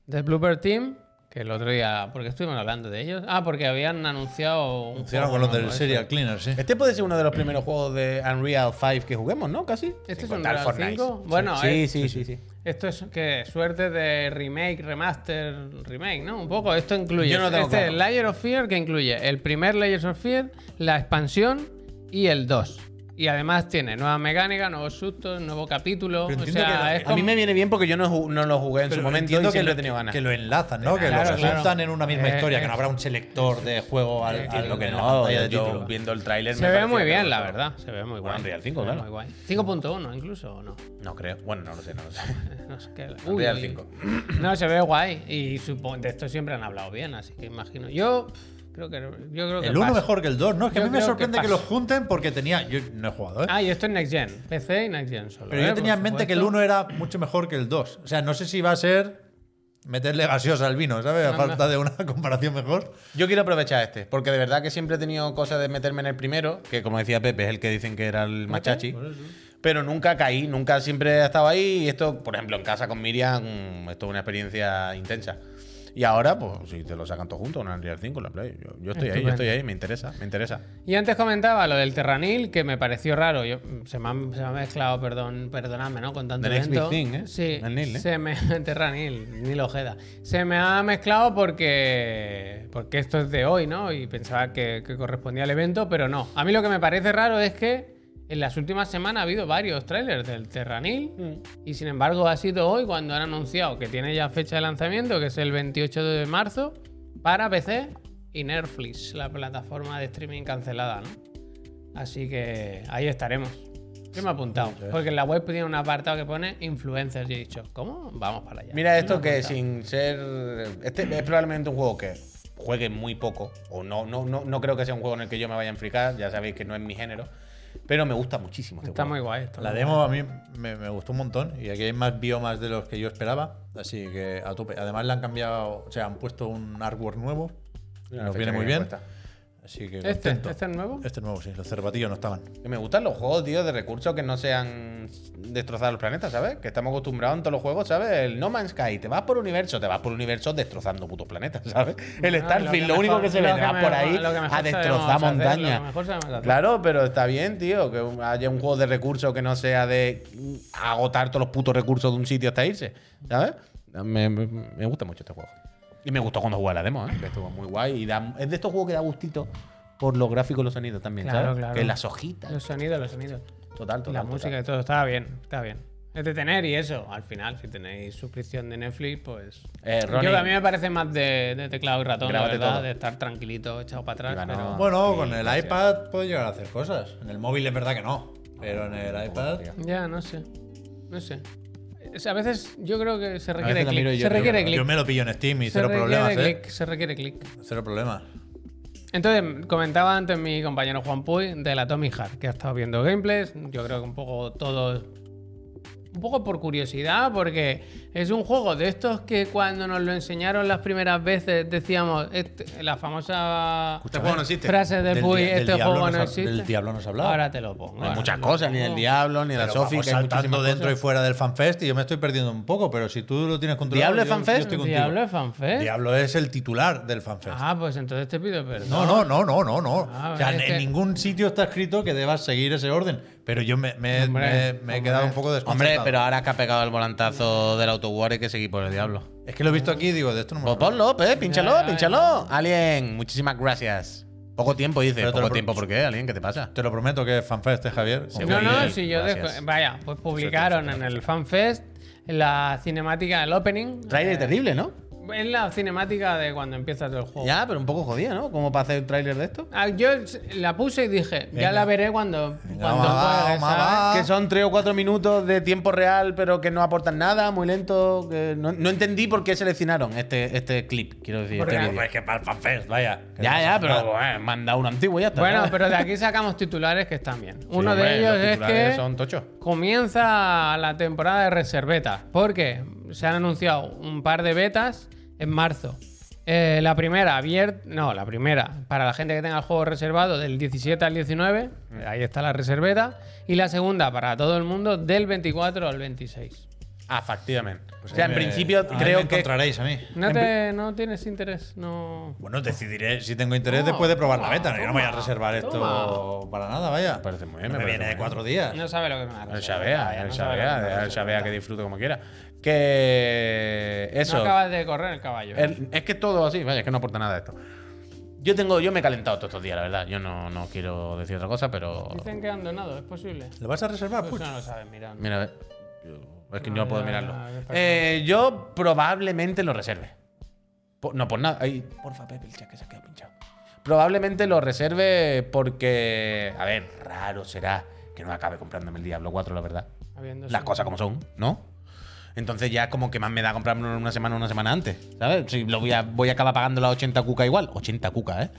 Speaker 1: del Blooper Team, que el otro día, porque estuvimos hablando de ellos. Ah, porque habían anunciado un
Speaker 3: Hicieron
Speaker 1: juego
Speaker 3: con los
Speaker 1: nuevo,
Speaker 3: del
Speaker 1: eso.
Speaker 3: Serial Cleaner, sí.
Speaker 2: Este puede ser uno de los primeros juegos de Unreal 5 que juguemos, ¿no? Casi.
Speaker 1: Este
Speaker 2: Sin
Speaker 1: es un
Speaker 2: contar
Speaker 1: Real
Speaker 2: Fortnite.
Speaker 1: 5. Bueno, eh,
Speaker 2: sí,
Speaker 1: es-
Speaker 2: sí, sí, sí.
Speaker 1: Esto es que suerte de remake, remaster, remake, ¿no? Un poco. Esto incluye.
Speaker 2: Yo no lo tengo
Speaker 1: este
Speaker 2: claro.
Speaker 1: Layer of Fear que incluye el primer Layers of Fear, la expansión y el 2. Y además tiene nueva mecánica, nuevos sustos, nuevo capítulo.
Speaker 3: Pero
Speaker 1: o
Speaker 3: entiendo
Speaker 1: sea, es
Speaker 3: que-
Speaker 2: A mí
Speaker 1: como-
Speaker 2: me viene bien porque yo no, ju- no lo jugué en su momento y
Speaker 3: entiendo
Speaker 2: siempre
Speaker 3: lo-
Speaker 2: he tenido ganas.
Speaker 3: que lo enlazan, ¿no? Que
Speaker 1: Claro,
Speaker 3: los
Speaker 1: claro.
Speaker 3: juntan en una misma
Speaker 1: Eh,
Speaker 3: historia,
Speaker 1: eh.
Speaker 3: que no habrá un selector de juego al, al-
Speaker 2: lo que
Speaker 3: en la
Speaker 2: no,
Speaker 3: pantalla de
Speaker 2: yo
Speaker 3: título.
Speaker 2: viendo el tráiler
Speaker 1: Se
Speaker 2: me
Speaker 1: ve
Speaker 2: parecía
Speaker 1: muy
Speaker 2: que
Speaker 1: bien,
Speaker 2: no
Speaker 1: la
Speaker 2: lo-
Speaker 1: verdad. Se ve muy
Speaker 2: Bueno,
Speaker 1: guay.
Speaker 2: Unreal 5,
Speaker 1: Se ve
Speaker 2: claro.
Speaker 1: muy guay. 5.1 incluso, ¿o no?
Speaker 2: No creo. Bueno, no lo sé, no lo sé.
Speaker 1: No sé qué-
Speaker 2: Unreal 5.
Speaker 1: No, se ve guay. Y supongo, de esto siempre han hablado bien, así que imagino. Yo pff, creo que. Yo creo que
Speaker 3: El uno
Speaker 1: paso.
Speaker 3: mejor que el 2, ¿no? Es que
Speaker 1: Yo
Speaker 3: a mí me
Speaker 1: creo que
Speaker 3: sorprende que,
Speaker 1: paso.
Speaker 3: los junten porque tenía. Yo no he jugado, ¿eh?
Speaker 1: Ah, y esto es Next Gen. PC y Next Gen solo.
Speaker 3: Pero
Speaker 1: ¿eh?
Speaker 3: yo
Speaker 1: Por
Speaker 3: tenía en mente que el
Speaker 1: supuesto.
Speaker 3: 1 era mucho mejor que el 2. O sea, no sé si va a ser meterle gaseosa al vino, ¿sabes? A
Speaker 1: Anda.
Speaker 3: falta de una comparación mejor.
Speaker 2: Yo quiero aprovechar este, porque de verdad que siempre he tenido cosas de meterme en el primero, que como decía Pepe, es el que dicen que era el machachi. Pero nunca caí, nunca siempre he estado ahí. Y esto, por ejemplo, en casa con Miriam, mm, esto es una experiencia intensa. Y ahora, pues, si te lo sacan todos juntos, una Unreal 5, la Play. Yo, yo estoy ahí, yo
Speaker 1: Estupendo.
Speaker 2: estoy ahí, me interesa, me interesa.
Speaker 1: Y antes comentaba lo del Terranil, que me pareció raro. Yo, se, me han- se me ha mezclado, perdón, perdonadme, ¿no? Con tanto
Speaker 2: The next
Speaker 1: evento.
Speaker 2: big thing, ¿eh?
Speaker 1: Sí,
Speaker 2: El Nil, ¿eh?
Speaker 1: se me, Terranil, Nil Ojeda. Se me ha mezclado porque, porque esto es de hoy, ¿no? Y pensaba que, que correspondía al evento, pero no. A mí lo que me parece raro es que en las últimas semanas ha habido varios trailers del Terranil y sin embargo ha sido hoy cuando han anunciado que tiene ya fecha de lanzamiento, que es el 28 de marzo, para PC y Netflix, la plataforma de streaming cancelada, ¿no? Así que ahí estaremos. Yo me he apuntado. Porque en la web tiene un apartado que pone influencers. Y he dicho, ¿cómo? Vamos para allá.
Speaker 2: Mira esto
Speaker 1: Me he
Speaker 2: que
Speaker 1: apuntado.
Speaker 2: sin ser. Este es probablemente un juego que juegue muy poco. O no, no, no, no creo que sea un juego en el que yo me vaya a enfricar. Ya sabéis que no es mi género. Pero me gusta muchísimo este
Speaker 1: Está muy
Speaker 2: juego.
Speaker 1: guay esto.
Speaker 3: La demo a mí me, me gustó un montón y aquí hay más biomas de los que yo esperaba, así que a tope. Además le han cambiado, o sea, han puesto un artwork nuevo, que
Speaker 2: Una
Speaker 3: nos
Speaker 2: fecha
Speaker 3: viene
Speaker 2: que
Speaker 3: muy
Speaker 2: me
Speaker 3: bien.
Speaker 2: cuesta.
Speaker 3: Así que
Speaker 1: ¿Este?
Speaker 3: contento.
Speaker 1: ¿Este es nuevo?
Speaker 3: Este nuevo, sí, los cervatillos no estaban.
Speaker 2: Que me gustan los juegos, tío, de recursos que no sean destrozar los planetas, ¿sabes? Que estamos acostumbrados en todos los juegos, ¿sabes? El No Man's Sky, te vas por universo, te vas por universo destrozando putos planetas, ¿sabes? El
Speaker 1: Ah, lo
Speaker 2: Starfield,
Speaker 1: que
Speaker 2: lo, único
Speaker 1: mejor-
Speaker 2: que se
Speaker 1: lo
Speaker 2: ve,
Speaker 1: que
Speaker 2: te vas
Speaker 1: me-
Speaker 2: por ahí
Speaker 1: lo que mejor
Speaker 2: a destrozar
Speaker 1: sabemos hacer, lo que
Speaker 2: montañas.
Speaker 1: mejor sabemos hacer.
Speaker 2: Claro, pero está bien, tío, que haya un juego de recursos que no sea de agotar todos los putos recursos de un sitio hasta irse, ¿sabes? Me, me- me gusta mucho este juego. Y me gustó cuando jugué a la demo, ¿eh? que estuvo muy guay. Y da- es de estos juegos que da gustito por los gráficos y los sonidos también,
Speaker 1: Claro,
Speaker 2: ¿sabes?
Speaker 1: claro.
Speaker 2: Que las hojitas.
Speaker 1: Los sonidos, los sonidos.
Speaker 2: Total,
Speaker 1: Y
Speaker 2: total.
Speaker 1: la
Speaker 2: total.
Speaker 1: música y todo. Estaba bien, estaba bien. Es de tener y eso. Al final, si tenéis suscripción de Netflix, pues.
Speaker 2: Eh,
Speaker 1: Yo
Speaker 2: Ronnie.
Speaker 1: que a mí me parece más de, de teclado y ratón, la
Speaker 2: Grábate
Speaker 1: verdad,
Speaker 2: todo.
Speaker 1: de estar tranquilito, echado para
Speaker 2: Iba,
Speaker 1: atrás.
Speaker 2: no.
Speaker 1: pero-
Speaker 3: bueno, con el iPad puedo llegar a hacer cosas. En el móvil es verdad que no, pero en el iPad...
Speaker 1: Ya, no sé. No sé. Es- A veces yo creo que se requiere
Speaker 2: veces la miro
Speaker 1: clic.
Speaker 2: yo,
Speaker 1: Se
Speaker 2: pero
Speaker 1: requiere
Speaker 3: Yo-
Speaker 1: clic.
Speaker 3: Yo me lo pillo en Steam y
Speaker 1: Se
Speaker 3: cero
Speaker 1: requiere
Speaker 3: problemas, ¿eh?
Speaker 1: clic, Se requiere clic.
Speaker 3: Cero problemas.
Speaker 1: Entonces, comentaba antes mi compañero Juan Puy de la Tommy Hart, que ha estado viendo gameplays. Yo creo que un poco todos un poco por curiosidad, porque es un juego de estos que cuando nos lo enseñaron las primeras veces decíamos, este- la famosa
Speaker 2: Este juego no existe.
Speaker 1: frase de
Speaker 3: ¿eh? Del
Speaker 1: Puy,
Speaker 3: dia- del
Speaker 1: este
Speaker 3: diablo
Speaker 1: juego
Speaker 3: nos
Speaker 1: no
Speaker 3: ha-
Speaker 1: existe.
Speaker 3: del diablo nos hablaba.
Speaker 1: Ahora te lo pongo.
Speaker 2: No hay
Speaker 1: ahora
Speaker 2: muchas
Speaker 1: te lo
Speaker 2: cosas, ni
Speaker 1: pongo.
Speaker 2: del diablo, ni de la
Speaker 3: Pero
Speaker 2: Sofi,
Speaker 3: vamos
Speaker 2: que hay
Speaker 3: saltando
Speaker 2: muchísimas
Speaker 3: dentro
Speaker 2: cosas.
Speaker 3: y fuera del fanfest y yo me estoy perdiendo un poco, pero si tú lo tienes controlado.
Speaker 2: ¿Diablo es
Speaker 3: yo-
Speaker 2: fanfest?
Speaker 3: yo estoy contigo.
Speaker 1: ¿Diablo es fanfest?
Speaker 3: Diablo es el titular del fanfest.
Speaker 1: Ah, pues entonces te pido perdón.
Speaker 3: No, no, no, no, no, no.
Speaker 1: Ah,
Speaker 3: o sea,
Speaker 1: vale,
Speaker 3: en
Speaker 1: es que-
Speaker 3: ningún sitio está escrito que debas seguir ese orden. Pero yo me, me-
Speaker 1: Hombre,
Speaker 3: me- me he
Speaker 1: hombre.
Speaker 3: quedado un poco
Speaker 2: Hombre,
Speaker 3: desconcertado.
Speaker 2: pero ahora que ha pegado el volantazo del autowar hay que seguir por el diablo.
Speaker 3: Es que lo he visto aquí y digo, de esto no me
Speaker 2: Pues ponlo, eh, pínchalo,
Speaker 1: Ya, ya,
Speaker 2: pínchalo. Alien, muchísimas gracias. Poco tiempo, dice.
Speaker 3: Pero te lo
Speaker 2: Poco
Speaker 3: pro-
Speaker 2: tiempo, ¿por qué? Alien, ¿qué te pasa?
Speaker 3: Te lo prometo que es fanfest, eh, Javier.
Speaker 1: No,
Speaker 3: Confía en
Speaker 1: no,
Speaker 3: mí.
Speaker 1: si yo
Speaker 2: Gracias.
Speaker 1: dejo- Vaya, pues publicaron en el FanFest la cinemática del opening.
Speaker 2: Trailer terrible, ¿no?
Speaker 1: Es la cinemática de cuando empieza todo el juego.
Speaker 2: Ya, pero un poco jodida, ¿no? Como para hacer un tráiler de esto.
Speaker 1: Ah, Yo la puse y dije, ya
Speaker 3: Venga.
Speaker 1: la veré cuando, cuando
Speaker 3: vamos,
Speaker 1: juegue,
Speaker 3: vamos,
Speaker 1: ¿sabes?
Speaker 3: vamos. Ah.
Speaker 2: Que son 3 o 4 minutos de tiempo real, pero que no aportan nada, muy lento. que no, no entendí por qué seleccionaron este, este clip, quiero decir.
Speaker 1: Porque-
Speaker 2: este vídeo.
Speaker 3: Pues es que para el fanfest, vaya. Que no eh.
Speaker 2: ya, ya,
Speaker 3: pasa
Speaker 2: pero
Speaker 3: nada.
Speaker 2: bueno, manda uno antiguo y ya está.
Speaker 1: Bueno,
Speaker 2: ¿sabes?
Speaker 1: pero de aquí sacamos titulares que están bien.
Speaker 2: Sí,
Speaker 1: Uno
Speaker 2: hombre,
Speaker 1: de ellos
Speaker 2: los
Speaker 1: es
Speaker 2: titulares
Speaker 1: que
Speaker 2: Son tochos.
Speaker 1: comienza la temporada de reservetas, porque se han anunciado un par de betas en marzo. Eh, la primera abierta, no, la primera para la gente que tenga el juego reservado del 17 al 19, ahí está la reserveta, y la segunda para todo el mundo del 24 al 26.
Speaker 2: Ah, efectivamente. o sea, en
Speaker 3: Eh,
Speaker 2: principio
Speaker 3: ahí me
Speaker 2: creo que.
Speaker 3: encontraréis a mí.
Speaker 1: No, te, no tienes interés, no.
Speaker 3: Bueno, decidiré si tengo interés
Speaker 1: Toma,
Speaker 3: después de probar
Speaker 1: toma,
Speaker 3: la beta. Yo no me voy a reservar esto
Speaker 1: toma.
Speaker 3: para nada, vaya.
Speaker 2: Me parece muy bien,
Speaker 3: No
Speaker 2: me
Speaker 3: me
Speaker 2: parece
Speaker 3: viene
Speaker 2: muy
Speaker 3: de
Speaker 2: bien.
Speaker 3: cuatro Ah, días.
Speaker 1: No sabe lo que es una
Speaker 2: Al
Speaker 1: reserveta.
Speaker 2: Shabea,
Speaker 1: ya,
Speaker 2: al
Speaker 1: no sabe lo que es una
Speaker 2: Shabea, al
Speaker 1: reserveta.
Speaker 2: Shabea, que disfrute como quiera. Que. Eso.
Speaker 1: No acabas de correr el caballo. ¿eh?
Speaker 2: El- es que es todo así, vaya, es que no aporta nada esto. Yo tengo, yo me he calentado todos estos días, la verdad. Yo no, no quiero decir otra cosa, pero.
Speaker 1: Dicen que han donado, ¿es posible?
Speaker 3: ¿Lo vas a reservar?
Speaker 1: Pues
Speaker 3: Puch?
Speaker 1: no lo sabes, mira.
Speaker 2: Mira, a ver, yo- es que no,
Speaker 1: Ah, ya,
Speaker 2: puedo
Speaker 1: ya,
Speaker 2: mirarlo.
Speaker 1: ya, ya,
Speaker 2: Eh, yo probablemente lo reserve. Po- no, por nada. Ay, porfa, Pepe, el chat que se ha quedado pinchado. Probablemente lo reserve porque. A ver, raro será que no acabe comprándome el Diablo 4, la verdad.
Speaker 1: Habiendo
Speaker 2: Las
Speaker 1: sido-
Speaker 2: cosas como son, ¿no? Entonces ya como que más me da comprarme una semana una semana antes, ¿sabes? Si lo voy a, voy a acabar pagando las 80 cuca igual, 80 cuca, ¿eh?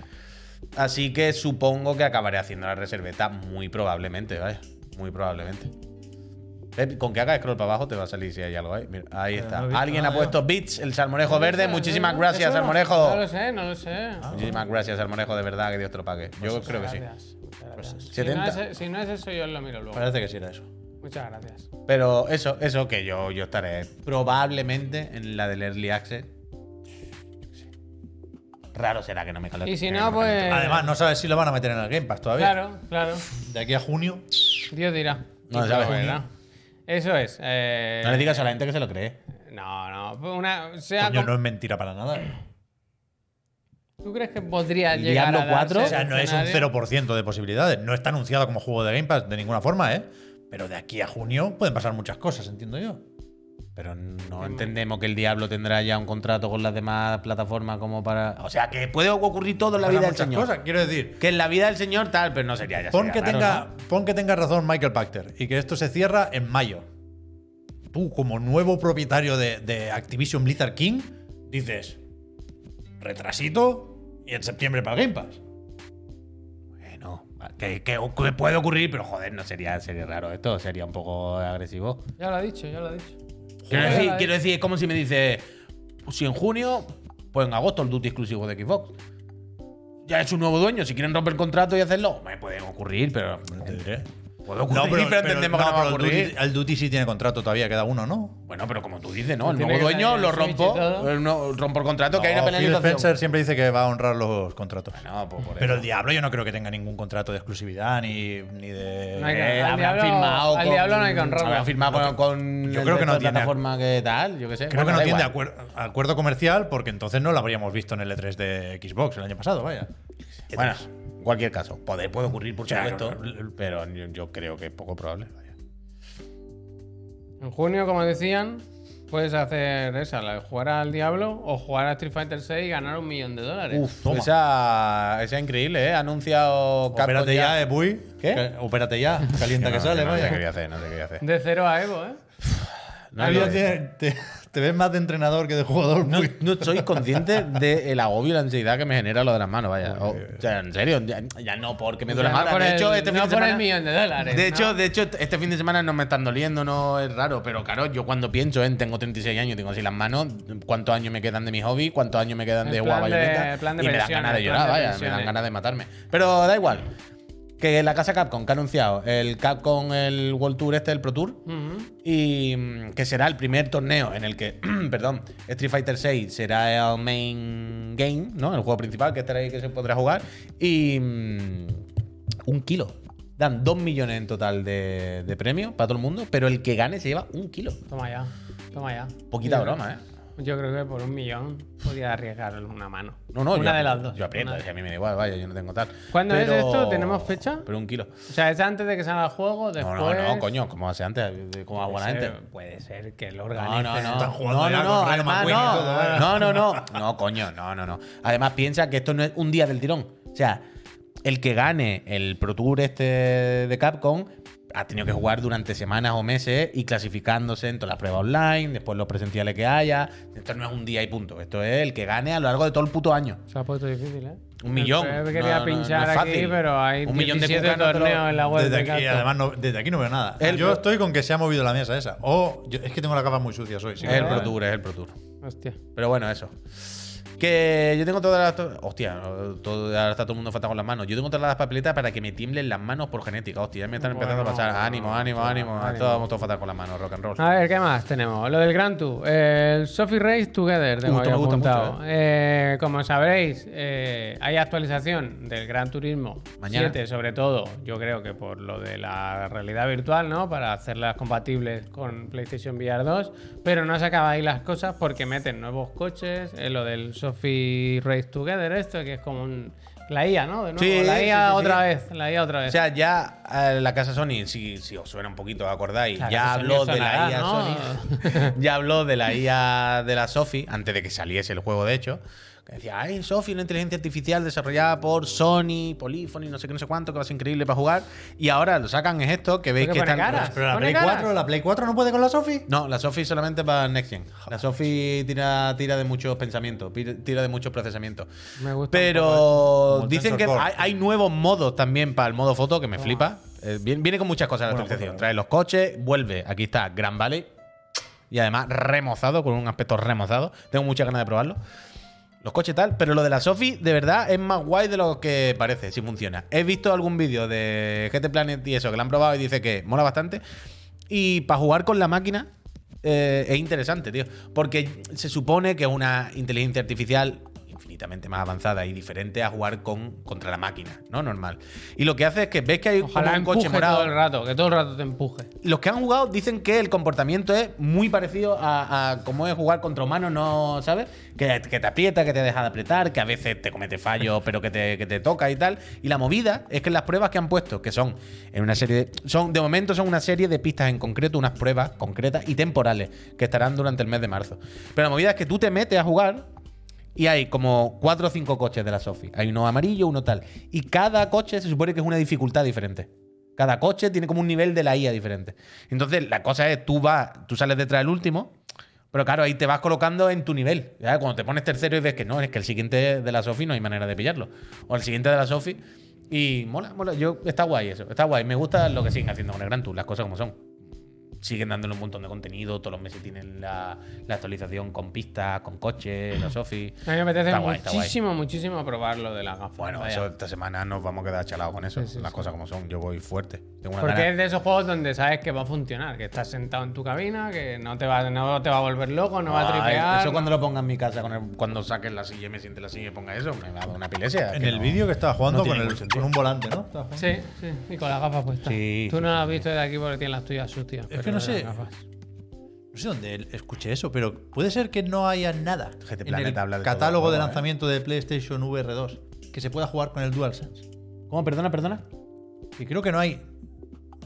Speaker 2: Así que supongo que acabaré haciendo la reserveta muy probablemente, vaya, muy probablemente. Pep, Con que hagas scroll para abajo te va a salir si hay algo ahí. Mira,
Speaker 1: Eh,
Speaker 2: ahí está.
Speaker 3: no he visto
Speaker 2: Alguien ha
Speaker 3: nada,
Speaker 2: puesto bits, el salmorejo verde. Muchísimas
Speaker 1: Eso
Speaker 2: gracias,
Speaker 1: no-
Speaker 2: salmorejo.
Speaker 1: No lo sé, no lo sé.
Speaker 2: Muchísimas gracias, salmorejo, de verdad, que Dios te lo
Speaker 1: Pues
Speaker 2: pague. Yo creo que sí. Pues,
Speaker 1: Gracias, muchas gracias. Si,
Speaker 2: 70.
Speaker 1: no es, si no es eso, yo lo miro luego.
Speaker 3: Parece que sí era eso.
Speaker 1: Muchas gracias.
Speaker 2: Pero eso, eso que yo, yo estaré probablemente en la del Early Access. Yo qué sé. Raro será que no me cale.
Speaker 1: Y si
Speaker 2: que
Speaker 1: no,
Speaker 2: me
Speaker 1: pues-
Speaker 2: cale.
Speaker 1: Eh,
Speaker 3: Además, no sabes si lo van a meter en el Game Pass todavía.
Speaker 1: Claro, claro.
Speaker 3: De aquí a junio.
Speaker 1: Dios dirá.
Speaker 2: No,
Speaker 1: Y
Speaker 2: sabes.
Speaker 1: proveerá. Eso es. eh,
Speaker 2: No le digas a la gente que se lo cree.
Speaker 1: No, no. Una, sea
Speaker 3: Coño,
Speaker 1: como-
Speaker 3: no es mentira para nada.
Speaker 1: ¿Tú crees que podría
Speaker 2: ¿El
Speaker 1: llegar
Speaker 2: Diablo
Speaker 1: a darse
Speaker 2: 4?
Speaker 1: el
Speaker 3: O sea, no es un
Speaker 1: escenario?
Speaker 3: 0% de posibilidades. No está anunciado como juego de Game Pass de ninguna forma, ¿eh? Pero de aquí a junio pueden pasar muchas cosas, entiendo yo.
Speaker 2: Pero no entendemos que el diablo tendrá ya un contrato con las demás plataformas como para. O sea, que puede ocurrir todo en la
Speaker 3: Pasan
Speaker 2: vida del
Speaker 3: muchas
Speaker 2: señor.
Speaker 3: cosas, quiero decir.
Speaker 2: Que en la vida del señor tal, pero no sería ya.
Speaker 3: Pon
Speaker 2: sería
Speaker 3: que,
Speaker 2: raro,
Speaker 3: tenga,
Speaker 2: ¿no?
Speaker 3: pon que tenga razón Michael Pachter y que esto se cierra en mayo. Tú, como nuevo propietario de, de Activision Blizzard King, dices retrasito y en septiembre para Game Pass.
Speaker 2: Bueno, que, que- que puede ocurrir, pero joder, no sería, sería raro esto. Sería un poco agresivo.
Speaker 1: Ya lo ha dicho, ya lo ha dicho.
Speaker 2: Quiero
Speaker 1: Joder,
Speaker 2: decir,
Speaker 1: ahí.
Speaker 2: quiero decir, es como si me dice, si en junio, pues en agosto el duty exclusivo de Xbox. Ya es un nuevo dueño, si quieren romper el contrato y hacerlo, me puede ocurrir, pero puede ocurrir,
Speaker 3: No,
Speaker 2: pero, entendemos
Speaker 3: no,
Speaker 2: que no va a
Speaker 3: pero el
Speaker 2: ocurrir.
Speaker 3: Duty- el Duty sí tiene contrato todavía, queda uno, ¿no?
Speaker 2: Bueno, pero como tú dices, ¿no? El
Speaker 1: Tiene
Speaker 2: nuevo
Speaker 1: que salir
Speaker 2: dueño
Speaker 1: el
Speaker 2: lo
Speaker 1: Switch y
Speaker 2: rompo,
Speaker 1: todo.
Speaker 2: eh, no, rompo el contrato, que hay una
Speaker 3: No, Phil
Speaker 2: penalización.
Speaker 3: Spencer siempre dice que va a honrar los contratos.
Speaker 2: No, pues por
Speaker 3: Pero el
Speaker 2: eso.
Speaker 3: Diablo yo no creo que tenga ningún contrato de exclusividad ni, ni de...
Speaker 1: No hay que-
Speaker 2: Eh,
Speaker 1: al
Speaker 2: habrán
Speaker 1: diablo-
Speaker 2: firmado
Speaker 1: al
Speaker 2: con-
Speaker 1: diablo no hay que honrarlo.
Speaker 2: Habrán firmado con, con
Speaker 3: Yo
Speaker 2: el
Speaker 3: creo que
Speaker 2: resto
Speaker 3: no
Speaker 2: de
Speaker 3: tiene-
Speaker 2: plataforma que tal, yo qué sé.
Speaker 3: Creo
Speaker 2: Bueno,
Speaker 3: que no
Speaker 2: da
Speaker 3: tiene
Speaker 2: igual.
Speaker 3: acuer- acuerdo comercial porque entonces no lo habríamos visto en el E3 de Xbox el año pasado, vaya.
Speaker 2: Bueno, en cualquier caso, poder puede ocurrir, por
Speaker 3: Claro,
Speaker 2: supuesto,
Speaker 3: no,
Speaker 2: pero yo, yo creo que es poco probable. vaya.
Speaker 1: En junio, como decían, puedes hacer esa, la de jugar al Diablo o jugar a Street Fighter 6 y ganar un millón de dólares.
Speaker 2: Uf,
Speaker 3: Toma.
Speaker 2: esa, esa es increíble, ¿eh? Ha anunciado Capcom
Speaker 3: Opérate ya, eh, Puy.
Speaker 2: ¿Qué?
Speaker 3: Que- Opérate ya, calienta
Speaker 2: No,
Speaker 3: que sale,
Speaker 2: no, No
Speaker 3: vaya.
Speaker 2: te quería hacer, no te quería hacer.
Speaker 1: De cero a Evo, ¿eh?
Speaker 2: No,
Speaker 3: Había-
Speaker 2: no,
Speaker 3: te- te- Te ves más de entrenador que de jugador.
Speaker 2: No,
Speaker 3: porque-
Speaker 2: no soy consciente del agobio y la ansiedad que me genera lo de las manos, vaya. O, o sea, en serio, ya, ya no porque me duele
Speaker 1: No
Speaker 2: la mano.
Speaker 1: por
Speaker 2: De
Speaker 1: el-
Speaker 2: hecho, este
Speaker 1: no
Speaker 2: fin de
Speaker 1: por el
Speaker 2: semana.
Speaker 1: millón de dólares.
Speaker 2: De
Speaker 1: ¿no?
Speaker 2: hecho, de hecho, este fin de semana no me están doliendo, no es raro, pero claro, yo cuando pienso en tengo 36 años, tengo así las manos, cuántos años me quedan de mi hobby, cuántos años me quedan
Speaker 1: El
Speaker 2: de
Speaker 1: plan
Speaker 2: guava
Speaker 1: de- plan de
Speaker 2: y me dan
Speaker 1: pensiones,
Speaker 2: ganas de
Speaker 1: plan
Speaker 2: llorar,
Speaker 1: de
Speaker 2: vaya, me dan
Speaker 1: pensiones.
Speaker 2: ganas de matarme. Pero da igual. Que la casa Capcom que ha anunciado el Capcom el World Tour este el Pro Tour
Speaker 1: Ujú.
Speaker 2: y mm, que será el primer torneo en el que, perdón, Street Fighter 6 será el main game, ¿no? El juego principal que estará ahí que se podrá jugar. Y mm, un kilo. Dan dos millones en total de, de premios para todo el mundo, pero el que gane se lleva un kilo.
Speaker 1: Toma ya, toma ya.
Speaker 2: Poquita
Speaker 1: Yo-
Speaker 2: broma, ¿eh?
Speaker 1: Yo creo que por un millón podría arriesgarle una mano.
Speaker 2: No, no,
Speaker 1: una
Speaker 2: yo,
Speaker 1: de las dos.
Speaker 2: Yo aprieto,
Speaker 1: Una-
Speaker 2: es que a mí me da igual, vaya, yo no tengo tal.
Speaker 1: ¿Cuándo es esto? ¿Tenemos fecha?
Speaker 2: Pero un kilo.
Speaker 1: O sea, es antes de que salga el juego,
Speaker 2: No,
Speaker 1: después.
Speaker 2: no, no, coño, como hace antes, como hago la
Speaker 1: Puede
Speaker 2: gente.
Speaker 1: ser- Puede ser que lo
Speaker 2: No,
Speaker 1: organice.
Speaker 2: no, no.
Speaker 3: Están jugando
Speaker 2: no,
Speaker 3: ya
Speaker 2: no,
Speaker 3: con
Speaker 2: no.
Speaker 3: Real
Speaker 2: Además,
Speaker 3: Madrid y todo, ¿eh?
Speaker 2: no, no, no, no. No, coño, no, no, no. Además, piensa que esto no es un día del tirón. O sea, el que gane el Pro Tour este de Capcom ha tenido que jugar durante semanas o meses y clasificándose en todas las pruebas online, después los presenciales que haya. Esto no es un día y punto. Esto es el que gane a lo largo de todo el puto año.
Speaker 1: Se ha puesto difícil, ¿eh?
Speaker 2: Un millón.
Speaker 1: El PRP
Speaker 2: No,
Speaker 1: quería
Speaker 2: no, no
Speaker 1: pinchar
Speaker 2: es
Speaker 1: aquí,
Speaker 2: fácil.
Speaker 1: pero hay
Speaker 2: Un millón de
Speaker 1: 17
Speaker 2: cubanos, pero
Speaker 1: torneos en la web.
Speaker 3: Desde
Speaker 1: de
Speaker 3: aquí,
Speaker 1: Capcom.
Speaker 3: además, no- desde aquí no veo nada.
Speaker 2: El
Speaker 3: yo
Speaker 2: Pro-
Speaker 3: estoy con que se ha movido la mesa esa. O yo- es que tengo las gafas muy sucias hoy. sí.
Speaker 2: Es el Pro Tour, es el Pro Tour.
Speaker 1: Hostia.
Speaker 2: Pero bueno, eso. Que yo tengo todas las. to- Hostia, todo, ahora está todo el mundo fatal con las manos. Yo tengo todas las papeletas para que me tiemblen las manos por genética. Hostia, ya me están empezando
Speaker 1: Bueno,
Speaker 2: a pasar. Ánimo, ánimo, ánimo.
Speaker 1: ánimo.
Speaker 2: Todos vamos todos fatal con las manos, rock and roll.
Speaker 1: A ver, ¿qué más tenemos? Lo del Gran Tour. El Sophie Race Together, tengo
Speaker 2: Uh, esto
Speaker 1: ahí
Speaker 2: me gusta
Speaker 1: apuntado.
Speaker 2: mucho,
Speaker 1: Eh, como sabréis, eh, hay actualización del Gran Turismo
Speaker 2: Mañana.
Speaker 1: 7, sobre todo, yo creo que por lo de la realidad virtual, ¿no? Para hacerlas compatibles con PlayStation VR 2. Pero no se acaban ahí las cosas porque meten nuevos coches. eh, lo del Sophie Race Together, esto que es como un- la IA, ¿no? De nuevo,
Speaker 2: Sí,
Speaker 1: la
Speaker 2: sí,
Speaker 1: IA
Speaker 2: sí, sí.
Speaker 1: otra vez, la IA otra vez.
Speaker 2: O sea, ya eh, la casa Sony, si, si os suena un poquito, ¿os acordáis?
Speaker 1: Claro,
Speaker 2: ya
Speaker 1: que
Speaker 2: habló
Speaker 1: Sony
Speaker 2: de la
Speaker 1: sonará, ¿no?
Speaker 2: IA Sony. ya habló de la IA de la Sophie, antes de que saliese el juego, de hecho. Que decía, ay, Sophie, una inteligencia artificial desarrollada por Sony, Polyphony, no sé qué, no sé cuánto, que va a ser increíble para jugar. Y ahora lo sacan, es esto, que veis
Speaker 1: Porque
Speaker 2: que
Speaker 1: pone
Speaker 2: están.
Speaker 1: caras.
Speaker 3: Pero la
Speaker 1: Pone
Speaker 3: Play
Speaker 1: caras.
Speaker 3: 4, la Play 4 no puede con la Sofi.
Speaker 2: No, la Sophie solamente para Next Gen.
Speaker 3: Ah,
Speaker 2: La Sophie tira, tira de muchos pensamientos, pir- tira de muchos procesamientos.
Speaker 1: Me gusta un
Speaker 2: Pero
Speaker 3: el
Speaker 2: dicen
Speaker 3: Tensor
Speaker 2: que
Speaker 3: Core.
Speaker 2: hay, hay nuevos modos también para el modo foto, que me flipa. Eh, viene, viene con muchas cosas la
Speaker 3: Bueno,
Speaker 2: actualización.
Speaker 3: pues,
Speaker 2: Trae los coches, vuelve. Aquí está Grand Valley. Y además remozado, con un aspecto remozado. Tengo muchas ganas de probarlo. Los coches tal, pero lo de la Sophie, de verdad, es más guay de lo que parece, si funciona. He visto algún vídeo de GT Planet y eso, que la han probado y dice que mola bastante. Y para jugar con la máquina eh, es interesante, tío. Porque se supone que es una inteligencia artificial infinitamente más avanzada y diferente a jugar con, contra la máquina, ¿no? Normal. Y lo que hace es que ves que hay como
Speaker 1: Ojalá
Speaker 2: un
Speaker 1: empuje
Speaker 2: coche morado
Speaker 1: todo el rato, que todo el rato te empuje.
Speaker 2: los que han jugado dicen que el comportamiento es muy parecido a, a cómo es jugar contra humanos, ¿no? ¿Sabes? Que, que te aprieta, que te deja de apretar, que a veces te comete fallos, pero que te, que te toca y tal. Y la movida es que las pruebas que han puesto, que son en una serie de. Son, de momento son una serie de pistas en concreto, unas pruebas concretas y temporales, que estarán durante el mes de marzo. Pero la movida es que tú te metes a jugar y hay como cuatro o cinco coches de la Sofi. Hay uno amarillo, uno tal. Y cada coche se supone que es una dificultad diferente. Cada coche tiene como un nivel de la IA diferente. Entonces, la cosa es, tú vas, tú sales detrás del último, pero claro, ahí te vas colocando en tu nivel. ¿ya? Cuando te pones tercero y ves que no, es que el siguiente de la Sofi no hay manera de pillarlo. O el siguiente de la Sofi. Y mola, mola. Yo, está guay eso, está guay. Me gusta lo que siguen haciendo con el Gran Tour, las cosas como son siguen dándole un montón de contenido. Todos los meses tienen la, la actualización con pistas, con coches, la Sofi.
Speaker 1: A mí me apetece
Speaker 2: Está guay, está guay.
Speaker 1: muchísimo, muchísimo probar lo de las gafas.
Speaker 2: Bueno,
Speaker 1: vaya.
Speaker 2: eso, esta semana nos vamos a quedar chalados con eso.
Speaker 1: Sí, sí,
Speaker 2: las
Speaker 1: sí.
Speaker 2: cosas como son. Yo voy fuerte. Tengo una
Speaker 1: Porque
Speaker 2: gana-
Speaker 1: es de esos juegos donde sabes que va a funcionar, que estás sentado en tu cabina, que no te va, no te va a volver loco, no va a
Speaker 2: Ay,
Speaker 1: tripear.
Speaker 2: Eso cuando lo ponga en mi casa, con el- cuando saquen la silla y me siente en la silla y ponga eso, me va a dar una epilepsia.
Speaker 3: En
Speaker 2: que
Speaker 3: el
Speaker 2: no-
Speaker 3: vídeo que estaba
Speaker 2: no
Speaker 3: jugando con,
Speaker 2: tiene
Speaker 3: el-
Speaker 2: ningún sentido.
Speaker 3: con un volante, ¿no? Estaba jugando.
Speaker 1: Sí, sí, y con las gafas puestas.
Speaker 2: Sí,
Speaker 1: Tú
Speaker 2: sí,
Speaker 1: no las has visto de aquí porque tienes las tuyas sucias. pero
Speaker 3: que no
Speaker 1: las
Speaker 3: sé.
Speaker 1: gafas.
Speaker 3: No sé dónde escuché eso, pero puede ser que no haya nada
Speaker 2: GT
Speaker 3: en
Speaker 2: Planet
Speaker 3: el
Speaker 2: habla de todo
Speaker 3: catálogo
Speaker 2: el juego,
Speaker 3: de
Speaker 2: ¿eh?
Speaker 3: lanzamiento de PlayStation VR 2 que se pueda jugar con el DualSense.
Speaker 2: ¿Cómo? Perdona, perdona.
Speaker 3: Y creo que no hay.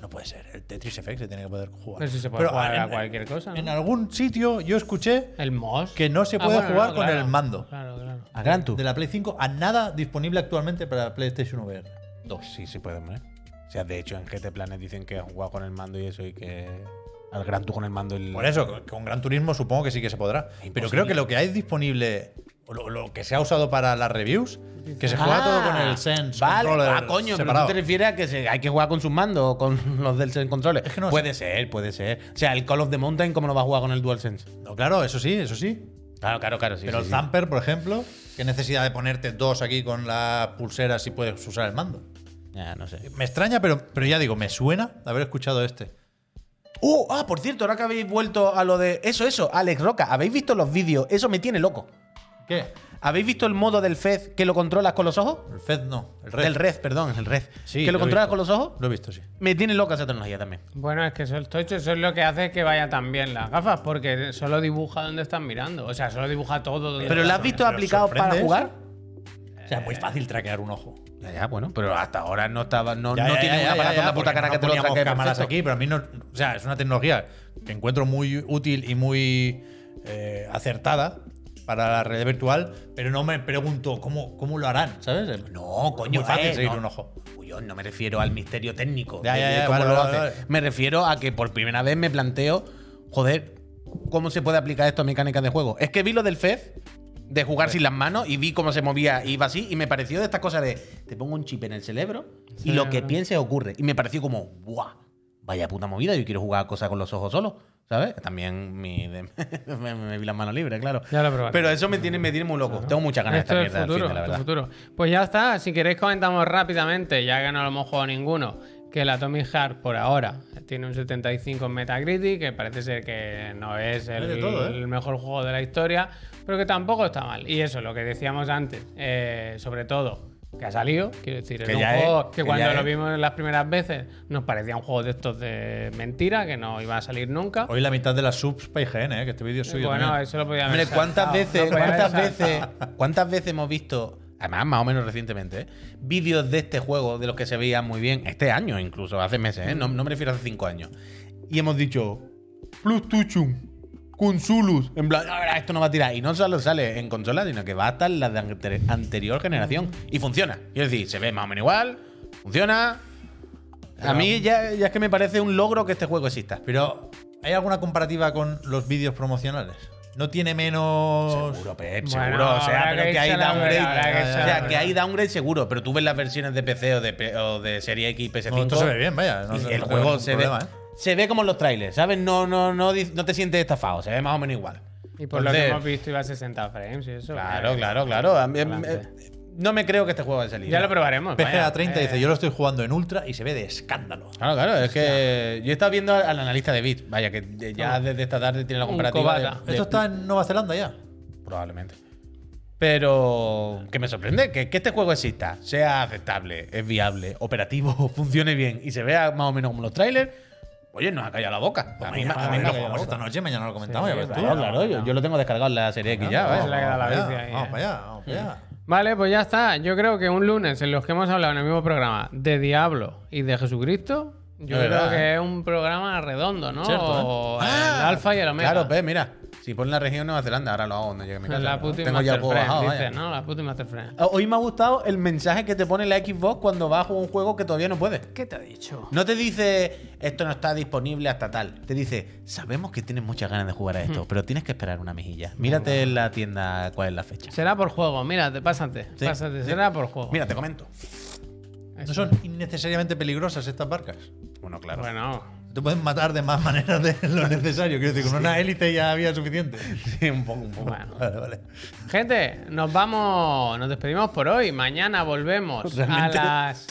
Speaker 3: No puede ser. El Tetris Effect se tiene que poder jugar.
Speaker 1: Pero si se puede jugar a
Speaker 3: en-
Speaker 1: cualquier cosa. ¿no?
Speaker 3: En algún sitio yo escuché
Speaker 1: El MOS.
Speaker 3: que no
Speaker 2: Ah,
Speaker 3: se puede jugar con
Speaker 1: claro,
Speaker 3: el mando.
Speaker 1: Claro, claro.
Speaker 2: ¿A Gran Tour?
Speaker 3: de la Play 5 a nada disponible actualmente para PlayStation VR.
Speaker 2: Oh, Dos, sí, sí podemos, ¿eh? O sea, de hecho, en GT Planet dicen que han jugado con el mando y eso y que Al Gran Tour con el mando. y el-
Speaker 3: Por eso, con Gran Turismo supongo que sí que se podrá. Pero creo que lo que hay disponible, o lo, lo que se ha usado para las reviews, que se juega
Speaker 2: Ah,
Speaker 3: todo con el Sense.
Speaker 2: Vale,
Speaker 3: controller
Speaker 2: ah, coño, pero
Speaker 3: separado.
Speaker 2: tú te refieres a que se- hay que jugar con sus mandos o con los del Sense Controller.
Speaker 3: que no
Speaker 2: puede ser, puede ser. O sea, el Call of the Mountain, ¿cómo lo va a jugar con el DualSense?
Speaker 3: No, claro, eso sí, eso sí.
Speaker 2: Claro, claro, claro. Sí,
Speaker 3: pero
Speaker 2: sí,
Speaker 3: el
Speaker 2: sí.
Speaker 3: Zamper, por ejemplo, ¿qué necesidad de ponerte dos aquí con la pulsera si puedes usar el mando?
Speaker 2: Ya, Ah, no sé.
Speaker 3: Me extraña, pero, pero ya digo, me suena de haber escuchado este.
Speaker 2: Uh, ah, por cierto, ahora que habéis vuelto a lo de. Eso, eso, Alex Roca, ¿habéis visto los vídeos? Eso me tiene loco.
Speaker 3: ¿Qué?
Speaker 2: ¿Habéis visto el modo del Fez que lo controlas con los ojos?
Speaker 3: El Fed no, el Red.
Speaker 2: Del Red, perdón, el Red.
Speaker 3: Sí,
Speaker 2: ¿Que lo,
Speaker 3: lo he
Speaker 2: controlas
Speaker 3: visto.
Speaker 2: con los ojos?
Speaker 3: Lo he visto, sí.
Speaker 2: Me tiene loca esa tecnología también.
Speaker 1: Bueno, es que eso, el tocho, eso es lo que hace que vaya tan bien las gafas, porque solo dibuja donde están mirando. O sea, solo dibuja todo. donde
Speaker 2: ¿Pero lo has
Speaker 1: están
Speaker 2: visto
Speaker 3: pero
Speaker 2: aplicado para
Speaker 3: ¿sorprende
Speaker 2: jugar?
Speaker 3: O sea, es muy fácil traquear un ojo.
Speaker 2: Ya, ya, bueno, pero hasta ahora no estaba. No,
Speaker 3: Ya, eh,
Speaker 2: no
Speaker 3: ya,
Speaker 2: tiene
Speaker 3: ya,
Speaker 2: un aparato
Speaker 3: ya,
Speaker 2: en la
Speaker 3: porque
Speaker 2: puta cara
Speaker 3: no
Speaker 2: que te lo
Speaker 3: poníamos
Speaker 2: traque
Speaker 3: cámaras
Speaker 2: perfecto.
Speaker 3: aquí, pero a mí no. O sea, es una tecnología que encuentro muy útil y muy eh, acertada para la red virtual, pero no me pregunto cómo, cómo lo harán, ¿sabes?
Speaker 2: No, coño,
Speaker 3: muy fácil
Speaker 2: eh,
Speaker 3: seguir
Speaker 2: no.
Speaker 3: un ojo.
Speaker 2: Uy, yo no me refiero al misterio técnico.
Speaker 3: Ya,
Speaker 2: de-
Speaker 3: ya,
Speaker 2: de
Speaker 3: ya,
Speaker 2: cómo
Speaker 3: vale,
Speaker 2: lo
Speaker 3: vale,
Speaker 2: hace.
Speaker 3: vale.
Speaker 2: Me refiero a que por primera vez me planteo, joder, ¿cómo se puede aplicar esto a mecánicas de juego? Es que vi lo del FEF, de jugar sin las manos, y vi cómo se movía, iba así, y me pareció de estas cosas de te pongo un chip en el cerebro y
Speaker 1: Sí,
Speaker 2: lo que
Speaker 1: ¿verdad?
Speaker 2: pienses ocurre. Y me pareció como, ¡buah! Vaya puta movida, yo quiero jugar a cosas con los ojos solos, ¿sabes? También mi, de- me, me vi las manos libres, claro.
Speaker 1: Ya lo probaré.
Speaker 2: Pero eso me tiene, me tiene muy loco. Tengo muchas ganas
Speaker 1: Esto
Speaker 2: de
Speaker 1: es
Speaker 2: esta mierda, al fin,
Speaker 1: futuro,
Speaker 2: de la
Speaker 1: esto
Speaker 2: verdad.
Speaker 1: es futuro. Pues ya está, si queréis comentamos rápidamente, ya que no lo hemos jugado ninguno, que la Atomic Heart por ahora tiene un 75 en Metacritic, que parece ser que no es el,
Speaker 3: Hay de todo, ¿eh?
Speaker 1: el mejor juego de la historia, pero que tampoco está mal. Y eso, lo que decíamos antes, eh, sobre todo, que ha salido, quiero decir,
Speaker 2: Que
Speaker 1: es un
Speaker 2: ya es,
Speaker 1: juego que,
Speaker 2: que
Speaker 1: cuando
Speaker 2: ya
Speaker 1: lo
Speaker 2: es.
Speaker 1: vimos las primeras veces nos parecía un juego de estos de mentira, que no iba a salir nunca.
Speaker 3: Hoy la mitad de las subs para IGN, ¿eh? que este vídeo es suyo.
Speaker 1: bueno,
Speaker 3: también.
Speaker 1: eso lo podía haber
Speaker 2: Hombre, ¿cuántas
Speaker 1: saltado,
Speaker 2: veces,
Speaker 1: lo podía haber
Speaker 2: cuántas
Speaker 1: saltado.
Speaker 2: veces, cuántas veces hemos visto, además más o menos recientemente, ¿eh? vídeos de este juego de los que se veían muy bien, este año incluso, hace meses, ¿eh? no, no me refiero a hace cinco años, y hemos dicho, PlayStation, Consolus, en plan, "Ah, esto no va a tirar, y no solo sale en consola, sino que va hasta la de ante- anterior generación, y funciona, quiero decir, se ve más o menos igual, funciona, a mí ya, ya es que me parece un logro que este juego exista.
Speaker 3: Pero, ¿hay alguna comparativa con los vídeos promocionales? ¿No tiene menos.
Speaker 2: Seguro, Pep,
Speaker 1: Bueno,
Speaker 2: seguro. O sea,
Speaker 1: habrá
Speaker 2: pero
Speaker 1: que
Speaker 2: que hay
Speaker 1: echarla a ver,
Speaker 2: downgrade.
Speaker 1: habrá que
Speaker 2: o sea,
Speaker 1: echarla
Speaker 2: que
Speaker 1: a ver.
Speaker 2: hay downgrade seguro, pero tú ves las versiones de PC o de, P- o de Serie X y PS5.
Speaker 3: No, esto se ve bien, vaya. no-
Speaker 2: y
Speaker 3: no
Speaker 2: el
Speaker 3: tengo
Speaker 2: juego
Speaker 3: ningún
Speaker 2: se
Speaker 3: problema,
Speaker 2: ve.
Speaker 3: ¿eh?
Speaker 2: Se ve como en los trailers, ¿sabes? No, no, no, di- no te sientes estafado, se ve más o menos igual.
Speaker 1: Y por lo
Speaker 2: Entonces,
Speaker 1: que hemos visto iba a 60 frames y eso.
Speaker 2: Pues Claro,
Speaker 1: eh,
Speaker 2: claro, claro. A mí-
Speaker 1: adelante.
Speaker 2: eh, no me creo que este juego vaya a salir.
Speaker 1: Ya lo probaremos.
Speaker 3: PGA
Speaker 1: vaya.
Speaker 3: 30
Speaker 1: Eh,
Speaker 3: dice: Yo lo estoy jugando en ultra y se ve de escándalo.
Speaker 2: Claro, claro, es que yo estaba viendo al analista de Bit, vaya, que de- ya
Speaker 1: Un-
Speaker 2: desde esta tarde tiene la
Speaker 1: un
Speaker 2: comparativa. de-
Speaker 1: cobata.
Speaker 2: de-
Speaker 3: Esto está en Nueva Zelanda ya.
Speaker 2: Probablemente. Pero que me sorprende que, que este juego exista, sea aceptable, es viable, operativo, funcione bien y se vea más o menos como los trailers. Oye, nos ha callado la boca. A mí, me- a mí me
Speaker 3: lo
Speaker 2: ha callado la
Speaker 3: jugamos
Speaker 2: boca.
Speaker 3: esta noche, mañana lo comentamos.
Speaker 1: Sí,
Speaker 3: ya ves tú.
Speaker 1: vale.
Speaker 2: Claro, claro, yo, yo lo tengo descargado en la serie X ya.
Speaker 1: vamos,
Speaker 2: vaya.
Speaker 1: se le ha quedado la
Speaker 3: vamos
Speaker 1: bici
Speaker 3: para
Speaker 1: ahí,
Speaker 3: allá, Vamos
Speaker 1: eh.
Speaker 3: para allá, vamos para allá.
Speaker 1: Vale, pues ya está. Yo creo que un lunes en los que hemos hablado en el mismo programa de Diablo y de Jesucristo, yo
Speaker 2: Es
Speaker 1: creo
Speaker 2: verdad, ¿eh?
Speaker 1: que es un programa redondo, ¿no?
Speaker 2: Cierto, ¿eh?
Speaker 1: O
Speaker 2: Ah,
Speaker 1: el alfa y el omega.
Speaker 2: Claro, pues mira, si pones la región de Nueva Zelanda, ahora lo hago cuando llegue a mi casa.
Speaker 1: la
Speaker 2: ¿no?
Speaker 1: puta y
Speaker 2: tengo ya
Speaker 1: master
Speaker 2: el juego
Speaker 1: friend,
Speaker 2: bajado.
Speaker 1: dice,
Speaker 2: vaya. Ah,
Speaker 1: ¿no? La puta y master friend.
Speaker 2: Hoy me ha gustado el mensaje que te pone la Xbox cuando vas a jugar un juego que todavía no puedes.
Speaker 1: ¿Qué te ha dicho?
Speaker 2: No te dice esto no está disponible hasta tal. Te dice, sabemos que tienes muchas ganas de jugar a esto, pero tienes que esperar una mejilla. Mírate en la tienda cuál es la fecha.
Speaker 1: Será por juego, mírate, pásate.
Speaker 2: Sí,
Speaker 1: pásate,
Speaker 2: sí.
Speaker 1: será por juego.
Speaker 2: Mira, te comento.
Speaker 1: Eso.
Speaker 3: No son innecesariamente peligrosas estas barcas.
Speaker 2: Bueno, claro.
Speaker 1: Bueno,
Speaker 3: Te pueden matar de más maneras de lo necesario. Quiero decir, con una hélice ya había suficiente.
Speaker 2: Sí, un poco, un poco.
Speaker 1: bueno.
Speaker 3: Vale, vale.
Speaker 1: Gente, nos vamos, nos despedimos por hoy. Mañana volvemos
Speaker 2: Realmente-
Speaker 1: a las.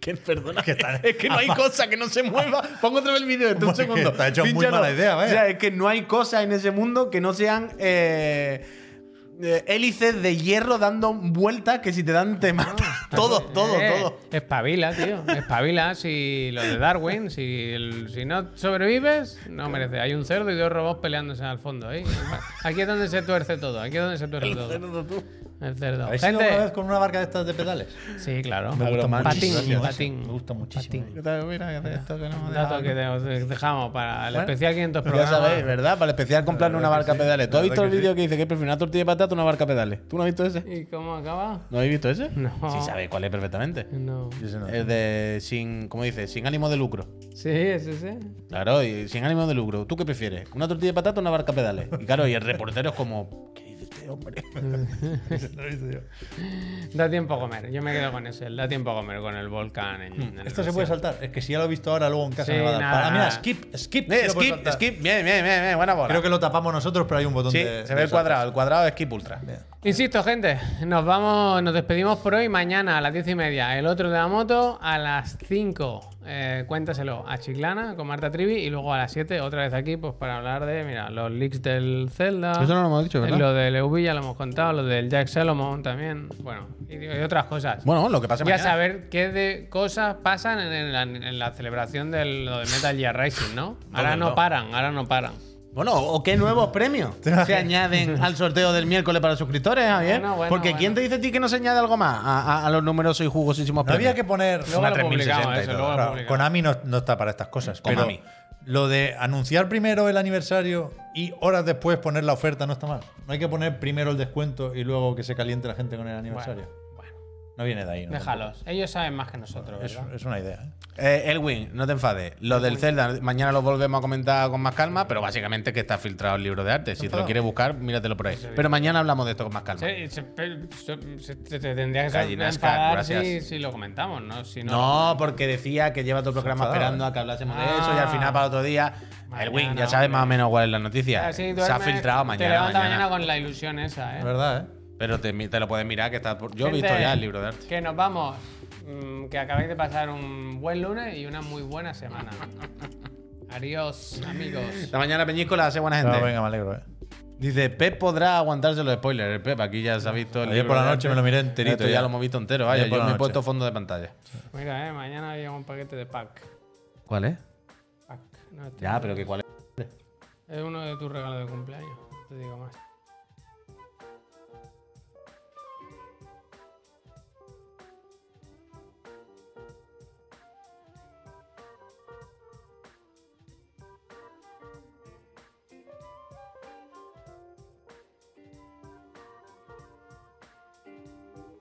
Speaker 2: que, perdona, es que no hay cosa que no se mueva. Pongo otra vez el video, este un
Speaker 3: Hombre, que
Speaker 2: segundo.
Speaker 3: está hecho muy
Speaker 2: Pínchalo.
Speaker 3: mala idea, vaya.
Speaker 2: O sea, es que no hay cosas en ese mundo que no sean eh, eh, hélices de hierro dando vueltas que si te dan
Speaker 3: Ah.
Speaker 2: te matan. todo, todo,
Speaker 1: Eh,
Speaker 2: todo.
Speaker 1: Espabila, tío. Espabila. Si lo de Darwin, si, el- si no sobrevives, no merece. Hay un ¿eh? cerdo y dos robots peleándose al fondo. ahí. Aquí es donde se tuerce todo. Aquí es donde se tuerce todo. El cerdo.
Speaker 3: ¿Habéis ido alguna vez
Speaker 1: Gente.
Speaker 3: con una barca de estas de pedales?
Speaker 1: Sí, claro.
Speaker 3: Me gusta
Speaker 1: patín,
Speaker 3: muchísimo eso.
Speaker 1: patín.
Speaker 3: Me gusta muchísimo.
Speaker 1: Patín.
Speaker 2: Mira, esto que no hemos
Speaker 1: Dato que te- dejamos para el especial 500
Speaker 2: Ya
Speaker 1: programas.
Speaker 2: sabéis, ¿verdad? Para el especial comprarle una barca a pedales. ¿Tú has visto el vídeo que dice que prefiero una tortilla de patata o una barca a pedales? ¿Tú no has visto ese?
Speaker 1: ¿Y cómo acaba?
Speaker 2: ¿No habéis visto ese?
Speaker 1: No.
Speaker 2: Sí, sabéis cuál es perfectamente.
Speaker 1: No.
Speaker 2: El de sin, ¿cómo dice? Sin ánimo de lucro.
Speaker 1: Sí, es ese.
Speaker 2: Claro, y sin ánimo de lucro. ¿Tú qué prefieres? ¿Una tortilla de patata o una barca a pedales? Y claro, y el reportero es como, ¿qué dice este hombre?
Speaker 1: Mm. Da tiempo a comer. Yo me quedo con ese. el Da tiempo a comer con el volcán. en- en el
Speaker 3: Hmm. Esto se puede
Speaker 1: desierto.
Speaker 3: saltar. Es que si ya lo he visto ahora, luego en casa
Speaker 1: Sí,
Speaker 3: me va a dar.
Speaker 1: nada,
Speaker 3: Para- mira,
Speaker 1: nada.
Speaker 3: skip, skip. sí
Speaker 5: Eh,
Speaker 3: lo puedes
Speaker 5: skip,
Speaker 3: saltar.
Speaker 5: skip. Bien, bien, bien, bien. Buena bola.
Speaker 3: Creo que lo tapamos nosotros, pero hay un botón
Speaker 5: sí,
Speaker 3: de.
Speaker 5: se
Speaker 3: de
Speaker 5: ve el
Speaker 3: saltar.
Speaker 5: cuadrado. El cuadrado es skip ultra.
Speaker 1: Insisto, gente, nos vamos, nos despedimos por hoy. Mañana a las 10 y media, el otro de la moto, a las 5, eh, cuéntaselo a Chiclana con Marta Trivi y luego a las 7 otra vez aquí pues para hablar de, mira, los leaks del Zelda.
Speaker 2: Eso no lo hemos dicho, ¿verdad?
Speaker 1: Ah. Lo del EV ya lo hemos contado, lo del Jack Salomon también, bueno, y, y otras cosas.
Speaker 2: Bueno, lo que pasa
Speaker 1: Ya
Speaker 2: mañana.
Speaker 1: saber qué de cosas pasan en, en la, en la celebración de lo de Metal Gear Racing, ¿no? Ahora no paran, ahora no paran.
Speaker 2: Bueno, ¿o qué nuevos premios se añaden al sorteo del miércoles para suscriptores, Javier?
Speaker 1: Bueno, bueno,
Speaker 2: Porque ¿quién
Speaker 1: bueno.
Speaker 2: te dice a ti que no se añade algo más a, a- a los numerosos y jugosísimos
Speaker 3: No había
Speaker 2: premios?
Speaker 3: que poner.
Speaker 1: Luego
Speaker 3: una
Speaker 1: lo
Speaker 3: 3060
Speaker 1: publicamos,
Speaker 3: y
Speaker 1: eso,
Speaker 3: todo.
Speaker 1: luego lo
Speaker 3: Claro,
Speaker 1: publicamos.
Speaker 3: Konami no, no está para estas cosas. Pero
Speaker 5: Konami.
Speaker 3: lo de anunciar primero el aniversario y horas después poner la oferta no está mal. No hay que poner primero el descuento y luego que se caliente la gente con el aniversario.
Speaker 1: Bueno,
Speaker 3: No viene de ahí. ¿no?
Speaker 1: déjalos. Ellos saben más que nosotros,
Speaker 3: Es,
Speaker 1: ¿verdad?
Speaker 3: es una idea. ¿eh?
Speaker 2: Eh, Elwin, no te enfades. Lo del Zelda, mañana lo volvemos a comentar con más calma, pero básicamente que está filtrado el libro de arte. Si te lo quieres buscar, míratelo por ahí. Pero mañana hablamos de esto con más calma.
Speaker 1: Se, se- pe- se- se- te te tendría que
Speaker 2: Gallinasca,
Speaker 1: enfadar
Speaker 2: gracias.
Speaker 1: si, si lo comentamos, ¿no? Si no,
Speaker 2: No, porque decía que lleva todo el programa
Speaker 3: Enfadado,
Speaker 2: esperando a que hablásemos de
Speaker 1: Ah.
Speaker 2: eso y al final para otro día.
Speaker 1: Mañana,
Speaker 2: Elwin, ya sabes más o menos cuál es la noticia.
Speaker 1: Así
Speaker 2: Se ha
Speaker 1: duermes,
Speaker 2: filtrado
Speaker 1: Te
Speaker 2: mañana.
Speaker 1: levantas mañana.
Speaker 2: mañana.
Speaker 1: con la ilusión esa,
Speaker 3: Es
Speaker 1: ¿eh?
Speaker 3: verdad, ¿eh?
Speaker 2: Pero te, te lo puedes mirar, que está. por- Yo he
Speaker 1: Gente,
Speaker 2: visto ya el libro de arte.
Speaker 1: Que nos vamos. Mm, Que acabáis de pasar un buen lunes y una muy buena semana. Adiós, amigos.
Speaker 2: Esta mañana Peñíscola hace buena gente.
Speaker 3: No, venga, me alegro. ¿eh?
Speaker 2: Dice, Pep podrá aguantarse los spoilers. Pep, aquí ya se ha visto el
Speaker 3: Ayer
Speaker 2: libro
Speaker 3: por la
Speaker 2: de
Speaker 3: noche
Speaker 2: arte.
Speaker 3: me lo miré enterito
Speaker 2: Esto ya.
Speaker 3: ya.
Speaker 2: lo hemos visto entero.
Speaker 3: Ayer
Speaker 2: Vaya,
Speaker 3: por
Speaker 2: yo
Speaker 3: la
Speaker 2: me he
Speaker 3: noche.
Speaker 2: puesto fondo de pantalla.
Speaker 1: Mira, eh, mañana llega un paquete de pack.
Speaker 2: ¿Cuál es?
Speaker 1: Pack. No, este
Speaker 2: Ya, pero que cuál es.
Speaker 1: Es uno de tus regalos de cumpleaños. No te digo más.